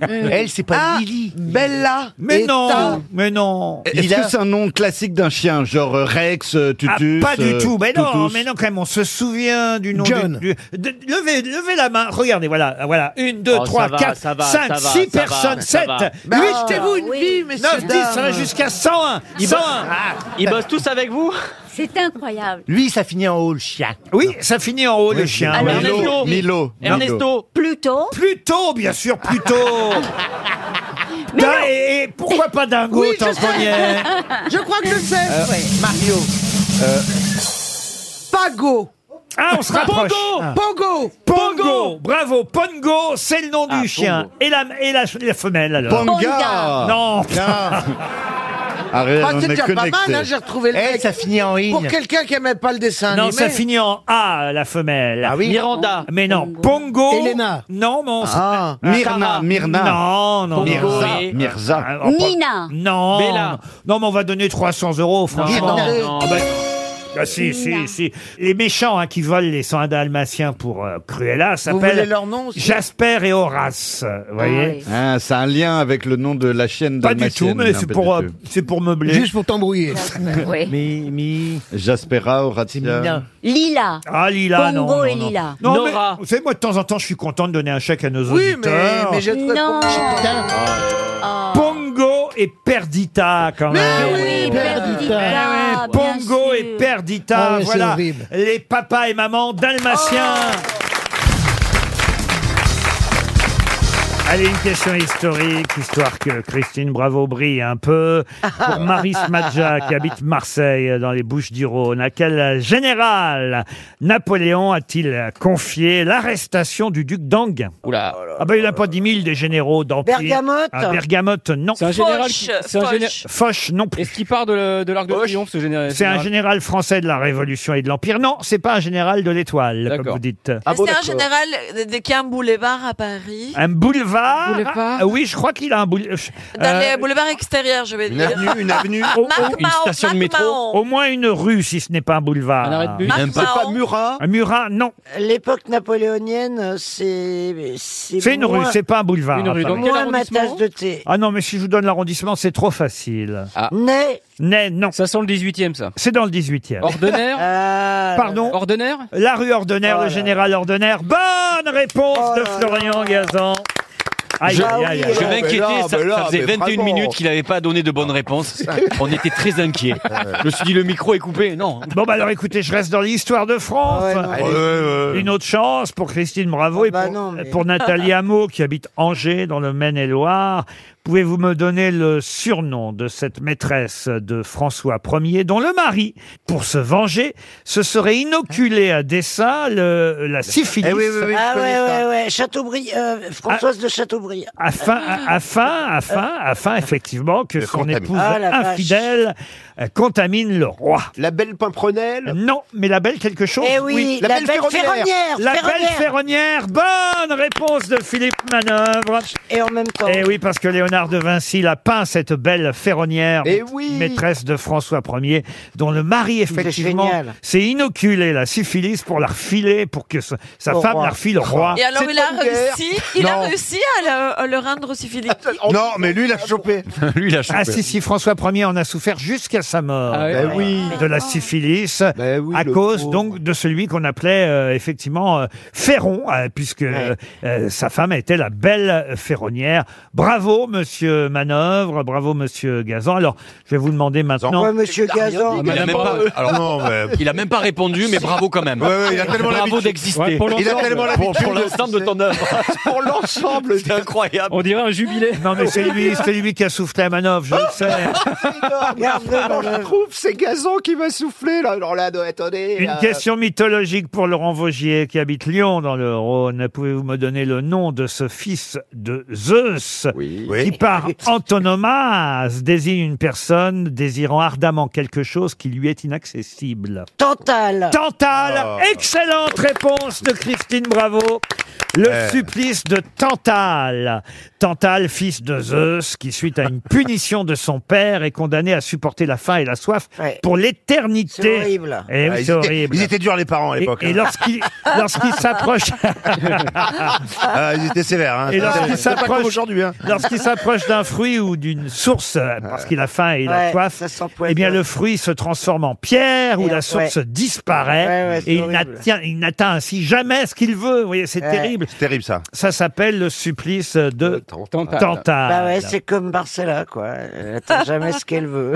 S1: Elle, c'est pas
S7: Lily. Bella.
S1: Mais
S7: est
S1: non,
S7: un-
S1: mais non.
S20: Est-ce que c'est un nom classique d'un chien, genre euh, Rex, euh,
S1: Ah,
S20: Tutus
S1: pas du
S20: euh,
S1: tout, mais non,
S20: Toutus
S1: mais non, quand même, on se souvient du nom du-
S20: John.
S1: du- de- levez, levez la main, regardez, voilà, voilà, une, deux,
S3: Oh,
S1: trois,
S3: ça va,
S1: quatre,
S3: ça va, ça
S1: cinq,
S3: va,
S1: six
S3: ça va,
S1: personnes,
S3: ça
S1: sept,
S3: va.
S7: Bah,
S1: huit,
S7: achetez-vous une bille, messieurs.
S1: neuf, dix, ça va jusqu'à 101,
S3: Ils
S1: 101.
S3: bossent, Ah, ils bossent tous avec vous
S23: C'est incroyable.
S1: Lui, ça finit en haut, le chien. Oui, ça finit en haut, le chien.
S3: Alors,
S1: oui.
S3: Ernesto. Milo. Ernesto.
S23: Plutôt.
S1: Plutôt, bien sûr, plutôt.
S23: Mais
S1: Dun-
S23: non.
S1: et, et pourquoi pas Dingo,
S23: Oui, je
S1: tant qu'on y est
S7: Je crois que je sais.
S1: Euh,
S7: Mario. Pago.
S1: Ah, on se rapproche. Ah.
S7: Pogo.
S1: Pongo, bravo, Pongo, c'est le nom du chien. Et la, et la, la femelle alors
S7: Ponga.
S1: Non
S20: Arrête,
S1: Euh,
S7: Ah,
S20: on
S7: c'est
S20: est
S7: déjà pas
S20: connecté.
S7: mal, hein, j'ai retrouvé le mec. Ça
S1: Eh, finit en in.
S7: Pour quelqu'un qui aimait pas le dessin
S1: Non,
S7: animé.
S1: ça finit en A, la femelle. Ah
S7: oui.
S3: Miranda.
S1: Mais non, Pongo.
S7: Elena.
S1: Non, mais on s-
S7: Ah.
S20: Myrna, Myrna.
S1: Non, non.
S20: Mirza,
S1: non.
S20: Et- Mirza.
S1: Ah, on prend-
S23: Nina.
S1: Non.
S3: Bella.
S1: Non, mais on va donner 300 euros, franchement.
S3: non, non.
S1: Ah, bah- ah, si, si, si. Les méchants hein, qui volent les 101 dalmatiens pour euh, Cruella
S7: voulez
S1: s'appellent
S7: leur nom aussi
S1: Jasper et Horace. Vous voyez
S20: Ah, c'est un lien avec le nom de la chienne
S1: Pas du tout, mais c'est pour, euh, c'est pour meubler.
S12: Juste pour t'embrouiller.
S23: Oui.
S20: Mi, mi... Jaspera, Horatia...
S23: Lila.
S1: Ah, Lila, non.
S23: Pongo
S1: non,
S23: et
S1: non.
S23: Lila.
S1: Non, mais, vous savez, moi, de temps en temps, je suis content de donner un chèque à nos
S7: Oui, mais,
S1: auditeurs.
S7: mais j'ai trouvé
S23: Non.
S1: Pongo et Perdita, quand même.
S23: oui, Perdita.
S1: Eh ouais, Pongo et Perdita,
S12: Ah ouais, c'est
S1: voilà.
S12: horrible.
S1: Les papas et mamans dalmatiens. Allez, une question historique, histoire que Christine Bravo brille un peu. Pour Marie Smadja, qui habite Marseille, euh, dans les Bouches du Rhône, à quel euh, général Napoléon a-t-il confié l'arrestation du duc d'Anguin Oula. Ah ben, il n'a pas 10 000 des généraux d'Empire.
S16: Bergamote
S1: Ah, Bergamote, non.
S17: C'est un général qui- Foch, c'est un géné- Foch.
S1: Foch, non plus.
S17: Est-ce qu'il part de, le- de l'Arc de Triomphe, ce général
S1: C'est un général français de la Révolution et de l'Empire. Non, c'est pas un général de l'étoile, comme vous dites.
S9: c'est un général euh, de- de- qui a un boulevard à Paris.
S1: Un boulevard.
S9: Boulevard.
S1: Ah Oui, je crois qu'il a un boulevard.
S9: Dans les boulevards extérieurs, je vais
S1: Euh, Une
S9: dire.
S1: avenue, une avenue.
S9: Marc
S1: Oh, oh,
S9: Mahon,
S1: une station
S9: Marc Mahon.
S1: Au moins une rue, si ce n'est pas un boulevard. Un
S9: arrêt de bus. Marc Même pas. Mahon.
S1: Murat. Murat, non.
S16: L'époque napoléonienne, c'est.
S1: C'est une
S16: moins-
S1: rue, c'est pas un boulevard.
S16: Une rue.
S1: Attendez.
S16: Donc, quel Moins ma arrondissement tasse de thé.
S1: Ah non, mais si je vous donne l'arrondissement, c'est trop facile.
S13: Ah.
S16: Ney.
S1: Ney, non.
S17: Ça sent le 18e, ça.
S1: C'est dans le 18e.
S17: Ordenaire
S1: Pardon
S17: Ordenaire
S1: La rue Ordenaire,
S17: Euh, Oh
S1: le
S17: là. Oh
S1: général Ordenaire. Bonne réponse de Florian Gazan. Aïe,
S13: Je,
S17: Bah
S1: aïe, aïe, aïe.
S13: je m'inquiétais,
S17: Ah,
S13: ça, ça faisait 21 minutes qu'il n'avait pas donné de bonnes réponses. On était très inquiets. Je me suis dit, le micro est coupé. Non.
S1: Bon, bah alors écoutez, je reste dans l'histoire de France.
S16: Ah
S13: non. Ouais, ouais.
S1: Une autre chance pour Christine Bravo et
S16: bah
S1: pour,
S13: non, mais-
S1: pour Nathalie Hameau qui habite Angers dans le Maine-et-Loire. Pouvez-vous me donner le surnom de cette maîtresse de François Ier dont le mari, pour se venger, se serait inoculé à dessein le- la syphilis
S16: ah ouais, ouais, ouais. Chateaubriand, euh, Françoise de Chateaubriand.
S1: afin, a- afin, afin, afin, effectivement, que son épouse
S16: Ah, la vache.
S1: infidèle euh, contamine le roi. La belle Pimprenelle Non, mais la belle quelque chose.
S16: Eh oui, la belle ferronnière,
S1: La belle
S16: ferronnière.
S1: ferronnière. Bonne réponse de Philippe Manœuvre.
S16: Et en même temps.
S1: Eh oui, parce que Léonard de Vinci l'a peint cette belle ferronnière,
S16: Eh
S1: maît-
S16: oui.
S1: maîtresse de François Ier, dont le mari effectivement
S9: génial.
S1: s'est inoculé la syphilis pour la refiler, pour que sa, sa
S9: Au
S1: femme
S9: roi.
S1: la refile au roi.
S9: Et alors, il a
S1: une guerre.
S9: réussi, il a
S1: Non.
S9: réussi à le, à le rendre syphilique.
S1: Non, mais lui, il a chopé.
S13: lui, il a chopé.
S1: Ah si, si, François Ier en a souffert jusqu'à sa mort.
S13: Ah ouais. Ben oui.
S1: De la syphilis, à
S13: le
S1: cause
S13: pauvre.
S1: donc de celui qu'on appelait euh, effectivement euh, Ferron, euh, puisque euh, euh, sa femme était la belle ferronnière. Bravo, monsieur Manœuvre, bravo, monsieur Gazan. Alors, je vais vous demander maintenant...
S16: Ouais, monsieur Gazan.
S13: Il a, même pas, alors, il a même pas répondu, mais bravo quand même.
S22: Ouais, ouais, il a tellement
S13: bravo
S22: l'habitude.
S13: d'exister.
S22: Ouais, pour Il a l'ensemble. tellement
S13: Pour-
S22: l'habitude
S13: Pour
S22: de-
S13: l'ensemble de ton œuvre. pour l'ensemble. C'est incroyable.
S1: On dirait un jubilé. Non, mais c'est lui, c'est lui qui a soufflé à Manœuvre, je le sais.
S7: Regarde, je trouve, c'est Gazon qui va souffler. Là, alors là, attendez.
S1: Une
S7: là.
S1: question mythologique pour Laurent Vaugier qui habite Lyon dans le Rhône. Pouvez-vous me donner le nom de ce fils de Zeus qui par antonomase désigne une personne désirant ardemment quelque chose qui lui est inaccessible
S16: Tantale.
S1: Tantale, excellente réponse de Christine Bravo. Le
S7: Euh.
S1: supplice de Tantale. Tantale, fils de Zeus, qui suite à une punition de son père est condamné à supporter la faim et la soif pour l'éternité.
S7: C'est horrible.
S1: Eh oui,
S7: Ah, ils
S1: c'est
S7: étaient-
S1: horrible.
S7: ils étaient durs, les parents, à
S1: Et-
S7: l'époque,
S1: Et,
S7: hein.
S1: lorsqu'il lorsqu'il s'approche.
S7: Ah, ils étaient sévères. Hein.
S1: Et lorsqu'il
S7: C'est pas comme
S1: s'approche
S7: aujourd'hui. Hein.
S1: lorsqu'il s'approche d'un fruit ou d'une source, euh, parce qu'il a faim et il a
S7: Ouais,
S1: soif, eh bien le fruit se transforme en pierre ou
S7: Et,
S1: la source
S7: ouais.
S1: disparaît
S7: Ouais, ouais, c'est
S1: et il
S7: horrible.
S1: n'atteint, il n'atteint ainsi jamais ce qu'il veut. Vous voyez, c'est
S16: Ouais.
S1: terrible.
S16: C'est
S1: terrible ça. Ça s'appelle le supplice de Tantale.
S16: Bah ouais, c'est comme Marcella, quoi. Elle attend jamais ce qu'elle veut.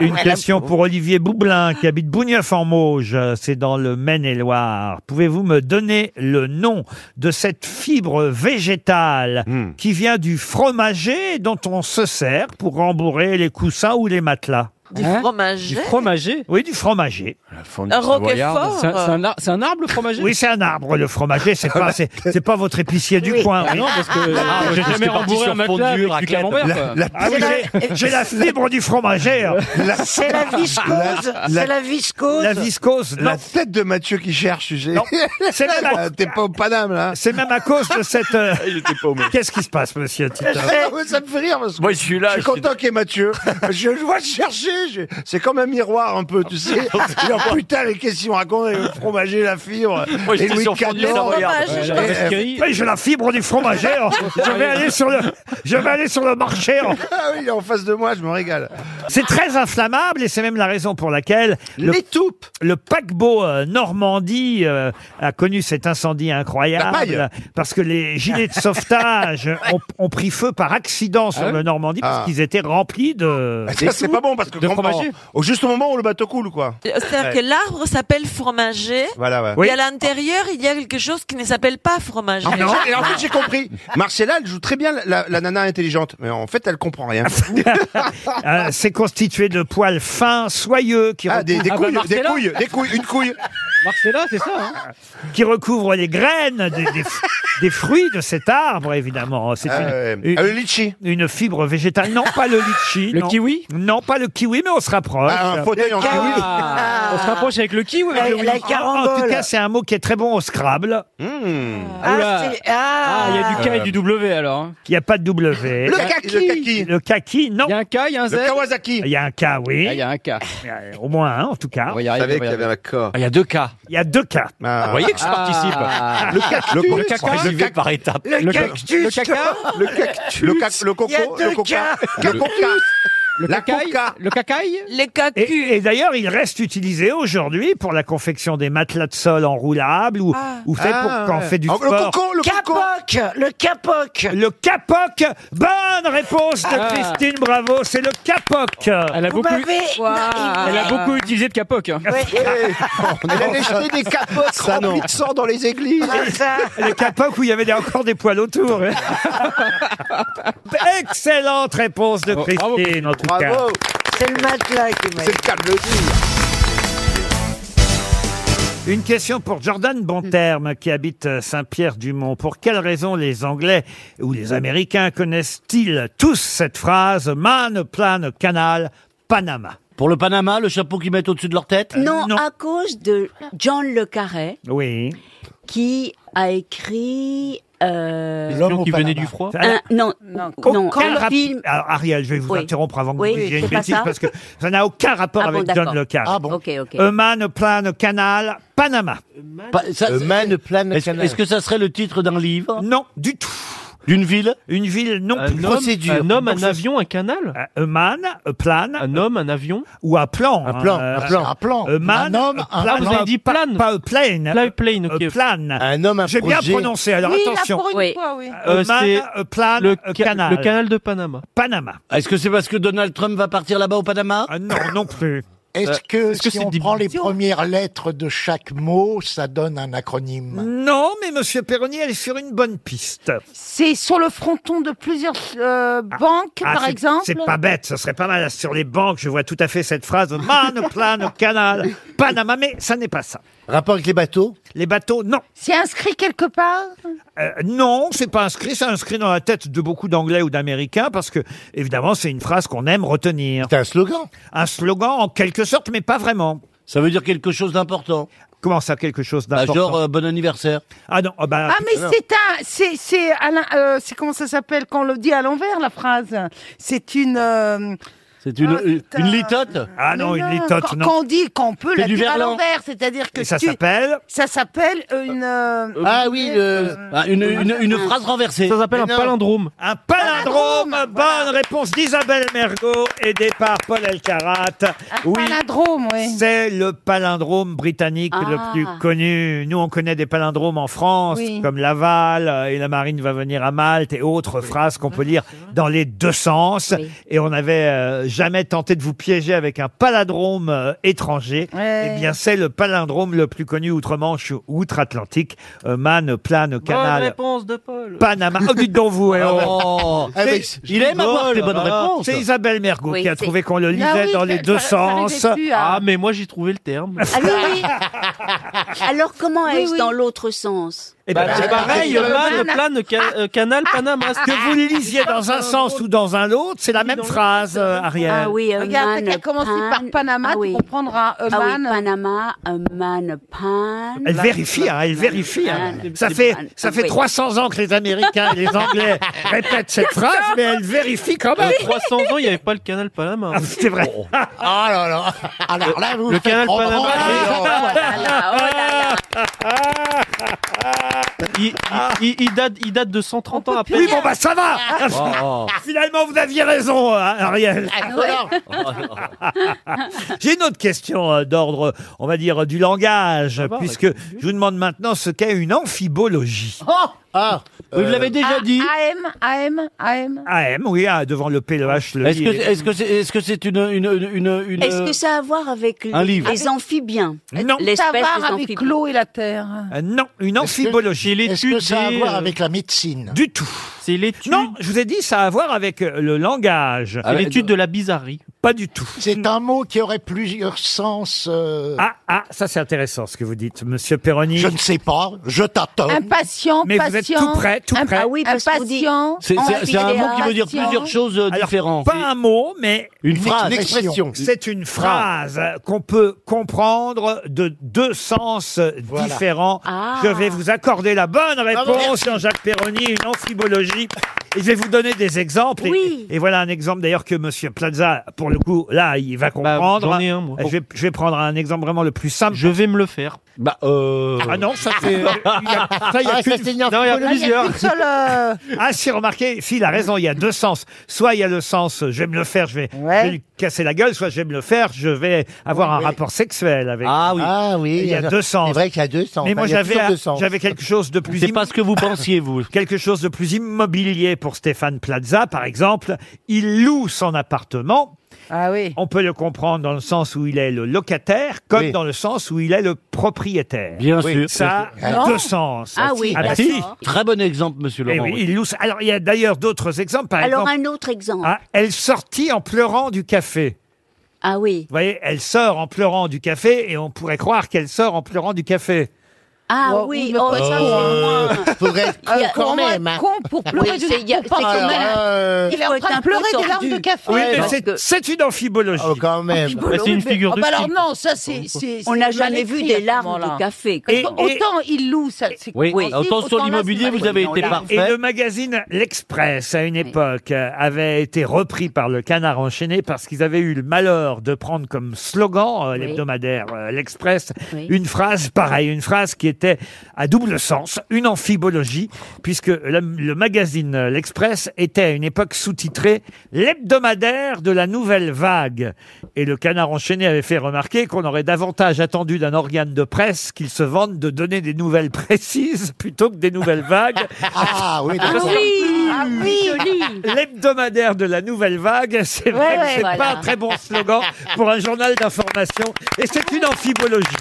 S1: Une question pour Olivier Boublin qui habite Bougneuf-en-Mauge, euh, c'est dans le Maine-et-Loire. Pouvez-vous me donner le nom de cette fibre végétale
S17: Hmm.
S1: qui vient du fromager dont on se sert pour rembourrer les coussins ou les matelas
S9: Du
S17: Hein
S9: fromager
S1: fromager Oui, du fromager.
S9: Un roquefort
S17: C'est un- c'est un ar- c'est un arbre, le fromager
S1: Oui, c'est un arbre, le fromager. C'est pas, c'est c'est pas votre épicier du coin.
S17: Ah
S1: oui.
S17: non, parce que- Ah, j'ai parce jamais que rembourré parti un sur matelas fondue, avec du raclette. camembert,
S1: La-
S17: quoi.
S1: la- Ah oui, j'ai- J'ai la fibre du fromager.
S16: C'est la viscose.
S22: Ah.
S16: C'est la viscose.
S1: La viscose.
S16: La
S1: tête de Mathieu qui cherche. C'est même à-
S22: T'es pas au Paname, là.
S1: c'est même à cause de cette. euh, Qu'est-ce qui se passe, monsieur Tito
S22: Ouais, ça me fait rire parce que
S1: Moi, je suis là,
S22: Ah, Je suis
S1: je
S22: content qu'il y ait Mathieu. je le vois le chercher. je- C'est comme un miroir un peu, tu sais. Genre, putain, les questions racontent le fromager, la fibre.
S4: Eh,
S1: Moi, j'étais
S22: et Louis
S1: sur
S22: XIV.
S1: Fondue, ça regarde. Ouais, la Pasquerie. Oui, Eh, j'ai la fibre du fromager.
S4: hein.
S1: Je vais aller sur le, je vais aller sur le marché.
S22: Ah oui, il est en face de moi, je me régale.
S1: C'est très inflammable et c'est même la raison pour laquelle le, le paquebot euh, Normandie euh, a connu cet incendie
S22: La paille.
S1: incroyable parce que les gilets de sauvetage ont, ont pris feu par accident sur
S22: Ah ouais
S1: le Normandie parce
S22: Ah.
S1: qu'ils étaient remplis de
S22: Ah, ça, c'est pas bon parce que
S1: de
S22: quand
S9: fromager.
S22: au juste au moment où le bateau coule, quoi.
S9: Euh, C'est-à-dire
S22: Ouais.
S9: que l'arbre s'appelle fromager.
S22: Voilà, ouais.
S9: Et
S22: Oui.
S9: à l'intérieur, il y a quelque chose qui ne s'appelle pas fromager.
S22: Ah, mais en- et en fait, j'ai compris. Marcella, elle joue très bien la, la nana intelligente, mais en fait, elle comprend rien.
S1: Euh, c'est constitué de poils fins, soyeux, qui
S22: Ah, des- des
S1: recouvrent-
S22: couilles, Ah bah, des Marcella. couilles, des couilles, une couille.
S1: Marcella, c'est ça. Qui recouvre les graines des, des f- des fruits de cet arbre, évidemment. C'est
S22: Ah,
S1: une,
S22: ouais.
S1: une-
S22: Ah, le litchi.
S1: Une fibre végétale. Non, pas le litchi. Le kiwi Non, pas le kiwi, mais on se rapproche.
S22: Ah, un fauteuil en Le kiwi. kiwi.
S17: On se rapproche avec Ah. le kiwi. avec le oui.
S1: En- ah, En tout cas, c'est un mot qui est très bon au Scrabble.
S22: Mmh.
S17: Ah, Oula. c'est- ah. Ah, il y a du K et du
S4: hein.
S1: W alors.
S17: hein.
S1: Il n'y a pas de W.
S17: Le kaki.
S1: Le kaki, Le kaki, non. Il y a un K, il y a un
S17: Z. Le
S1: Kawasaki. Il y a un K, oui.
S17: Ah, il y a un cas.
S1: Au moins un, en tout cas.
S17: y arriver, Ah. on va y
S13: avait
S1: un accord. Il y a deux cas. Il y a deux cas.
S4: Ah.
S13: Vous voyez que je participe.
S22: Le cactus.
S13: Le caca.
S22: Le
S13: J'y vais
S22: cac-
S13: par étapes.
S22: le
S13: ca-
S22: cactus.
S13: Le caca.
S22: Le cactus. Le cac- le coco,
S13: Il y a deux
S22: le coca,
S13: cas.
S22: le
S13: Le-
S22: coca. La coca.
S1: Le cacaille Les cacus. Et, et d'ailleurs, il reste utilisé aujourd'hui pour la confection des matelas de sol enroulables ou, ou fait
S22: Ah,
S1: pour quand on
S22: ouais.
S1: fait du
S22: Oh, le
S1: sport.
S22: coco, le coco. Capoc,
S1: le capoc. Le capoc. Bonne réponse de
S17: Ah.
S1: Christine Bravo, c'est le capoc. Elle
S17: Vous beaucoup- m'avez- Waouh. Elle a beaucoup utilisé de capoc. hein.
S22: Elle allait jeter des capotes
S1: Ça, non.
S22: remplies de sang dans les églises.
S1: Le capoc où il y avait des- encore des poils autour. Excellente réponse de Christine, en tout cas.
S16: Bravo. C'est le matelas qui m'a.
S22: C'est le cas de le dire.
S1: Une question pour Jordan Bonterme qui habite euh, Saint-Pierre-du-Mont. Pour quelle raison les Anglais ou les Américains connaissent-ils tous cette phrase Man plane canal Panama
S21: Pour le Panama, le chapeau qu'ils mettent au-dessus de leur tête
S1: Euh,
S23: Non, à cause de John Le Carré
S1: Oui.
S23: qui a écrit. euh,
S13: L'homme qui venait du froid
S23: un- non, non,
S1: Aucun
S23: un
S1: rap-
S23: film.
S1: Alors Ariel, je vais vous
S23: Oui.
S1: interrompre avant que
S23: Oui,
S1: vous
S23: oui,
S1: disiez une
S23: c'est pas
S1: bêtise
S23: ça.
S1: parce que ça n'a aucun rapport
S23: Ah bon,
S1: avec John
S23: d'accord.
S1: Le Carré.
S23: Ah bon. Ok, ok.
S1: Euh, Man plane canal Panama.
S21: Man
S1: plane
S21: Est-ce
S1: canal.
S21: est-ce que ça serait le titre d'un livre
S1: Non, du tout.
S21: D'une ville
S1: Une ville, non
S21: Un
S1: plus.
S21: homme, Procédure. un homme, un
S1: avion, un canal Un man, un Euh, plane. Un homme, un avion Ou un plan. Euh,
S21: Un plan, Euh, un plan.
S1: Un plan. Un man,
S21: Un homme, un
S1: plan.
S21: plan. Ah, vous avez dit
S1: Pas- Pas un plane. Plane, Euh, plane. Un homme, un J'ai bien
S21: projet.
S1: prononcé, alors
S21: Oui, là,
S1: attention.
S21: pour une
S1: oui.
S21: fois, oui.
S1: Un
S21: Euh,
S1: man,
S21: c'est
S1: un plane,
S21: le
S1: un
S21: ca-
S1: canal.
S21: le canal
S1: de Panama. Panama. Ah,
S21: Est-ce que c'est parce que Donald Trump va partir là-bas au Panama
S1: Non, non plus.
S21: Euh,
S11: Est-ce que
S21: est-ce que
S11: si
S21: c'est
S11: on
S21: des
S11: prend les
S21: billetons
S11: premières lettres de chaque mot, ça donne un acronyme
S1: Non, mais Monsieur Perroni, elle est sur une bonne piste.
S14: C'est sur le fronton de plusieurs euh, banques,
S1: Ah,
S14: par
S1: c'est-
S14: exemple.
S1: C'est pas bête, ce serait pas mal. Sur les banques, je vois tout à fait cette phrase Man, plane, canal, Panama, mais ça n'est pas ça. Rapport avec les bateaux Les bateaux, non.
S14: C'est inscrit quelque part
S1: Euh, non, c'est pas inscrit, c'est inscrit dans la tête de beaucoup d'Anglais ou d'Américains parce que, évidemment, c'est une phrase qu'on aime retenir. C'est un slogan Un slogan en quelque sorte, mais pas vraiment.
S21: Ça veut dire quelque chose d'important.
S1: Comment ça, quelque chose
S21: Bah,
S1: d'important
S21: genre, euh, bon anniversaire.
S1: Ah non, oh bah,
S14: Ah mais
S1: non.
S14: c'est un, c'est c'est à l'in- euh, c'est comment ça s'appelle quand on le dit à l'envers la phrase C'est une. euh,
S21: C'est une,
S14: Ah,
S21: une,
S14: putain.
S21: litote
S1: Ah non,
S14: mais
S1: une litote,
S14: quand,
S1: non.
S14: Quand on dit qu'on peut
S21: C'est
S14: la
S21: du
S14: dire à
S21: verlan.
S14: l'envers, c'est-à-dire que
S1: Et ça
S14: tu-
S1: s'appelle
S14: Ça s'appelle une. euh,
S21: Ah oui, le- ah, une, une, une phrase renversée.
S14: Ça s'appelle
S1: un palindrome. Un palindrome, bonne réponse d'Isabelle Mergot, aidée par Paul Elkarat. oui,
S14: palindrome, oui.
S1: C'est le palindrome britannique le
S14: Ah.
S1: plus connu. Nous, on connaît des palindromes en France,
S14: Oui.
S1: comme Laval, euh, et la marine va venir à Malte, et autres phrases qu'on
S14: Ah,
S1: peut lire dans les deux sens. Et on n'avait euh, jamais tenté de vous piéger avec un palindrome euh, étranger.
S14: Ouais.
S1: Eh bien, c'est le palindrome le plus connu outre-Manche, ou outre-Atlantique. Euh, man, plane,
S13: Bonne
S1: canal.
S13: réponse de Paul.
S1: Panama. Oh, dites donc vous. eh,
S13: Oh.
S1: C'est-
S13: Eh ben, il aime avoir des bonnes réponses.
S1: C'est Isabelle Mergot
S13: Oui,
S1: qui a
S13: c'est-
S1: trouvé qu'on le lisait
S13: Ah oui,
S1: dans les
S13: ça-
S1: deux
S13: ça- ça
S1: sens.
S13: arrivait plus à- Ah, mais moi, j'ai trouvé le terme.
S23: Ah oui, oui. Alors comment
S14: Oui,
S23: est-ce
S14: oui.
S23: dans l'autre sens
S1: Eh ben,
S13: Bah, c'est pareil,
S1: euh,
S13: man,
S1: man-
S13: plane,
S23: Ah.
S13: ca- euh, canal, Panama.
S1: Que vous le lisiez dans un sens ou dans un autre, c'est la même phrase, euh, Ariel.
S23: Ah oui, euh,
S14: Regarde,
S23: man,
S14: t'as qu'à commencer par
S23: pan-
S14: Panama,
S23: ah
S14: tu
S23: oui.
S14: comprendras. euh,
S23: Ah oui,
S14: man. Bah,
S23: Panama, un man, pan.
S1: Elle vérifie, hein, elle vérifie. hein.
S23: Ah.
S1: Ça fait, ça fait 300 ans que les Américains et les Anglais répètent cette phrase, mais elle vérifie quand même.
S13: Il y a 300 ans, il n'y avait pas le canal Panama.
S1: c'est vrai.
S4: Oh.
S11: Ah là là Alors là, vous
S13: Le
S11: faites
S13: canal
S11: reprendre-
S13: Panama.
S7: Oh,
S11: Ah,
S13: Il, il- il- il date, il date de 130 ans à peine.
S1: Oui, bon, bah ça va
S23: Ah.
S13: Oh.
S1: Finalement, vous aviez raison, hein, Ariel.
S13: Ah,
S1: J'ai une autre question euh, d'ordre,
S11: Ah bah,
S1: on va dire, du langage, puisque je vous demande maintenant ce qu'est une amphibologie.
S14: Oh
S1: Ah,
S21: euh,
S14: Vous l'avez AM, AM, AM.
S1: AM, oui, ah, devant le P, le H, le
S21: Est-ce
S1: I
S21: que
S1: et le-
S21: est-ce que c'est est-ce que c'est une une une une
S23: Est-ce que ça a à voir avec
S21: Un
S23: les,
S21: livre.
S23: les amphibiens
S1: Non.
S23: L'espèce
S1: Ça a à voir
S23: des
S1: avec
S23: amphibiens.
S14: L'eau et la terre.
S1: Euh, non, une amphibologie. euh,
S11: Est-ce que ça a à voir avec la médecine
S1: Du tout.
S11: C'est l'étude.
S1: Non, je vous ai dit, ça a à voir avec euh, le langage.
S11: C'est l'étude
S1: de la bizarrerie. Pas du tout.
S11: C'est un mot qui aurait plusieurs sens. euh,
S1: Ah, ah, ça c'est intéressant ce que vous dites, monsieur Perroni. Je ne sais pas, je t'attends.
S14: Impatient,
S1: Mais vous êtes
S14: patient.
S1: tout prêt, tout prêt.
S14: Ah oui, parce qu'on dit-
S5: Ah
S14: impatient.
S1: C'est- c'est- c'est un mot qui veut dire
S14: patient.
S1: plusieurs choses, euh,
S14: Alors,
S1: différentes. Pas un mot, mais
S21: Une phrase. Une expression.
S1: C'est une phrase qu'on peut comprendre de deux sens
S11: Voilà.
S1: différents.
S11: Ah.
S1: Je vais vous accorder la bonne réponse,
S11: merci.
S1: Jean-Jacques Perroni, une amphibologie. Et je vais vous donner des exemples. Et- Et, voilà un exemple d'ailleurs que Monsieur Plaza, pour le coup, là, il va comprendre.
S13: j'en ai un, moi.
S1: Je vais, je vais prendre un exemple vraiment le plus simple.
S13: Je vais me le faire.
S1: Bah, Ah non, ça c'est. il y a- ça, il y a
S13: Ah, ça,
S1: qu'une-
S13: c'est une Non, il y a amphibologie. plusieurs. Il y a qu'une seule, euh,
S1: Ah, si, remarquez, Phil a raison, il y a deux sens. Soit il y a le sens euh, je vais me le faire, je vais, je vais lui casser la gueule, soit je vais me le faire, je vais avoir un rapport sexuel avec.
S11: Ah oui. Ah oui,
S1: Il y a
S11: alors,
S1: deux sens.
S11: c'est vrai qu'il y a deux sens.
S1: Mais
S11: Enfin,
S1: moi
S11: il y a
S1: j'avais
S11: toujours
S1: un-
S11: deux sens.
S1: j'avais quelque chose de plus. C'est pas
S21: ce que vous pensiez, vous.
S1: Quelque chose de plus immobilier pour Stéphane Plaza, par exemple. Il loue son appartement.
S14: Ah oui.
S1: On peut le comprendre dans le sens où il est le locataire, comme dans le sens où il est le propriétaire.
S21: Bien Oui. sûr.
S1: Ça
S21: Bien sûr.
S1: a deux
S21: Non.
S1: sens.
S23: Ah oui,
S1: bah
S23: d'accord.
S21: Très bon exemple, monsieur
S1: Eh
S21: Laurent.
S1: oui, il loue ça. Alors, il y a d'ailleurs d'autres exemples. Par
S23: Alors
S1: exemple,
S23: un autre exemple.
S1: ah, elle sortit en pleurant du café.
S23: Ah oui.
S1: Vous voyez, elle sort en pleurant du café et on pourrait croire qu'elle sort en pleurant du café.
S23: Ah oui, oh, ça c'est moins.
S11: Faudrait être
S23: Il y a-
S11: con quand même. hein.
S14: con pour pleurer
S23: Oui,
S14: du-
S23: c'est- il y a-
S14: pour penser
S23: c'est quand
S14: mal.
S23: même-
S11: Euh,
S14: Il est en
S23: faut être
S14: train
S23: un
S14: de
S23: peu
S14: pleurer des larmes
S23: tordu.
S14: de café.
S1: oui, mais c'est- c'est une amphibologie.
S11: Oh, quand même.
S14: Ah
S1: oh,
S14: bah alors non, ça c'est. c'est-
S23: On
S14: c'est
S23: n'a
S14: mal
S23: jamais
S14: écrit
S23: vu des
S14: à ce
S23: larmes
S14: moment-là.
S23: de café.
S14: Parce que autant il loue, ça. c'est
S21: Oui,
S14: compréhensible,
S21: autant sur
S14: là,
S21: l'immobilier,
S14: c'est
S21: vous
S14: pas
S21: avez
S14: évident.
S21: été
S14: Là,
S21: parfait.
S1: Et le magazine L'Express, à une époque, euh, avait été repris par le canard enchaîné parce qu'ils avaient eu le malheur de prendre comme slogan euh, l'hebdomadaire euh, L'Express une phrase pareille, une phrase qui était à double sens, une amphibologie, puisque le, le magazine euh, L'Express était à une époque sous-titré L'hebdomadaire de la nouvelle vague. Et le canard enchaîné avait fait remarquer qu'on aurait davantage attendu d'un organe de presse qu'il se vante de donner des nouvelles précises plutôt que des nouvelles vagues.
S11: Ah oui, d'accord.
S14: Ah oui,
S1: L'hebdomadaire de la nouvelle vague, c'est vrai
S14: Ouais,
S1: que
S14: ouais,
S1: c'est
S14: voilà.
S1: pas un très bon slogan pour un journal d'information. Et c'est une amphibologie.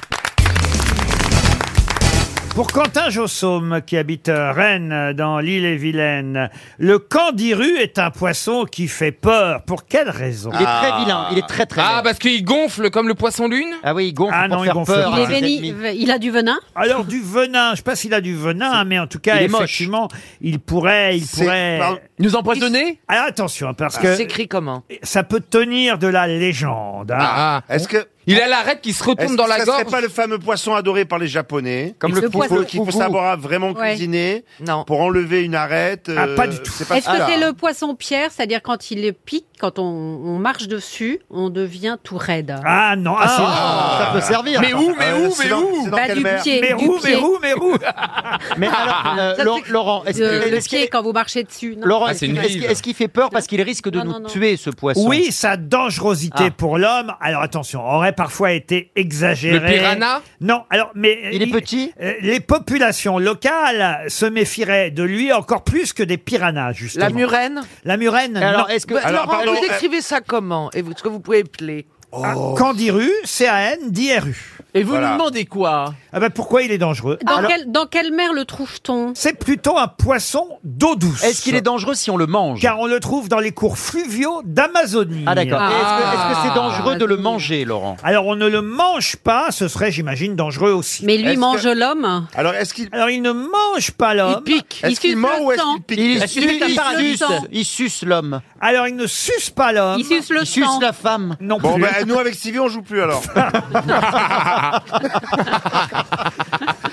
S1: Pour Quentin Jossaume, qui habite euh, Rennes, dans l'île-et-Vilaine, le candiru est un poisson qui fait peur. Pour quelle raison
S4: Il est très vilain, il est très très. Ah, parce qu'il gonfle comme le poisson lune Ah oui, il gonfle
S1: Ah
S4: pour
S1: non, il
S4: faire
S1: gonfle
S4: peur.
S1: pas.
S4: à
S1: Il est
S4: ses
S1: béni-
S4: ennemis.
S1: Il a du venin Alors du venin, je sais pas s'il a du venin, mais en tout cas,
S4: Il est moche.
S1: effectivement, il pourrait, il
S4: C'est-
S1: pourrait
S4: Pardon. Ah.
S1: nous empoisonner. Alors attention, hein, parce que
S4: comment Ah,
S1: ça peut tenir de la légende. hein.
S22: Est-ce que
S1: Il a l'arête qui se retourne
S22: Est-ce
S1: dans
S22: que
S1: la
S22: ça serait
S1: gorge
S22: pas le fameux poisson adoré par les Japonais,
S1: Comme le Le
S22: qu'il faut-
S1: poisson
S22: qu'il faut
S1: foufou.
S22: savoir vraiment
S15: Ouais.
S22: cuisiner pour enlever une arête.
S15: Ah,
S22: euh,
S1: pas du tout.
S22: c'est pas
S15: Est-ce que
S22: ça.
S15: c'est le poisson pierre, c'est-à-dire quand il le pique, quand on, on marche dessus, on devient tout raide
S1: Ah non, ah, c'est-
S4: ça peut servir. Mais où, mais où, mais où
S15: Bah, du pied,
S1: Mais
S15: du
S1: où, mais
S15: pied.
S1: où, mais où
S4: Mais alors, euh,
S15: Ça,
S4: Lau-
S15: c'est-
S4: Laurent, est-ce
S15: Euh,
S4: que-
S15: le
S4: est-ce qu'il
S15: pied quand vous marchez dessus non
S1: Ah,
S4: Laurent, est-ce qu'il- est-ce qu'il est-ce qu'il fait peur parce qu'il risque de
S15: Non,
S4: nous
S15: non, non.
S4: tuer ce poisson
S1: Oui, sa dangerosité
S4: Ah.
S1: pour l'homme, alors attention, aurait parfois été exagérée.
S4: Le piranha
S1: Non, alors, mais.
S4: Il est
S1: petit Les populations locales se méfieraient de lui encore plus que des piranhas, justement.
S19: La murène
S1: La murène, non.
S19: Bah, Laurent,
S4: euh,
S19: vous écrivez ça comment Et vous, ce que vous pouvez appeler
S4: Oh.
S1: Ah, Candiru, C-A-N, D-R-U.
S19: Et vous nous demandez quoi
S1: Ah ben pourquoi il est dangereux
S15: Dans,
S1: Alors,
S15: quelle, dans quelle mer le trouve-t-on
S1: C'est plutôt un poisson d'eau douce.
S4: Est-ce qu'il est dangereux si on le mange
S1: Car on le trouve dans les cours fluviaux d'Amazonie.
S4: Ah d'accord. Et Est-ce que- est-ce que c'est
S1: Ah.
S4: dangereux de le manger, Laurent
S1: Alors on ne le mange pas, ce serait j'imagine dangereux aussi.
S15: Mais lui mange l'homme.
S1: Alors est-ce qu'il Alors il ne mange pas l'homme.
S15: Il pique. Est-ce Il qu'il suce mord le ou est-ce sang. qu'il pique
S4: Il
S1: Est-ce
S4: suce,
S1: qu'il pique
S4: il
S1: un parasite
S4: suce, il suce l'homme.
S1: Alors il ne suce pas l'homme.
S15: Il suce le
S4: Il suce
S15: sang.
S4: la femme.
S1: Non
S22: Bon,
S1: plus.
S22: ben, nous, avec Sylvie, on joue plus alors.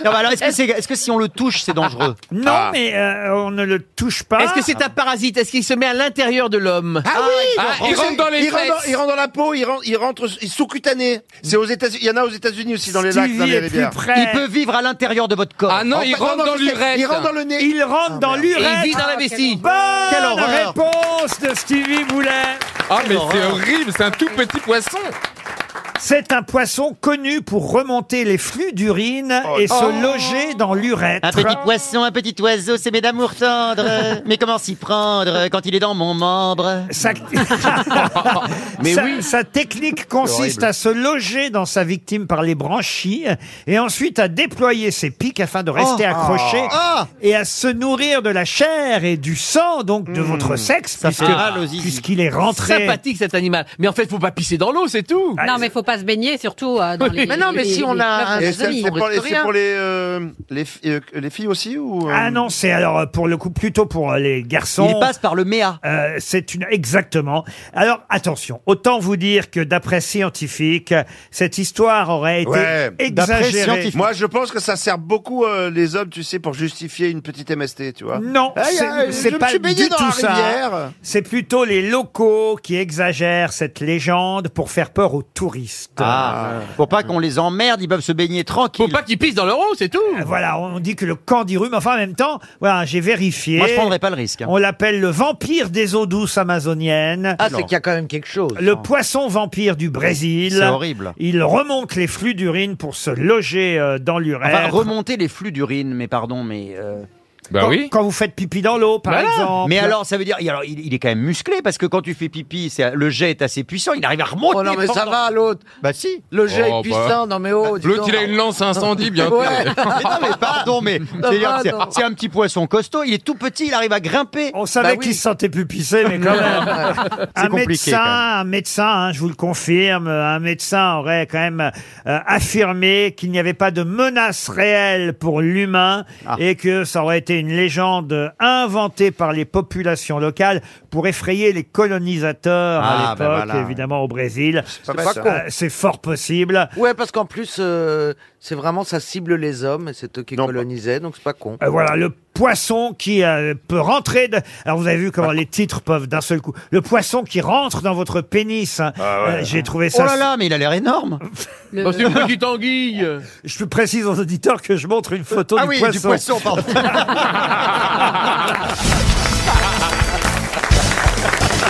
S4: Non, mais alors est-ce que, c'est- est-ce que si on le touche, c'est dangereux
S1: Non,
S22: Ah.
S4: Ah.
S1: mais euh, on ne le touche pas.
S19: Est-ce que c'est un parasite Est-ce qu'il se met à l'intérieur de l'homme
S22: Ah oui
S19: Il rentre dans les
S22: il rentre, dans,
S19: fesses
S22: il rentre dans la peau, il rentre, il rentre il est sous-cutané. C'est aux États-Unis, il y en a aux États-Unis aussi dans les lacs, dans les rivières.
S4: Il peut vivre à l'intérieur de votre corps.
S22: Ah non, Oh, il bah, rentre non, non, dans je sais, l'urètre. il rentre dans le nez. Ah,
S1: Il rentre dans
S4: Ah,
S1: l'urètre.
S19: Il vit dans la vessie.
S1: Bonne
S19: Quelle horreur.
S1: réponse de Stevie Boulet.
S2: Ah, mais c'est horrible, c'est un tout petit poisson.
S1: C'est un poisson connu pour remonter les flux d'urine et se loger dans l'urètre.
S4: Un petit poisson, un petit oiseau, c'est mes d'amour tendre. Mais comment s'y prendre quand il est dans mon membre
S1: Mais oui. Sa technique consiste à se loger dans sa victime par les branchies et ensuite à déployer ses pics afin de rester
S2: Oh.
S1: accroché
S2: Ah.
S1: et à se nourrir de la chair et du sang donc de votre sexe
S2: Ça fait
S1: puisque-
S2: mal aux zizi.
S1: puisqu'il est rentré.
S2: Sympathique cet animal. Mais en fait, faut pas pisser dans l'eau, c'est tout.
S23: Non, mais faut pas se baigner, surtout euh, dans les.
S4: Mais non, mais
S23: les-
S4: si on
S23: les
S4: a
S23: fleuves
S4: un-
S28: Et
S23: de
S28: ça,
S23: Zoli.
S28: c'est pour les, c'est pour les, euh, les, fi- euh, les filles aussi ou euh,
S1: Ah non, c'est alors euh, pour le coup plutôt pour euh, les garçons.
S4: Il passe
S1: par le MEA. c'est une exactement. Alors attention, autant vous dire que d'après scientifique, cette histoire aurait été
S28: Ouais.
S1: exagérée.
S28: Moi, je pense que ça sert beaucoup euh, les hommes, tu sais, pour justifier une petite MST, tu vois.
S1: Non,
S28: Aïe,
S1: c'est-
S28: aïe,
S1: c'est
S28: je me
S1: pas
S28: suis
S1: du
S28: baigné
S1: tout
S28: dans la
S1: ça.
S28: rivière.
S1: C'est plutôt les locaux qui exagèrent cette légende pour faire peur aux touristes.
S4: Ah, pour pas qu'on les emmerde, ils peuvent se baigner tranquille. Faut pas qu'ils pissent dans l'eau, c'est tout.
S1: Ah, Voilà, on dit que le candirume, enfin en même temps, voilà, j'ai vérifié.
S4: Moi, je prendrais pas le risque, hein.
S1: On l'appelle le vampire des eaux douces amazoniennes.
S7: Ah, c'est qu'il y a quand même quelque chose.
S1: Le poisson vampire du Brésil.
S4: C'est horrible.
S1: Il remonte les flux d'urine pour se loger euh, dans l'urètre.
S4: Enfin, remonter les flux d'urine, mais pardon, mais. euh,
S1: quand, Quand vous faites pipi dans l'eau, par
S4: Voilà.
S1: exemple.
S4: Mais alors, ça veut dire, alors, il, il est quand même musclé parce que quand tu fais pipi, c'est- le jet est assez puissant. Il arrive à remonter.
S7: Oh non, mais ça va, l'autre.
S4: Bah si.
S7: Le jet est puissant, non mais oh. dis
S4: L'autre,
S7: donc.
S4: il bah. a une lance à incendie, bien
S7: Ouais.
S4: sûr. Mais non, mais pardon, mais
S7: Ça
S4: c'est-
S7: va,
S4: c'est-
S7: non.
S4: c'est un petit poisson costaud. Il est tout petit, il arrive à grimper. Bah
S1: On savait qu'il se sentait plus pisser, mais quand même.
S4: C'est
S1: un,
S4: compliqué.
S1: médecin,
S4: quand même.
S1: un médecin, hein, je vous le confirme, un médecin aurait quand même euh, affirmé qu'il n'y avait pas de menace réelle pour l'humain et que ça aurait été une légende inventée par les populations locales pour effrayer les colonisateurs à
S7: Ah,
S1: l'époque,
S7: ben voilà.
S1: évidemment au Brésil.
S7: pas mal, ça.
S1: Euh, C'est fort possible.
S7: Ouais, parce qu'en plus, euh, c'est vraiment, ça cible les hommes, et c'est eux qui
S4: bah.
S7: colonisaient, donc c'est pas con.
S1: Euh, voilà, le poisson qui euh, peut rentrer. de- Alors vous avez vu comment les titres peuvent d'un seul coup. Le poisson qui rentre dans votre pénis. hein. Euh, J'ai trouvé ça.
S4: Oh là là, mais il a l'air énorme.
S2: Bah, c'est une
S1: petite anguille. Je précise aux auditeurs que je montre une photo
S4: Ah
S1: du
S4: oui,
S1: poisson.
S4: du poisson, pardon.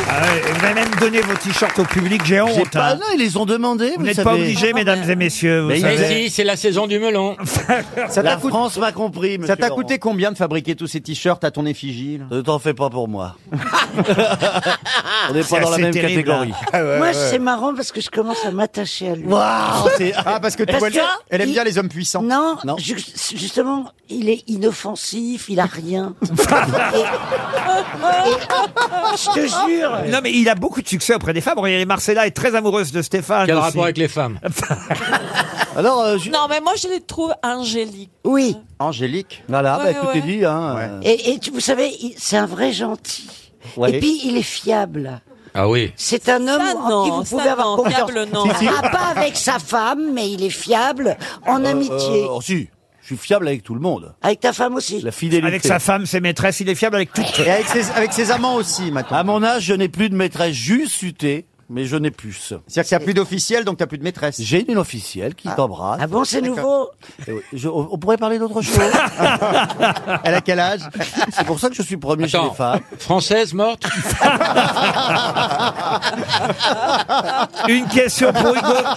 S1: Ah ouais, et vous avez même donné vos t-shirts au public. J'ai honte.
S10: J'ai pas-
S1: hein.
S10: non, ils les ont demandé.
S1: Vous n'êtes pas obligés,
S29: Ah,
S1: mesdames et messieurs. Vous
S10: Mais
S1: savez.
S10: si, c'est la saison du melon.
S4: Ça
S10: la
S4: t'a coûté-
S10: France m'a compris.
S4: Ça
S10: monsieur
S4: t'a
S10: Laurent.
S4: coûté combien de fabriquer tous ces t-shirts à ton effigie Ne t'en fais pas pour moi.
S10: On n'est pas dans la même catégorie.
S4: Ah
S1: Ah
S16: Moi, c'est marrant parce que je commence à m'attacher à lui.
S4: Waouh, c'est- ah, parce que tu vois, elle aime bien les hommes
S16: puissants. Non, ju- justement, il est inoffensif, il a rien. Et-
S7: Ah,
S16: et- je te jure.
S1: Non, mais il a beaucoup de succès auprès des femmes. Regardez, Marcella est très amoureuse de Stéphane.
S2: Quel
S1: aussi.
S2: rapport avec les femmes
S4: Alors,
S29: Non, mais moi, je les trouve angéliques.
S16: Oui.
S4: Angélique.
S29: bah, Ouais, tout ouais. est
S4: dit. Hein,
S16: Et, et tu- vous savez, il- c'est un vrai gentil.
S4: Ouais.
S16: Et puis, il est fiable.
S2: Ah oui.
S16: C'est un homme en
S29: non,
S16: qui vous
S29: ça
S16: pouvez avoir
S29: non,
S16: confiance.
S29: fiable, non. Si, si.
S16: Ah, pas avec sa femme, mais il est fiable en amitié.
S10: Euh, oh, si, je suis fiable avec tout le monde.
S16: Avec ta femme aussi.
S10: La fidélité.
S1: Avec sa femme, ses maîtresses, il est fiable avec toutes.
S4: Et avec ses, avec ses amants aussi, maintenant.
S10: À mon âge, je n'ai plus de maîtresse. J'eus suté, mais je n'ai plus.
S4: C'est-à-dire qu'il n'y a plus d'officiel, donc tu n'as plus de maîtresse.
S10: J'ai une officielle qui t'embrasse.
S16: Ah bon, c'est nouveau
S10: Eh oui, je- on, on pourrait parler d'autre chose.
S4: Elle a quel âge
S10: C'est pour ça que je suis premier chez les femmes.
S2: Française morte
S1: Une question pour Hugo.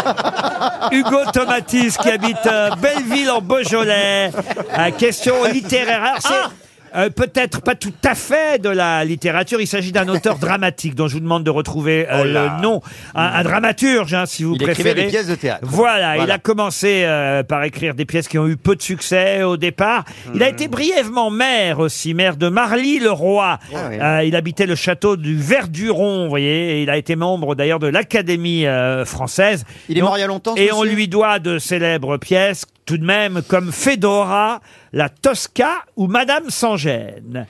S1: Hugo Tomatis qui habite euh, Belleville en Beaujolais. Euh, question littéraire. Alors, c'est, euh, peut-être pas tout à fait de la littérature. Il s'agit d'un auteur dramatique dont je vous demande de retrouver euh, le nom. Un, un dramaturge, hein, si vous
S4: Il écrivait
S1: préférez.
S4: des pièces de théâtre.
S1: Voilà, il
S4: Voilà.
S1: a commencé euh, par écrire des pièces qui ont eu peu de succès au départ. Il a
S4: Hmm.
S1: été brièvement maire aussi, maire de Marly-le-Roi.
S4: Ah
S1: Euh, il habitait le château du Verduron, vous voyez. et il a été membre d'ailleurs de l'Académie euh, française.
S4: Il est
S1: Et on-
S4: mort il y a longtemps, ce
S1: Et on
S4: monsieur
S1: lui doit de célèbres pièces, tout de même, comme Fedora, La Tosca ou Madame sans gêne.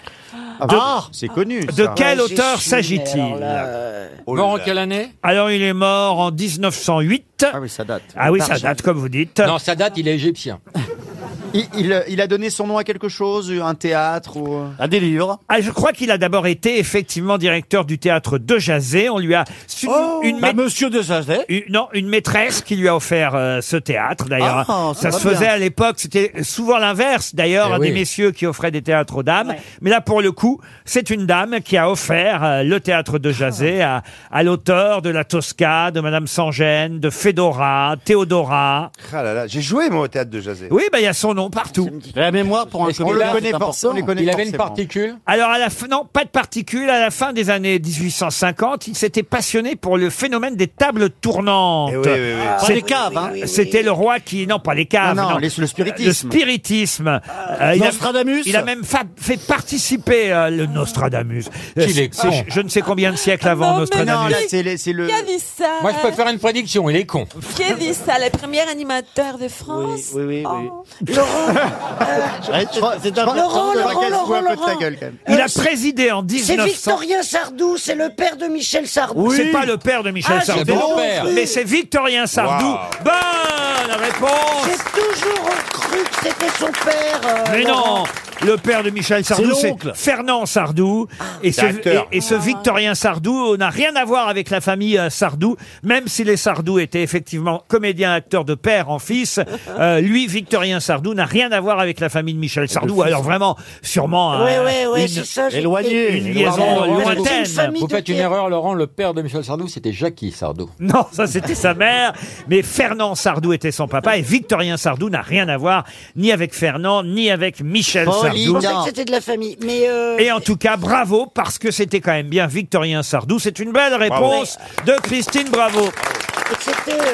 S1: De-
S4: Ah. c'est connu. Ah,
S1: de quel auteur s'agit-il
S4: euh,
S2: Mort en quelle année
S1: Alors, il est mort en 1908. Ah
S4: oui, ça date.
S1: Ah oui, ça date, comme vous dites.
S2: Non, sa date, il est égyptien.
S20: Il, il- il a donné son nom à quelque chose, un théâtre ou... À des livres
S1: Ah, je crois qu'il a d'abord été effectivement directeur du théâtre de Jazé. On lui a su- une Monsieur de Jazé. non, une maîtresse qui lui a offert euh, ce théâtre. D'ailleurs,
S20: Ah,
S1: ça
S20: ça
S1: se
S20: va
S1: faisait
S20: bien.
S1: à l'époque. C'était souvent l'inverse. D'ailleurs,
S20: Eh
S1: hein, des
S20: oui.
S1: messieurs qui offraient des théâtres aux dames. Mais là, pour le coup, c'est une dame qui a offert euh, le théâtre de Jazé à, à l'auteur de La Tosca, de Madame Sangène, de Fedora, Théodora.
S22: Ah là là, j'ai joué moi au théâtre de Jazé.
S1: Oui, bah il y a son nom partout.
S20: La mémoire pour
S22: un
S1: On
S22: comédien,
S1: le
S22: c'est
S1: connaît
S22: important.
S1: forcément.
S22: Il avait une particule
S1: Alors à la fin, non, pas de particule. À la fin des années 1850, il s'était passionné pour le phénomène des tables tournantes.
S20: Eh oui, oui, oui.
S1: Ah,
S20: Pas
S1: c'est-
S20: les caves, hein.
S1: C'était le roi qui, non, pas les caves.
S20: Non, non, les- le spiritisme. Ah.
S1: Le spiritisme. Euh, il, a,
S20: Nostradamus
S1: il a même fa- fait participer euh, le Nostradamus. Euh,
S2: Qu'il est
S1: c'est-
S2: con.
S1: Je, je ne sais combien de siècles avant Nostradamus.
S2: non, là, c'est
S20: le.
S9: Qui a dit ça
S2: Moi, je peux faire une prédiction, il est con.
S9: Qui a dit ça Le premier animateur de France
S2: Oui, oui, oui.
S9: euh,
S20: C'est un
S16: Laurent, Laurent, Laurent,
S20: un peu de ta
S16: Laurent.
S20: gueule quand même.
S1: Il a
S16: Euh, c'est-
S1: présidé en
S16: C'est
S1: 1900.
S16: Victorien Sardou, c'est le père de Michel Sardou.
S1: C'est pas le père de Michel
S16: Ah, c'est
S1: Sardou,
S16: bon père.
S1: mais c'est Victorien Sardou.
S16: Wow.
S1: Bonne réponse.
S16: J'ai toujours cru que c'était son père. euh,
S1: Mais
S16: Laurent.
S1: non le père de Michel Sardou,
S16: C'est
S1: c'est
S16: l'oncle. Ah.
S1: Fernand Sardou. Et ce,
S20: C'est acteur.
S1: et- et ce Victorien Sardou euh, n'a rien à voir avec la famille euh, Sardou, même si les Sardou étaient effectivement comédiens, acteurs de père en fils. euh, lui, Victorien Sardou, n'a rien à voir avec la famille de Michel Sardou. Alors vraiment, sûrement...
S16: Ouais,
S1: euh,
S16: ouais, ouais,
S1: une-
S16: c'est ça, j'ai-
S1: éloignée, une liaison
S2: Laurent, vous-
S1: lointaine.
S2: Vous faites une erreur, Laurent. Le père de Michel Sardou, c'était Jackie Sardou.
S1: Non, ça c'était sa mère, mais Fernand Sardou était son papa et Victorien Sardou n'a rien à voir ni avec Fernand ni avec Michel
S16: Je pensais que
S1: Sardou.
S16: c'était de la famille. Mais euh,
S1: Et en tout cas, bravo parce que c'était quand même bien Victorien Sardou. C'est une belle réponse de Christine Bravo.
S16: c'était. euh,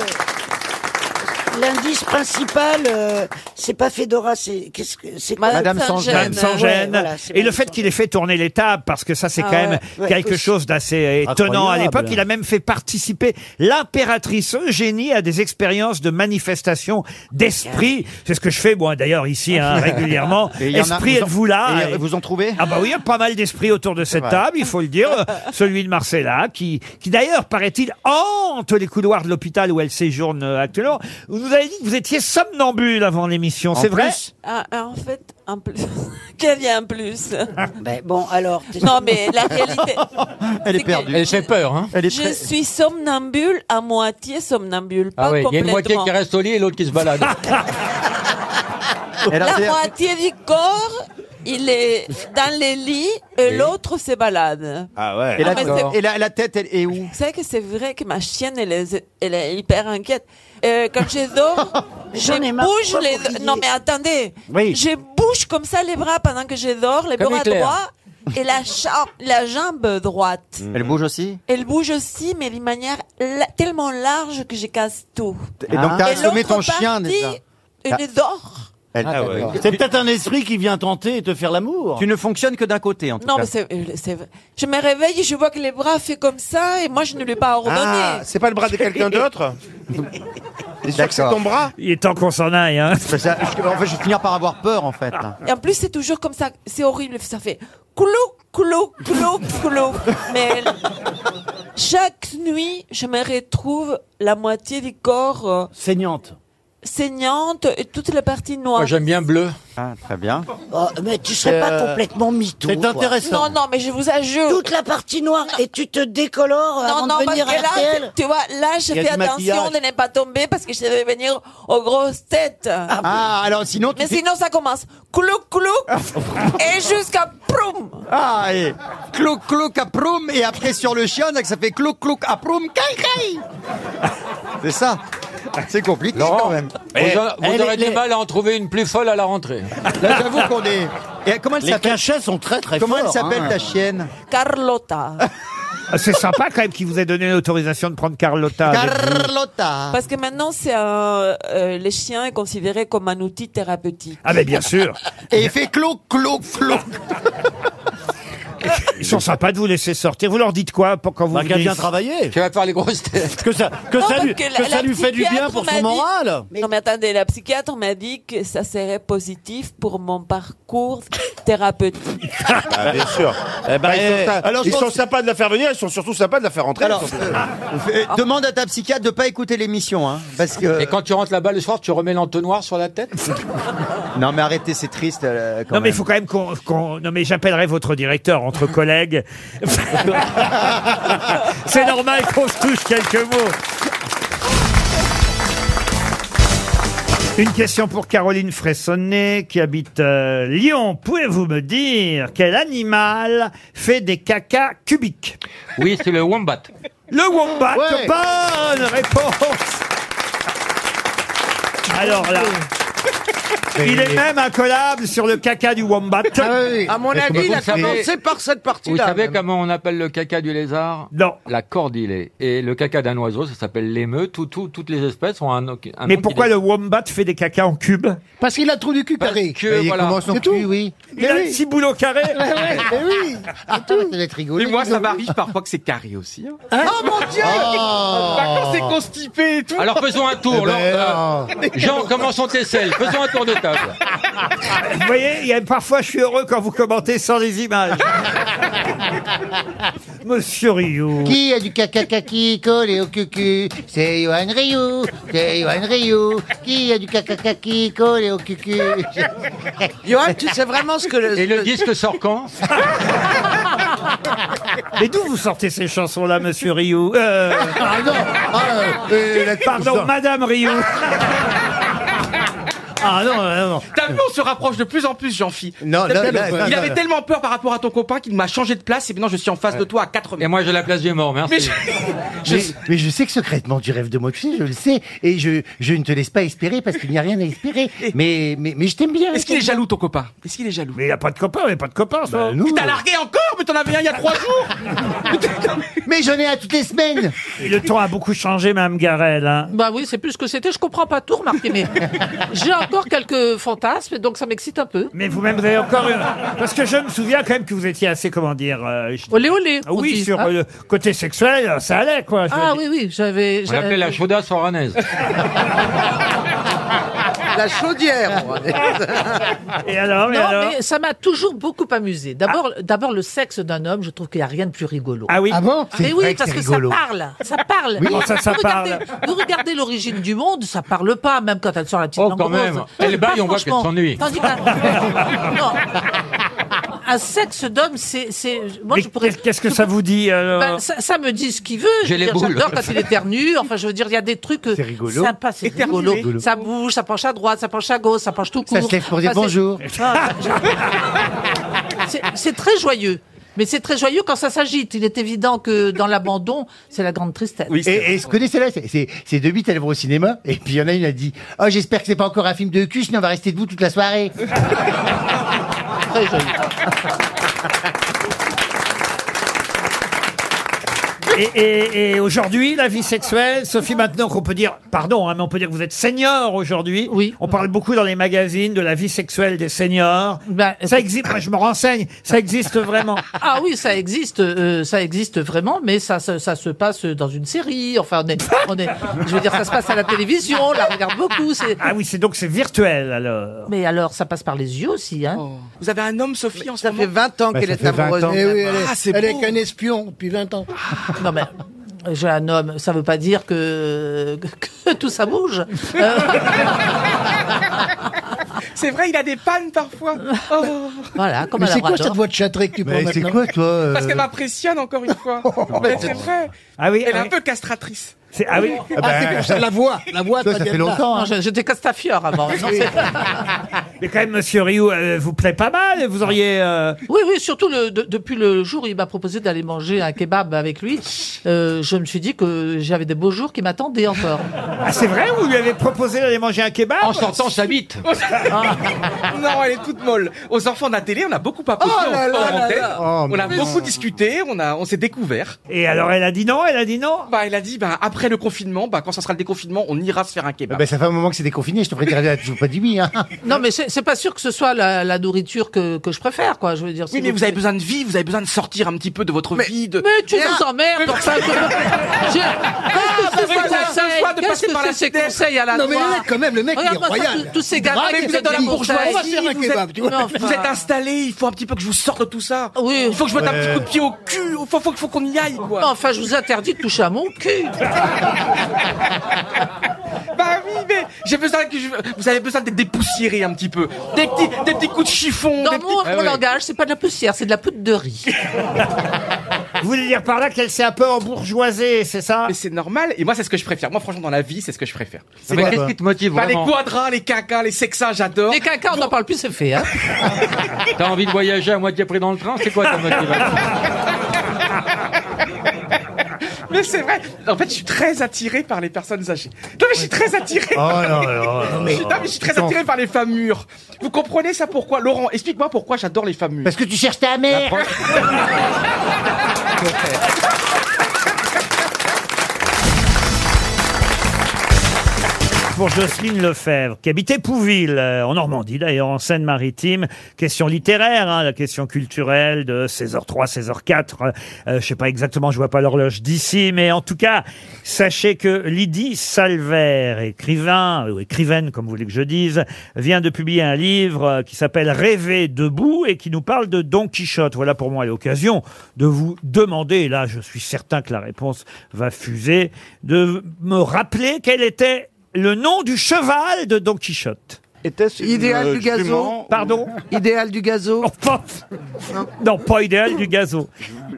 S16: L'indice principal, euh, c'est pas Fedora, c'est qu'est-ce que c'est quoi
S1: Madame Madame Sangène.
S16: Ouais, voilà, c'est
S1: et le fait qu'il ait fait tourner les tables, parce que ça, c'est
S16: Ah
S1: quand même
S16: ouais. Ouais,
S1: quelque
S16: aussi.
S1: chose d'assez étonnant à
S16: Incroyable.
S1: l'époque. Il a même fait participer l'impératrice Eugénie à des expériences de manifestation d'esprit. C'est ce que je fais, moi, d'ailleurs, ici, hein, régulièrement.
S20: Et il y en a-
S1: esprit,
S20: vous en-
S1: êtes-vous là
S20: et vous en trouvez
S1: Ah bah oui, il y a pas mal d'esprits autour de cette
S20: vrai.
S1: table, il faut le dire. Euh, Celui de Marcella, qui, qui d'ailleurs, paraît-il, hante les couloirs de l'hôpital où elle séjourne euh, actuellement. Vous nous avez dit que vous étiez somnambule avant l'émission, c'est vrai
S9: Ah, ah, En fait, un plus. Quel y a un plus
S16: Ben, Bon, alors.
S9: Non, mais la réalité.
S2: Elle est perdue. Elle fait peur, hein. Elle
S9: Je suis somnambule, à moitié somnambule, pas
S2: Ah oui, il y a une moitié
S9: complètement.
S2: qui reste au lit et l'autre qui se balade.
S9: La moitié du corps, il est dans les lits et
S20: Oui.
S9: l'autre se balade.
S20: Ah ouais.
S9: Et
S20: Et
S9: la-
S20: la,
S9: D'accord.
S20: et la- la tête, elle est où
S9: Vous savez que c'est vrai que ma chienne, elle est, elle est hyper inquiète. Euh, quand je dors, je
S16: J'en ai marre,
S9: bouge
S16: pourquoi
S9: les...
S16: vous riez
S9: Non mais attendez,
S20: Oui.
S9: je bouge comme ça les bras pendant que je dors, les
S20: Comme
S9: bras
S20: éclair.
S9: droits et la, cha- la jambe droite.
S4: Mm.
S20: Elle bouge aussi
S9: Elle bouge aussi, mais d'une manière la- tellement large que je casse tout.
S20: Et
S9: Ah.
S20: donc, t'as assommé ton
S9: l'autre
S20: chien,
S9: partie,
S20: déjà. Ah.
S9: Elle dort.
S20: Elle-
S4: Ah, d'accord.
S20: C'est peut-être un esprit qui vient tenter de faire l'amour.
S4: Tu ne fonctionnes que d'un côté, en tout
S9: Non,
S4: cas.
S9: mais c'est, euh, c'est vrai. Je me réveille et je vois que les bras fait comme ça et moi je ne l'ai pas ordonné.
S22: Ah, c'est pas le bras de quelqu'un d'autre
S20: C'est
S22: sûr que c'est ton bras
S1: Il est temps qu'on s'en aille. Hein.
S20: en fait, je vais finir par avoir peur, en fait.
S9: Et en plus, c'est toujours comme ça. C'est horrible. Ça fait clou, clou, clou, clou. Mais chaque nuit, je me retrouve la moitié du corps euh,
S20: Saignante.
S9: saignante et toute la partie noire.
S2: Moi, j'aime bien bleu.
S20: Ah, très bien.
S16: Oh, mais tu serais pas
S20: Euh,
S16: complètement mytho.
S20: c'est
S16: quoi.
S20: intéressant.
S9: Non, non, mais je vous assure.
S16: Toute la partie noire et tu te décolores
S9: Non,
S16: avant
S9: non,
S16: de
S9: parce
S16: venir
S9: que
S16: à
S9: là,
S16: RTL.
S9: tu vois, là, je
S20: Il y a
S9: fais
S20: du
S9: attention de
S20: maquillage.
S9: ne pas tomber parce que je devais venir aux grosses têtes.
S20: Ah, alors sinon, tu
S9: Mais
S20: fais-
S9: sinon, ça commence clou, clou,
S1: Ah,
S9: et jusqu'à proum.
S20: Ah, et clouc, clouc, aproum, et après sur le chien, on a que ça fait clouc, clouc, aproum, caille, caille. C'est ça. C'est compliqué quand même.
S2: Vous, aurez- vous aurez du mal à en trouver une plus folle à la rentrée.
S20: Là, j'avoue qu'on est. Et comment elle
S2: Les
S20: s'appelle
S2: cachets sont très, très
S20: Comment elle
S2: forts,
S20: s'appelle
S2: hein.
S20: ta chienne
S9: Carlotta.
S1: Ah, C'est sympa quand même qu'il vous ait donné l'autorisation de prendre Carlotta. avec vous.
S9: Carlotta. Parce que maintenant, c'est un, euh, le chien est considéré comme un outil thérapeutique.
S1: Ah mais bien sûr.
S20: Et il fait clouc, clouc, clouc.
S1: Ils sont sympas de vous laisser sortir. Vous leur dites quoi pour quand vous
S2: Bah,
S1: venez
S2: qu'elle vient
S1: ici
S2: travailler. Qu'elle va faire les grosses têtes.
S20: Que ça,
S2: que
S9: Non,
S2: ça
S9: parce
S2: lui,
S9: la-
S2: que ça
S9: la
S2: lui fait du bien
S9: psychiatre
S2: pour
S9: m'a
S2: son
S9: dit-
S2: moral.
S9: Non mais attendez, la psychiatre m'a dit que ça serait positif pour mon parcours thérapeutique.
S18: Ah, bien sûr. Eh ben,
S9: Bah,
S18: ils sont,
S9: eh,
S18: sa-
S9: alors, je
S18: ils sont
S9: pense-
S18: sympas de la faire venir, ils sont surtout sympas de la faire rentrer.
S20: Alors,
S18: ils sont-
S20: euh, demande à ta psychiatre de pas écouter l'émission, hein, parce que.
S2: Et quand tu rentres là-bas le soir, tu remets l'entonnoir sur la tête
S20: Non, mais arrêtez, c'est triste. euh, quand
S1: Non mais
S20: même.
S1: il faut quand même qu'on... qu'on- Non mais j'appellerai votre directeur entre collègues. C'est normal qu'on se touche quelques mots. Une question pour Caroline Fressonnet qui habite euh, Lyon. Pouvez-vous me dire quel animal fait des cacas cubiques
S2: Oui, c'est le wombat.
S1: Le wombat,
S2: Ouais.
S1: bonne réponse Alors là... Il est même incollable sur le caca du wombat.
S12: Ah
S7: À mon avis, il a commencé par cette
S2: Vous
S7: partie-là.
S2: savez comment on appelle le caca du lézard
S1: Non.
S2: La cordillée. Et le caca d'un oiseau, ça s'appelle l'émeu. Tout, tout- toutes les espèces ont un. un
S1: Mais pourquoi le wombat fait des cacas en cube
S12: Parce qu'il a trop du cul carré.
S2: que, voilà.
S12: C'est tout. oui.
S1: Il a un petit boulot carré.
S12: Mais oui.
S3: Et moi, ça m'arrive parfois que c'est carré aussi. hein.
S12: oh mon Dieu
S7: Ah.
S4: Ah.
S3: Bah, quand c'est constipé et tout.
S2: Alors faisons un tour.
S3: Eh ben,
S7: ah.
S2: Laure, euh, Jean, comment sont tes selles Faisons un tour de table.
S1: Vous voyez, il y a, parfois je suis heureux quand vous commentez sans les images. Monsieur Rioux.
S10: Qui a du caca qui collé au cucu C'est Yohan Ryu, c'est Yohan Ryu. Qui a du caca qui collé au cucu
S7: Johan, tu sais vraiment ce que le...
S2: Et le disque sort quand
S1: Mais d'où vous sortez ces chansons-là, monsieur Rioux Euh,
S3: Ah,
S10: Pardon,
S7: Ah, euh,
S10: Euh,
S1: Pardon, madame Rioux. Ah non, non, non.
S3: T'as vu, on se rapproche de plus en plus, jean phi
S2: Non, non, non, non,
S3: Il
S2: non,
S3: avait
S2: non.
S3: tellement peur par rapport à ton copain qu'il m'a changé de place et maintenant je suis en face de toi à 4
S2: Et moi, j'ai la place des morts, merci.
S3: Mais je-
S10: mais, mais je sais que secrètement tu rêves de moi, tu sais, je le sais, et je, je ne te laisse pas espérer parce qu'il n'y a rien à espérer. Mais, mais, mais je t'aime bien.
S3: Est-ce qu'il est jaloux ton copain Est-ce qu'il est jaloux
S1: Mais il a pas de copain, il a pas de copain, ça.
S10: non.
S3: Il t'a largué encore, mais t'en avais un il y a 3 jours
S10: Mais j'en ai un toutes les semaines.
S1: Et le temps a beaucoup changé, madame Garel. hein.
S19: Bah oui, c'est plus ce que c'était. Je comprends pas tout, remarquez, mais j'ai encore quelques fantasmes, donc ça m'excite un peu.
S1: Mais vous-même, vous avez encore une... Parce que je me souviens quand même que vous étiez assez, comment dire... euh, je-
S19: Olé, olé,
S1: Ah
S19: on
S1: Oui,
S19: dit,
S1: sur
S19: hein.
S1: euh, le côté sexuel, ça allait, quoi. je veux
S19: Ah
S1: dire.
S19: oui, oui, j'avais.
S2: On l'appelait la chauda soranaise.
S19: la chaudière.
S1: Et Ah, alors, et
S19: non,
S1: alors
S19: mais ça m'a toujours beaucoup amusé. D'abord, d'abord le sexe d'un homme, je trouve qu'il n'y a rien de plus rigolo.
S1: Ah oui Ah bon
S19: Mais
S1: C'est
S19: oui,
S1: vrai que
S19: parce
S1: c'est
S19: que
S1: rigolo.
S19: ça parle, ça parle.
S1: Oui, Oh, ça, ça
S19: vous regardez,
S1: parle.
S19: Vous regardez l'origine du monde, ça parle pas, même quand elle sort la petite
S2: Oh,
S19: langue
S2: quand
S19: rose.
S2: même. Elle
S19: Pas
S2: baille, on voit
S19: franchement.
S2: qu'elle s'ennuie.
S19: Tandis qu'un- non. Un sexe d'homme, c'est, c'est, moi
S1: Mais
S19: je pourrais.
S1: Qu'est-ce que ça vous dit alors
S19: Ben, ça, ça me dit ce qu'il veut. Je
S1: J'ai
S19: veux
S1: les
S19: dire,
S1: boules.
S19: J'adore quand il éternue. Enfin, je veux dire, il y a des trucs euh,
S10: C'est rigolo.
S19: sympas, c'est
S10: Éternuer.
S19: rigolo.
S10: Rigolo.
S19: Ça bouge, ça penche à droite, ça penche à gauche, ça penche tout court.
S10: Ça se lève pour dire
S19: Enfin, c'est-
S10: bonjour.
S19: Ah, c'est- C'est très joyeux. Mais c'est très joyeux quand ça s'agite. Il est évident que dans l'abandon, c'est la grande tristesse.
S10: et, et je connais celle-là, c'est- c'est c'est deux bits, elles vont au cinéma, et puis il y en a une a dit « Oh, j'espère que c'est pas encore un film de cul, sinon on va rester debout toute la soirée.
S1: Et, et- et aujourd'hui, la vie sexuelle, Sophie, maintenant qu'on peut dire, pardon, hein, mais on peut dire que vous êtes senior aujourd'hui. Oui. On parle beaucoup dans les magazines de la vie sexuelle des seniors. ça existe, moi, je me renseigne, ça existe vraiment.
S19: Ah oui, ça existe, euh, ça existe vraiment, mais ça, ça, ça se passe dans une série. Enfin, on est, on est, je veux dire, ça se passe à la télévision, on la regarde beaucoup. c'est-
S1: Ah oui, c'est donc c'est virtuel alors.
S19: Mais alors, ça passe par les yeux aussi, hein.
S3: Vous avez un homme, Sophie, en ce moment
S19: fait 20 ans
S3: Bah, qu'elle ça est fait 20 amoureuse. ans.
S12: Eh oui, elle est,
S3: Ah, c'est
S12: elle est
S3: beau.
S12: qu'un espion depuis 20 ans.
S19: Non, mais j'ai un homme, ça veut pas dire que, que, que tout ça bouge. Euh,
S3: C'est vrai, il a des pannes parfois. Oh.
S19: voilà, comme
S12: Mais
S19: un
S12: c'est quoi
S19: labrador.
S12: cette voix de châtrée que tu prends
S10: Mais c'est
S12: maintenant
S10: quoi, toi euh,
S3: Parce qu'elle m'impressionne encore une fois. Mais c'est vrai.
S1: Ah oui,
S3: elle est
S1: ah
S3: un
S1: oui.
S3: peu castratrice.
S1: C'est- ah oui. Ah, Ah, ben, c'est pour ça, la voix, la voix, Toi, ça fait longtemps, hein.
S19: Non, je- J'étais castafiore avant. Non, c'est-
S1: Mais quand même, Monsieur Rioux, euh, vous plaît pas mal. et Vous auriez. euh,
S19: Oui, oui, surtout le, de- depuis le jour où il m'a proposé d'aller manger un kebab avec lui, euh, je me suis dit que j'avais des beaux jours qui m'attendaient encore.
S1: Ah, c'est vrai Vous lui avez proposé d'aller manger un kebab
S2: En sortant sa bite.
S3: non, elle est toute molle. Aux enfants de la télé, on a beaucoup papoté
S2: Oh là là
S3: en- en
S2: là
S3: antenne.
S2: là.
S3: on a
S2: mais
S3: beaucoup
S2: non.
S3: discuté, on a, on s'est découvert.
S1: Et alors, elle a dit non, elle a dit non.
S3: Bah, elle a dit, bah après
S2: après le confinement, bah, quand ça sera le déconfinement, on ira se faire un
S10: Ah
S2: kebab.
S4: Ben, ça fait un moment que c'est déconfiné, je te ferai dire, je vous pas dit oui. Hein.
S19: Non, mais c'est c'est pas sûr que ce soit la, la nourriture que, que je préfère, quoi. Je veux dire. si
S2: Oui, mais vous avez besoin de vie, vous avez besoin de sortir un petit peu de votre vie. De...
S19: Mais tu nous emmerdes, enfin. que-
S2: Ah,
S19: Je- Qu'est-ce que
S2: vous avez
S19: c'est
S2: le
S19: ces
S2: choix de
S19: conseils Qu'est-ce
S2: passer
S19: que
S2: par
S19: c'est
S2: la
S19: ces
S2: CDF?
S19: conseils à la
S2: Non, mais
S19: noix
S2: là, quand même, le mec, il est
S19: Regarde-moi
S2: royal.
S19: tous- Tous ces gars
S2: Ah, mais
S19: qui
S2: vous
S19: font
S2: êtes dans la
S19: des
S2: bourgeoisie,
S19: conseils.
S2: vous êtes- Vous êtes installé, il faut un petit peu que je vous sorte de tout ça. Il faut que je mette un
S19: Ouais.
S2: petit coup de pied au cul. Il faut, faut, faut qu'on y aille, quoi.
S19: Non, enfin, je vous interdis de toucher à mon cul.
S2: Bah oui, mais j'ai besoin que je... vous avez besoin d'être dépoussiéré un petit peu. Des petits, des petits coups de chiffon.
S19: Dans
S2: des
S19: mon,
S2: petits- Ah
S19: mon langage, c'est pas de la poussière, c'est de la poudre de riz.
S1: Vous voulez dire par là qu'elle s'est un peu embourgeoisée, c'est ça
S2: Mais c'est normal. Et moi, c'est ce que je préfère. Moi, franchement, dans la vie, c'est ce que je préfère.
S19: C'est Mais quoi, qu'est-ce toi qui te motive
S2: Bah, Les
S19: vraiment
S2: quadras, les quinquas, les sexas, j'adore.
S19: Les caca, on n'en parle plus, c'est fait. Hein.
S30: T'as envie de voyager à moitié pris dans le train C'est quoi ta motivation
S2: Mais c'est vrai. En fait, je suis très attiré par les personnes âgées. Non, mais je suis très attiré.
S4: Oh, non, non, non,
S2: Je suis-
S4: non, mais-
S2: non, mais je suis très attiré par les femmes mûres. Vous comprenez ça pourquoi Laurent, explique-moi pourquoi j'adore les femmes mûres. Parce
S4: que tu cherches ta mère.
S3: hein.
S1: Pour Jocelyne Lefebvre, qui habitait Pouville, euh, en Normandie d'ailleurs, en Seine-Maritime. Question littéraire, hein, la question culturelle de 16h03, 16h04. Euh, je sais pas exactement, je vois pas l'horloge d'ici, mais en tout cas, sachez que Lydie Salvert, écrivain, ou écrivaine comme vous voulez que je dise, vient de publier un livre euh, qui s'appelle Rêver debout et qui nous parle de Don Quichotte. Voilà pour moi l'occasion de vous demander, et là je suis certain que la réponse va fuser, de me rappeler quel était le nom du cheval de Don Quichotte. Était-ce
S20: euh,
S7: Idéal du gazo.
S1: Pardon
S7: Idéal du gazo.
S1: non. pas idéal du gazo.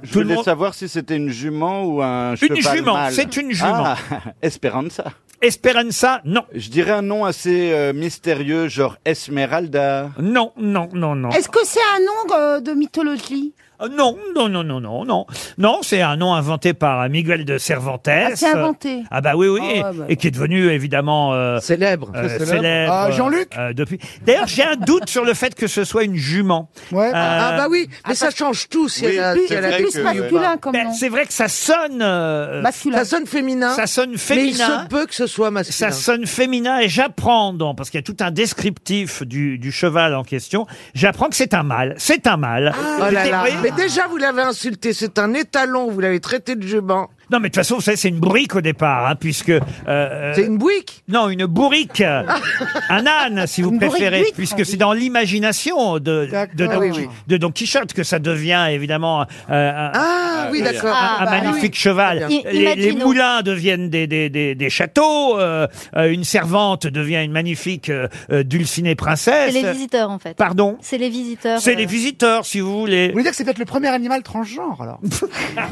S20: Je
S1: Tout le
S20: voulais
S1: monde-
S20: savoir si c'était une jument ou un
S1: Une
S20: cheval
S1: jument,
S20: mâle.
S1: c'est une jument.
S20: Ah, Esperanza.
S1: Esperanza, non.
S20: Je dirais un nom assez euh, mystérieux, genre Esmeralda.
S1: Non, non, non, non.
S5: Est-ce que c'est un nom euh, de mythologie
S1: Euh, Non, non, non, non, non, non. Non, c'est un nom inventé par Miguel de Cervantes.
S5: Ah, c'est inventé.
S1: Ah bah oui, oui.
S5: Ah ouais, bah.
S1: Et qui est devenu évidemment célèbre.
S31: Très célèbre.
S1: célèbre.
S31: Ah, Jean-Luc
S1: euh, depuis. D'ailleurs, j'ai un doute sur le fait que ce soit une jument. Euh,
S7: Ah bah oui, mais ça change tout. si
S1: Oui,
S7: elle a-
S1: c'est
S7: si elle a-
S1: vrai que- Ben, C'est vrai que ça sonne. euh,
S7: Ça sonne féminin.
S1: Ça sonne féminin.
S7: Mais il se peut que ce soit masculin.
S1: Ça sonne féminin et j'apprends, donc, parce qu'il y a tout un descriptif du, du cheval en question, j'apprends que c'est un mâle. C'est un mâle.
S7: Oh là
S1: J'étais-
S7: là.
S1: oui.
S7: Mais déjà, vous l'avez insulté. C'est un étalon. Vous l'avez traité de juban.
S1: Non, mais de toute façon, vous savez, c'est une bourrique au départ, hein, puisque...
S7: C'est une
S1: bourrique Non, une bourrique. un âne, si vous
S7: Une bourrique
S1: préférez,
S7: d'huître, Ah
S1: puisque
S7: oui.
S1: c'est dans l'imagination de, de,
S7: D'accord. Ah
S1: Don,
S7: Oui,
S1: Qui-
S7: oui.
S1: de Don Quichotte que ça devient, évidemment, euh, un, euh,
S7: Ah, oui, d'accord.
S1: un- un
S7: Ah, bah,
S1: magnifique
S7: oui.
S1: cheval.
S7: Très bien. I-
S1: Les, les
S7: imaginons.
S1: moulins deviennent des, des, des, des châteaux, euh, euh, une servante devient une magnifique euh, euh, dulcinée princesse.
S27: C'est les visiteurs en fait.
S1: Pardon
S27: C'est les visiteurs.
S1: C'est
S27: euh,
S1: les visiteurs, si vous voulez.
S15: Vous voulez dire que c'est peut-être le premier animal transgenre alors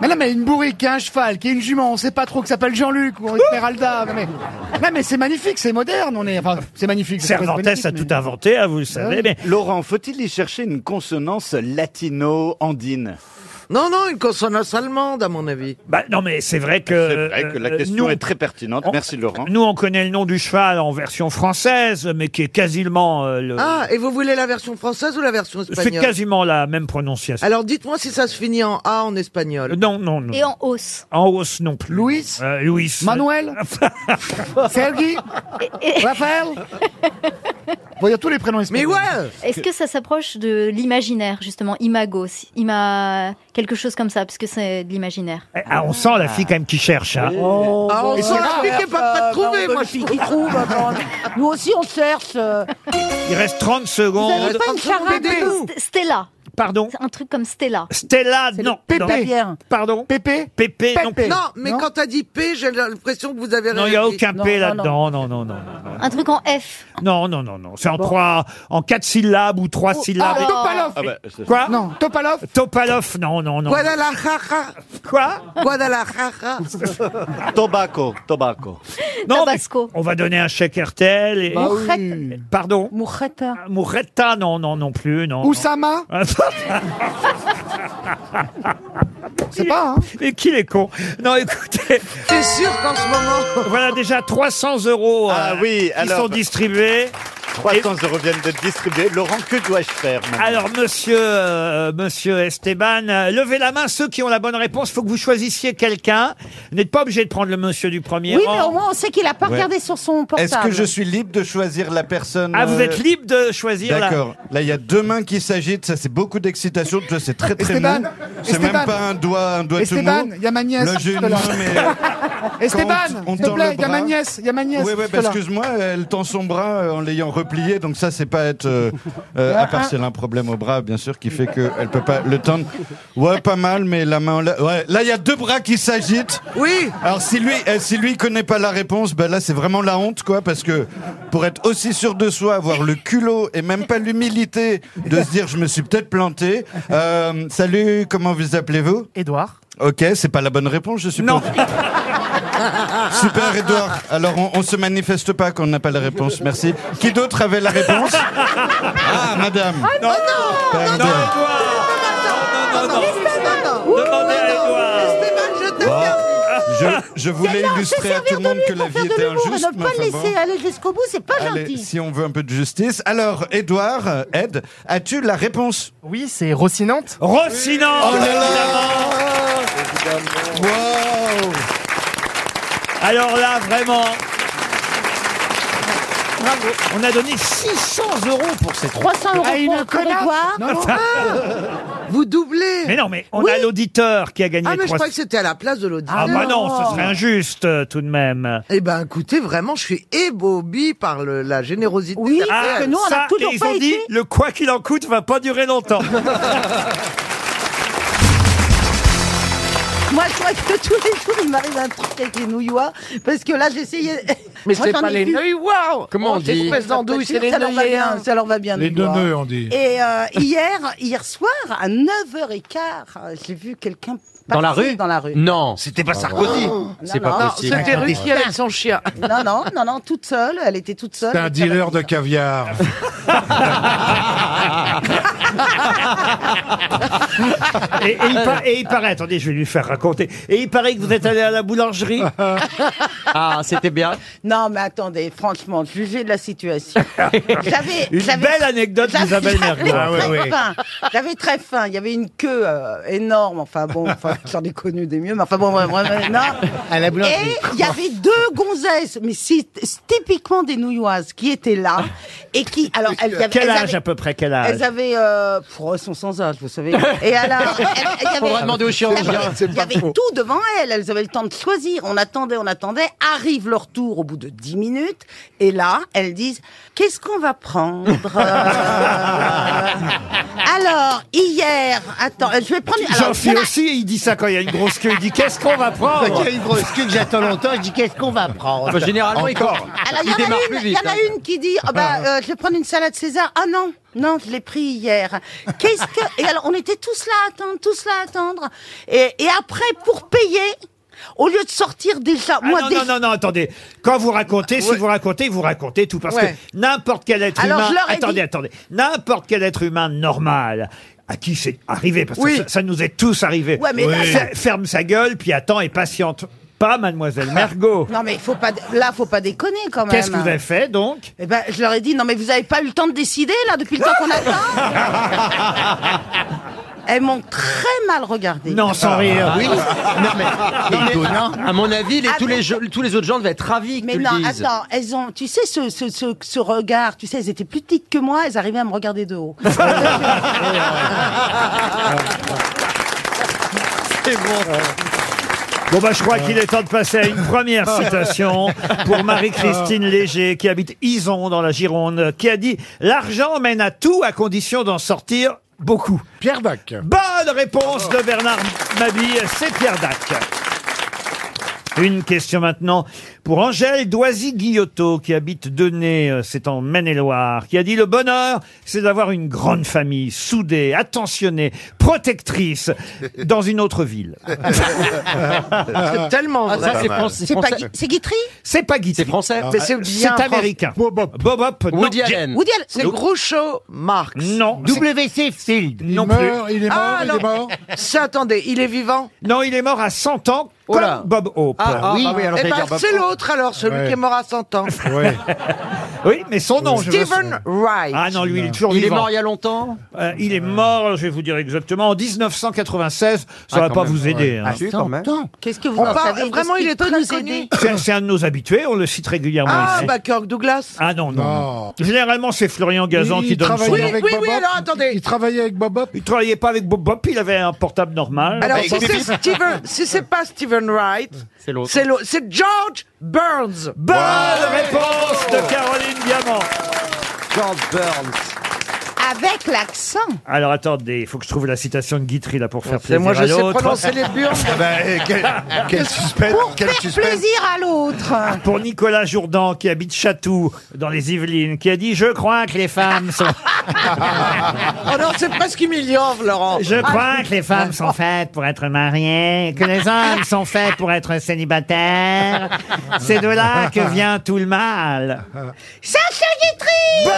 S15: Mais non, mais une bourrique, qui a un cheval, qui est une jument, on sait pas trop, qui s'appelle Jean-Luc ou Esmeralda. Non mais, non, mais c'est magnifique, c'est moderne, on est. Enfin, c'est magnifique. c'est
S1: Cervantes
S15: magnifique,
S1: a
S15: mais-
S1: tout inventé, hein, vous le savez, mais
S20: Laurent, faut-il y chercher une consonance latino-andine
S7: Non, non, une consonance allemande, à mon avis.
S1: Bah, non, mais c'est vrai que.
S20: C'est vrai que la
S1: euh,
S20: question
S1: nous-
S20: est très pertinente. Merci Laurent.
S1: Nous, on connaît le nom du cheval en version française, mais qui est quasiment euh, le.
S7: Ah, et vous voulez la version française ou la version
S1: c'est
S7: espagnole
S1: quasiment la même prononciation.
S7: Alors dites-moi si ça se finit en A en espagnol.
S1: Non, non, non.
S27: Et en hausse.
S1: En hausse non plus. Louis Louis.
S15: Manuel Sergi Raphaël Bon, il y a tous les prénoms
S7: Mais
S15: espagnols.
S7: ouais
S27: Est-ce que ça s'approche de l'imaginaire justement Imago, si- ima quelque chose comme ça, parce que c'est de l'imaginaire.
S1: Ah, on sent la fille quand même qui cherche. hein.
S7: Ah, on
S27: Et
S7: sent
S27: c'est
S7: la
S27: rare,
S7: fille qui est pas prête de
S1: Ah,
S14: Ah,
S7: trouver, moi, je
S5: Fille qui trouve. attends. Nous aussi, on cherche. euh.
S1: Il reste 30
S27: Vous
S1: secondes.
S27: avez pas une charade
S1: Aidez-nous.
S27: St- Stella.
S1: Pardon.
S27: Un truc comme Stella.
S1: Stella, non.
S27: Pépé.
S1: Non. Pardon Pépé Pépé, non plus.
S7: Non, mais quand t'as dit P, j'ai l'impression que vous avez
S1: Non, il n'y a aucun P là-dedans.
S7: non.
S1: Non, non, non. non,
S27: Un truc en F.
S1: Non, non, non, non. C'est en trois, en quatre syllabes ou trois syllabes.
S15: ah, Topalov.
S20: Ah bah, c'est-
S1: Quoi Non, Topalov. Topalov, non, non, non.
S7: Guadalajara
S1: Quoi
S7: Guadalajara
S20: Ah, Tobacco, tobacco.
S1: Non, mais on va donner un chèque RTL. Et...
S15: Bah oui.
S1: Pardon Mourretta. Mourretta, non, non, non plus, non.
S15: Oussama
S1: non.
S15: C'est pas, hein
S1: Et qu'il est con. Non, écoutez.
S7: C'est sûr qu'en ce moment.
S1: Voilà déjà 300 euros euh,
S20: Ah oui,
S1: qui
S20: alors-
S1: sont distribués.
S32: 300 euros viennent d'être distribués. Laurent, que dois-je faire maintenant
S1: Alors, monsieur, euh, monsieur Esteban, euh, levez la main ceux qui ont la bonne réponse. faut que vous choisissiez quelqu'un. Vous n'êtes pas obligé de prendre le monsieur du premier
S5: Oui,
S1: rang.
S5: mais au moins on sait qu'il a pas
S1: Ouais.
S5: regardé sur son portable.
S20: suis libre de choisir la personne euh,
S1: Ah, vous êtes libre de choisir la-
S20: D'accord. Là, il y a deux mains qui s'agitent. Ça, c'est beaucoup d'excitation. Tu vois, C'est très, très
S15: Esteban,
S20: mou. C'est
S15: Esteban.
S20: même pas un doigt, un doigt
S15: Esteban,
S20: tout mou.
S15: il y a ma nièce.
S20: Là, j'ai une
S15: Voilà.
S20: main, mais... euh,
S15: Esteban,
S20: Quand on
S15: s'il te
S20: tend
S15: plaît,
S20: le
S15: il y a ma
S20: bras-
S15: nièce, il y a ma nièce.
S20: Oui, oui,
S15: tout à
S20: bah,
S15: l'heure.
S20: excuse-moi, elle tend son bras euh, en l'ayant replié, donc ça, c'est pas être. euh, euh,
S15: Ah,
S20: à part si elle a un problème au bras, bien sûr, qui fait qu'elle peut pas le tendre. Ouais, pas mal, mais la main. en l'air- Ouais, là, il y a deux bras qui s'agitent.
S5: Oui
S20: Alors, si lui, euh, si lui connaît pas la réponse, bah, là, c'est vraiment la honte, quoi, parce que pour être aussi sûr de soi, avoir le culot et même pas l'humilité de se dire, je me suis peut-être planté. Euh, salut, comment vous appelez-vous
S33: Édouard.
S20: Ok, c'est pas la bonne réponse, je suppose. Super, Edouard. Alors, on, on se manifeste pas quand on n'a pas la réponse. Merci. Qui d'autre avait la réponse Ah, madame.
S1: non,
S20: Pardon.
S1: Demandez à Edouard.
S20: Bah, Je, je voulais illustrer à tout le monde que la vie était
S5: On
S20: injuste.
S5: ne
S20: mais
S5: pas
S20: enfin
S5: le
S20: bon.
S5: laisser aller jusqu'au bout, c'est pas
S20: Allez,
S5: gentil.
S20: si on veut un peu de justice. Alors, Edouard, euh, Ed, as-tu la réponse Oui, c'est Rocinante.
S1: Rocinante
S20: Oh là là
S1: Alors là, vraiment. Bravo. On a donné 600 euros pour ces
S5: 300
S7: Ah,
S5: euros pour- pour Edouard.
S1: Vous doublez Mais non, mais on a l'auditeur qui a gagné
S7: Ah, mais je
S1: 300
S7: croyais que c'était Oh. à la place de l'auditeur.
S1: Ah, bah non, ce serait injuste euh, tout de même.
S7: Eh ben, écoutez, vraiment, je suis ébobie par le- la générosité. Oui,
S1: Ah, ça, et ils ont dit, le quoi qu'il en coûte va pas durer longtemps.
S5: Moi, je crois que tous les jours, il m'arrive un truc avec les nouillois, parce que là, j'essayais.
S33: Mais
S5: Moi,
S33: c'est
S5: j'en
S33: pas
S5: ai
S33: les
S5: vu.
S33: nouillois. Comment on
S5: Oh, c'est
S33: dit
S5: une espèce d'andouille, c'est les Ça leur va
S33: nouilléens.
S5: bien, ça leur va bien.
S33: Les
S5: nouillois.
S33: neuneux, on dit.
S5: Et euh, hier, hier soir, à 9h15, j'ai vu quelqu'un
S4: Dans la
S5: passer
S4: rue
S5: Dans la rue.
S4: Non. C'était pas
S5: Sarkozy.
S4: C'est
S5: Non,
S4: pas
S5: non,
S4: possible.
S5: c'était Ruquier
S4: Attendez.
S5: avec son chien. Non, non, non, non, toute seule. Elle était toute seule.
S20: C'est un dealer
S10: de caviar.
S1: Et, et il par- et il paraît, attendez, je vais lui faire raconter. Et il paraît que vous êtes allé à la boulangerie.
S5: Ah,
S1: c'était bien.
S5: Non, mais attendez, franchement, jugez de la situation. J'avais,
S1: Une
S5: j'avais-
S1: belle anecdote
S5: j'avais-
S1: d'Isabelle
S5: j'avais
S1: Mergo. Ah ouais,
S5: très
S1: ouais.
S5: faim. J'avais très faim. Il y avait une queue euh, énorme. Enfin bon, enfin, j'en ai connu des mieux, mais enfin bon, vraiment,
S34: À la boulangerie.
S5: Et il y avait deux gonzesses, mais c'est c'est typiquement des nouilloises, qui étaient là et qui, alors, elles, il y avait-
S1: Quel
S5: elles
S1: âge
S5: avaient-
S1: à peu près Quel âge
S5: Elles avaient, euh, pff, oh, elles sont sans âge, vous savez. Et alors, elles- elles avaient-
S1: Faudra demander au chirurgien,
S5: Il y avait-
S1: c'est
S5: il y
S1: pas
S5: avait
S1: faux.
S5: tout devant elles. Elles avaient le temps de choisir. On attendait, on attendait. Arrive leur tour au bout de 10 minutes. Et là, elles disent, qu'est-ce qu'on va prendre Euh, Alors, hier, attends, je vais prendre. alors,
S1: J'en suis aussi, il dit ça quand il y a une grosse queue. Il dit qu'est-ce qu'on va prendre
S34: Quand il y a une grosse queue que j'attends longtemps, je dis qu'est-ce qu'on va prendre
S1: Bah, généralement, il
S34: Encore.
S1: commence-
S5: Alors, il y en a une, il y en a
S1: hein.
S5: une qui dit, Ah bah, euh, je vais prendre une salade César. Ah non, non, je l'ai pris hier. Qu'est-ce que, et alors, on était tous là à attendre, tous là à attendre. Et, et après, pour payer, au lieu de sortir déjà,
S1: Ah
S5: moi,
S1: non,
S5: des-
S1: non, non, non, attendez. Quand vous racontez, si vous racontez, vous racontez tout parce
S5: Ouais.
S1: que n'importe quel être
S5: Alors,
S1: humain.
S5: je leur ai
S1: attendez,
S5: dit-
S1: attendez. N'importe quel être humain normal à qui c'est arrivé, parce que
S5: Oui.
S1: ça, ça nous est tous arrivé.
S5: Ouais, mais là,
S1: Fer- Ferme sa gueule, puis attend et patiente. Pas mademoiselle Mergot.
S5: Non, mais faut pas, là, faut pas déconner quand même.
S1: Qu'est-ce que vous avez fait donc
S5: Eh ben, je leur ai dit, non, mais vous avez pas eu le temps de décider, là, depuis le temps qu'on attend. Elles m'ont très mal regardé.
S1: Non, sans
S4: Ah,
S1: rire.
S4: oui. Non, mais, non, mais, à, à mon avis, les-
S5: Ah,
S4: tous,
S5: mais-
S4: les, jeux- tous les autres gens devaient être ravis que
S5: Mais
S4: tu
S5: non,
S4: le dises.
S5: attends, elles ont, tu sais, ce, ce, ce, ce regard, tu sais, elles étaient plus petites que moi, elles arrivaient à me regarder de haut.
S1: C'est bon. Bon bah je crois qu'il est temps de passer à une première citation pour Marie-Christine Léger qui habite Ison dans la Gironde qui a dit l'argent mène à tout à condition d'en sortir beaucoup. Pierre Dac. Bonne réponse de Bernard Mabille, c'est Pierre Dac. Une question maintenant pour Angèle Doisy-Guillotot, qui habite Denay, euh, c'est en Maine-et-Loire, qui a dit « Le bonheur, c'est d'avoir une grande famille, soudée, attentionnée, protectrice, dans une autre ville. »
S7: C'est tellement Ah, vrai. ça, c'est Pas français. mal. C'est pas Gui-
S1: C'est Guitry C'est pas Guitry. C'est français.
S7: Euh, Mais c'est
S1: Ah,
S7: bien
S1: C'est américain. Bob Hop. Bob Hop. non.
S7: Woody Allen. Woody Allen. C'est
S1: Donc-
S7: Groucho Marx.
S1: Non.
S7: W.C. Field.
S1: Non meurt, plus. il est mort,
S7: ah,
S1: il
S7: non.
S1: est mort.
S7: C'est- attendez, il est vivant
S1: Non, il est mort à 100 ans, comme Bob Hope.
S7: Ah, ah, bah oui, alors
S1: Eh
S7: j'allais
S1: ben,
S7: dire Bob Hope. c'est l'autre alors, celui
S1: Ouais.
S7: qui est mort à 100 ans.
S1: Oui, mais son nom, je veux-
S16: Stephen Wright.
S1: Ah non, lui, il est toujours
S16: Il est
S1: vivant.
S16: mort il y a
S1: longtemps Il est mort, je vais vous dire exactement, en 1996. Ça ne
S16: Ah,
S1: va
S16: quand
S1: pas
S16: même,
S1: vous
S16: ouais.
S1: aider. hein.
S16: Ah, si, quand même.
S7: Qu'est-ce que
S16: vous en savez de ce qui peut nous aider
S1: C'est- C'est un de nos habitués, on le cite régulièrement
S7: Ah,
S1: ici.
S7: bah, Kirk Douglas.
S1: Ah non, non, non. Généralement, c'est Florian Gazan
S7: Il-
S1: qui
S7: il
S1: donne son
S7: travaillait
S1: nom.
S7: avec Oui, oui, Bob oui, Hop. alors, attendez.
S1: Il travaillait avec Bob Hop Il travaillait pas avec Bob Hop, il avait un portable normal.
S7: Alors, si c'est Steven, si c'est pas Steven Wright,
S1: C'est l'autre.
S7: c'est l'autre- c'est George Burns.
S1: Bonne réponse de Caroline Diamant.
S20: George Burns.
S5: Avec l'accent.
S1: Alors attendez, il faut que je trouve la citation de Guitry là pour faire
S7: C'est
S1: plaisir
S7: moi, je
S1: à
S7: sais
S1: l'autre.
S7: prononcer les burnes. Ah bah, eh, quel- quel suspense,
S5: Pour faire plaisir à l'autre.
S1: Pour Nicolas Jourdan qui habite Chatou dans les Yvelines, qui a dit je crois que les femmes sont
S7: Oh non, c'est presque humiliant, Laurent.
S1: je crois que les femmes sont faites pour être mariées, que les hommes sont faits pour être célibataires. C'est de là que vient tout le mal.
S5: Sacha Guitry